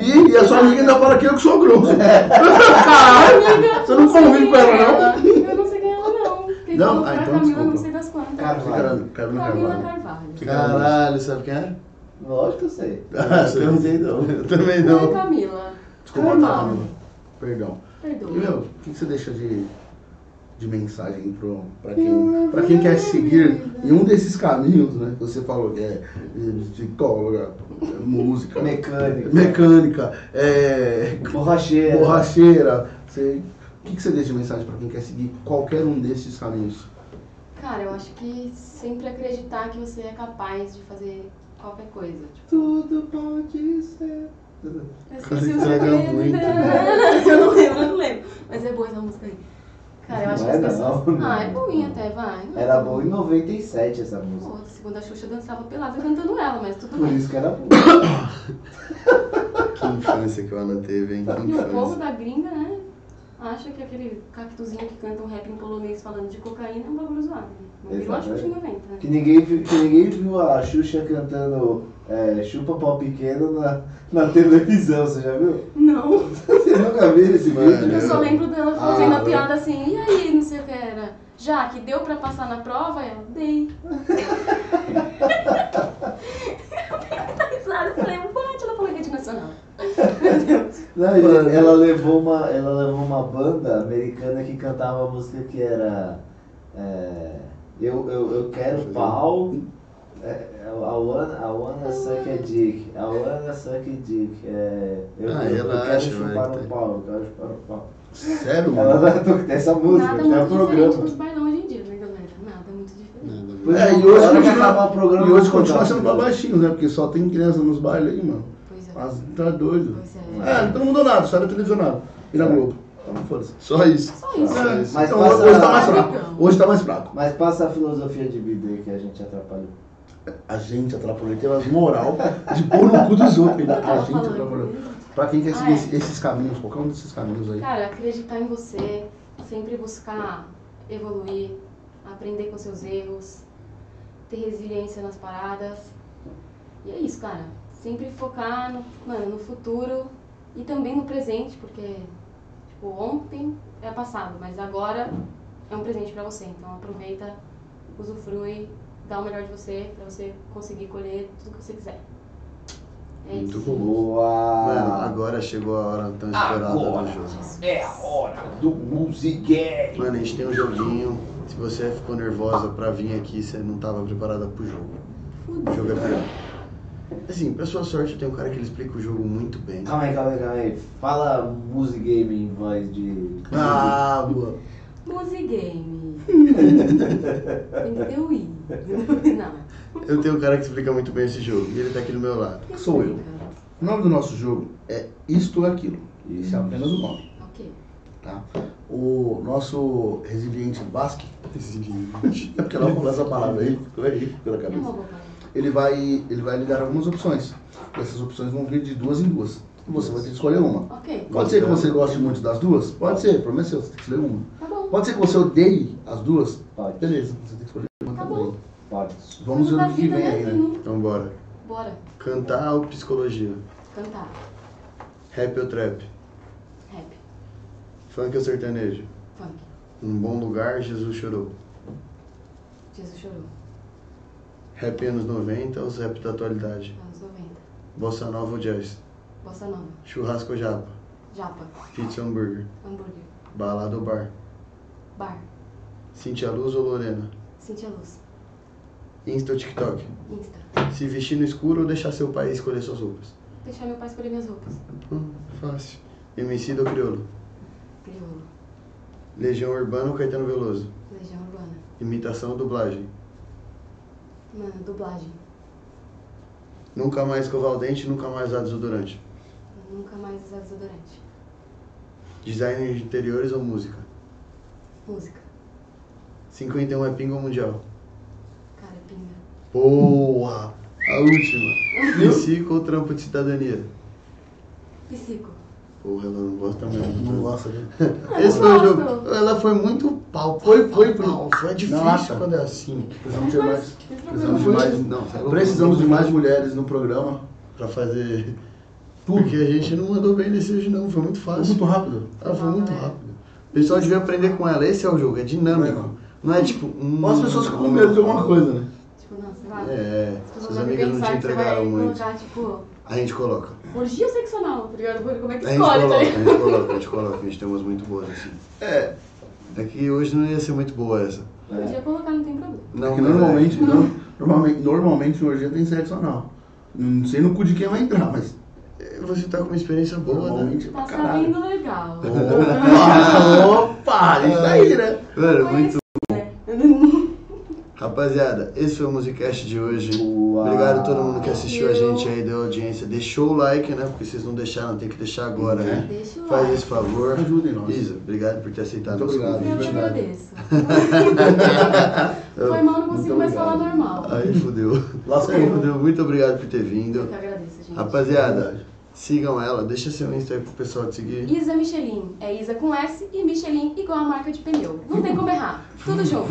E, e a sua amiga ainda fala que eu que sou grosso. É. Amiga, Você não sei convive quem com ela, é não? Eu não sei quem é ela, não. Quem Não? falou Ah, foi a então Camila, não desculpa. sei das quantas. Carvalho. Carolina Camila Carvalho. Carvalho. é Caralho, sabe quem é? Lógico que eu sei. Ah, eu não sei não. Eu também Não é não. Camila. Desculpa, Normal. tá, Camila. Perdão. E, Perdoa. meu, o que você deixa de, de mensagem pro, pra, quem, pra quem quer seguir em um desses caminhos, né? Que você falou que é eh, psicóloga, eh, música, Mecânico. mecânica, eh, Borracheira. borracheira. Você, o que, que você deixa de mensagem pra quem quer seguir qualquer um desses caminhos? Cara, eu acho que sempre acreditar que você é capaz de fazer qualquer coisa. Tipo, Tudo pode ser. eu Cara, esqueci o entrega nome. muito, Eu não lembro, eu não lembro. Mas é boa essa música aí. Cara, eu Não acho é que as pessoas. não. Ah, é ruim até, vai. Era boa em 97 essa música. Pô, segundo a Xuxa dançava pelada cantando ela, mas tudo Por bem. isso que era boa. Que infância que o Ana teve, hein? Que E o povo infância. da gringa, né? Acha que aquele cactuzinho que canta um rap em polonês falando de cocaína é um bagulho zoado. né? Mas virou a Exato, Xuxa é. em 90, né? Que ninguém, vi- que ninguém viu a Xuxa cantando é, Chupa Pau Pequeno na, na televisão, você já viu? Não. Você nunca viu esse vídeo? Mano. Eu só lembro dela fazendo Ah, a piada assim, e aí, não sei o que era. Já que deu pra passar na prova, eu dei. Tá risada, eu falei, what? Ela falou rede nacional. Meu Deus. Não, Mano. e ela, levou uma, ela levou uma banda americana que cantava uma música que era é, eu, eu, eu quero pau. é, I wanna, I wanna suck a dick, I wanna suck a dick. É, eu, Ah, eu, eu relaxa, quero velho, chupar que um tá- pau, eu quero chupar um pau. Sério, Ela mano? vai tocar essa música, é até Nada o um muito diferente programa. dos bailão hoje em dia, né, galera? Nada muito diferente. Nada a ver. Pois É, e Agora hoje que continua, acabar o programa, e hoje eu vou continua contar. sendo pra baixinho, né? Porque só tem criança nos bailes aí, mano. Pois é. Mas tá doido. Pois é. tá É, então não mudou nada, só era televisionado. E na Globo. Então, foda-se. Só isso. Só isso. Só isso. Então, passa- hoje tá mais fraco. Hoje tá mais fraco. Mas passa a filosofia de BD que a gente atrapalhou. A gente atrapalhou. Teve as moral de pôr no cu dos outros. ainda. Eu Tá A tava Ah, gente falando. atrapalhou. Pra quem quer seguir Ah, é. esse- esses caminhos, qualquer um desses caminhos aí. Cara, acreditar em você, sempre buscar evoluir, aprender com seus erros, ter resiliência nas paradas. E é isso, cara. Sempre focar no, mano, no futuro e também no presente, porque tipo, ontem é passado, mas agora é um presente pra você. Então aproveita, usufrui, dá o melhor de você pra você conseguir colher tudo que você quiser. É Muito isso. bom. Boa! Mano, agora chegou a hora tão esperada Agora. do jogo. É a hora do musiquete! Mano, a gente tem um joguinho. Se você ficou nervosa pra vir aqui, você não tava preparada pro jogo. O jogo é pior. Assim, pra sua sorte, tem um cara que ele explica o jogo muito bem. Calma aí, calma aí, calma aí. Fala music game em voz de. Ah, boa. Music Game. Tem que ter o I no final. Eu tenho um cara que explica muito bem esse jogo e ele tá aqui do meu lado. Sou eu. O nome do nosso jogo é Isto ou Aquilo. Esse é apenas o nome. Ok. O nosso resiliente Basque, Resiliente. é porque ela falou essa palavra aí, ficou aí, ficou na É cabeça. uma boa palavra. Ele vai, ele vai lhe dar algumas opções. Essas opções vão vir de duas em duas. E você vai ter que escolher uma. Ok. Pode ser que você goste muito das duas? Pode ser, problema é seu, você tem que escolher uma. Tá bom. Pode ser que você odeie as duas? Pode, Beleza, você tem que escolher uma Tá também. pode. Vamos ver Tudo da o que vida vem é aí, né? assim, né? Então bora. Bora. Cantar ou psicologia? Cantar. Rap ou trap? Rap. Funk ou sertanejo? Funk. Um bom lugar, Jesus chorou. Jesus chorou. Rap anos 90 ou os rap da atualidade? Anos 90. Bossa nova ou jazz? Bossa Nova. Churrasco ou japa? Japa. Pizza ou hambúrguer? Hambúrguer. Balada ou bar? Bar. Cintia Luz ou Lorena? Cintia Luz. Insta ou TikTok? Insta. Se vestir no escuro ou deixar seu pai escolher suas roupas? Deixar meu pai escolher minhas roupas. Hum, fácil. MC do Criolo? Crioulo. Legião Urbana ou Caetano Veloso? Legião Urbana. Imitação ou dublagem? Mano, dublagem. Nunca mais escovar o dente, nunca mais usar desodorante. Nunca mais usar desodorante. Design de interiores ou música? Música. 51 é pingo mundial. Cara, pinga. Boa! A última. Uhum. Psico ou trampo de cidadania? Psico. Porra, ela não gosta mesmo. Não gosta, né? Esse foi o gosto. jogo. Ela foi muito pau. Foi, foi, foi. Foi difícil Nossa. quando é assim. Precisamos de mais, Tem problema. precisamos de mais, Não, você é louco. precisamos de mais mulheres no programa. Pra fazer. Tudo. Porque a gente não mandou bem nesse hoje, não. Foi muito Foi fácil. muito rápido. Ela foi Tá É. muito rápida. O pessoal devia aprender com ela. Esse é o jogo, é dinâmico. Não é tipo. Hum, Ou as pessoas ficam com medo de alguma coisa, né? Tipo, não, sei lá. É, As pessoas seus vão amigos não pensar te que você vai entregaram muito. colocar, tipo, A gente coloca. orgia sexual, tá ligado? Como é que A gente coloca, escolhe, tá a ligado? gente coloca, a gente coloca. A gente tem umas muito boas assim. É, É que hoje não ia ser muito boa essa. Podia é colocar, não tem problema. Não, que mas é. normalmente, nor- normalmente, normalmente hoje tem sexo anal. Não sei no cu de quem vai entrar, mas Você tá com uma experiência boa, né? normalmente é pra Tá caralho. sabendo legal. É Opa, opa, isso aí, né? Mano, Conheci, muito. né? Rapaziada, esse foi o Musicast de hoje. Boa. Obrigado a todo mundo que assistiu a Valeu. gente aí, deu audiência. Deixou o like, né? Porque vocês não deixaram, tem que deixar É. agora, né? Deixa o Faz like. esse favor. Ajudem nós. Isa, obrigado por ter aceitado Muito nosso obrigado. convite. Eu que verdade. agradeço. Foi mal, não consigo mais falar normal. Aí fudeu. Aí Lascou. fudeu. Muito obrigado por ter Eu que vindo. agradeço, gente. Rapaziada, sigam ela. Deixa seu Insta aí pro pessoal te seguir. Isa Michelin. É Isa com S e Michelin igual a marca de pneu. Não tem como errar. Tudo junto.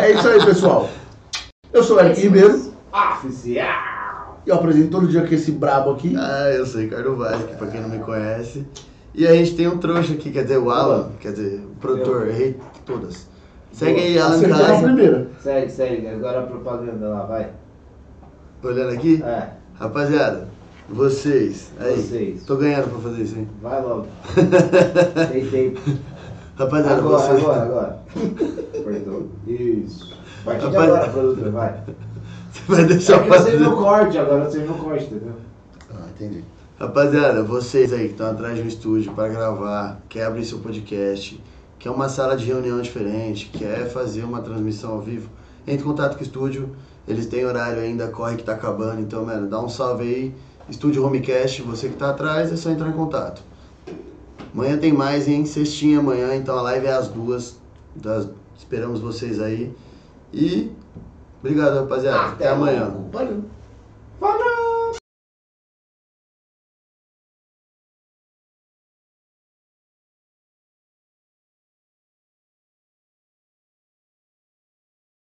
É isso aí, pessoal. Eu sou o Eric Ribeiro Oficial! e eu apresento todo dia com esse brabo aqui. Ah, eu sou Ricardo Vaz, que pra quem não me conhece. E a gente tem um trouxa aqui, quer dizer, o Alan, quer dizer, o produtor, errei todas. Segue aí, Alan Acertei na Carlos. primeira. Segue, segue, agora a propaganda lá, vai. Olhando aqui. É, Rapaziada, vocês. Aí, Vocês. Tô ganhando pra fazer isso, hein? vai logo. Tem tempo. Rapaziada, Agora, vocês. agora, agora. Perdoa. Isso. A partir de Rapaz- agora, produtor, vai. Você vai É que deixar eu sei fazer. meu corte, agora eu sei meu corte, entendeu? Ah, entendi. Rapaziada, vocês aí que estão atrás de um estúdio pra gravar, quer abrir seu podcast, quer uma sala de reunião diferente, quer fazer uma transmissão ao vivo, entre em contato com o estúdio. Eles têm horário ainda, corre que tá acabando. Então, mano, dá um salve aí Estúdio Homecast, você que tá atrás, é só entrar em contato. Amanhã tem mais, hein? Sextinha amanhã, então a live é às duas. das- Esperamos vocês aí. E obrigado, rapaziada. Até, amanhã. Valeu.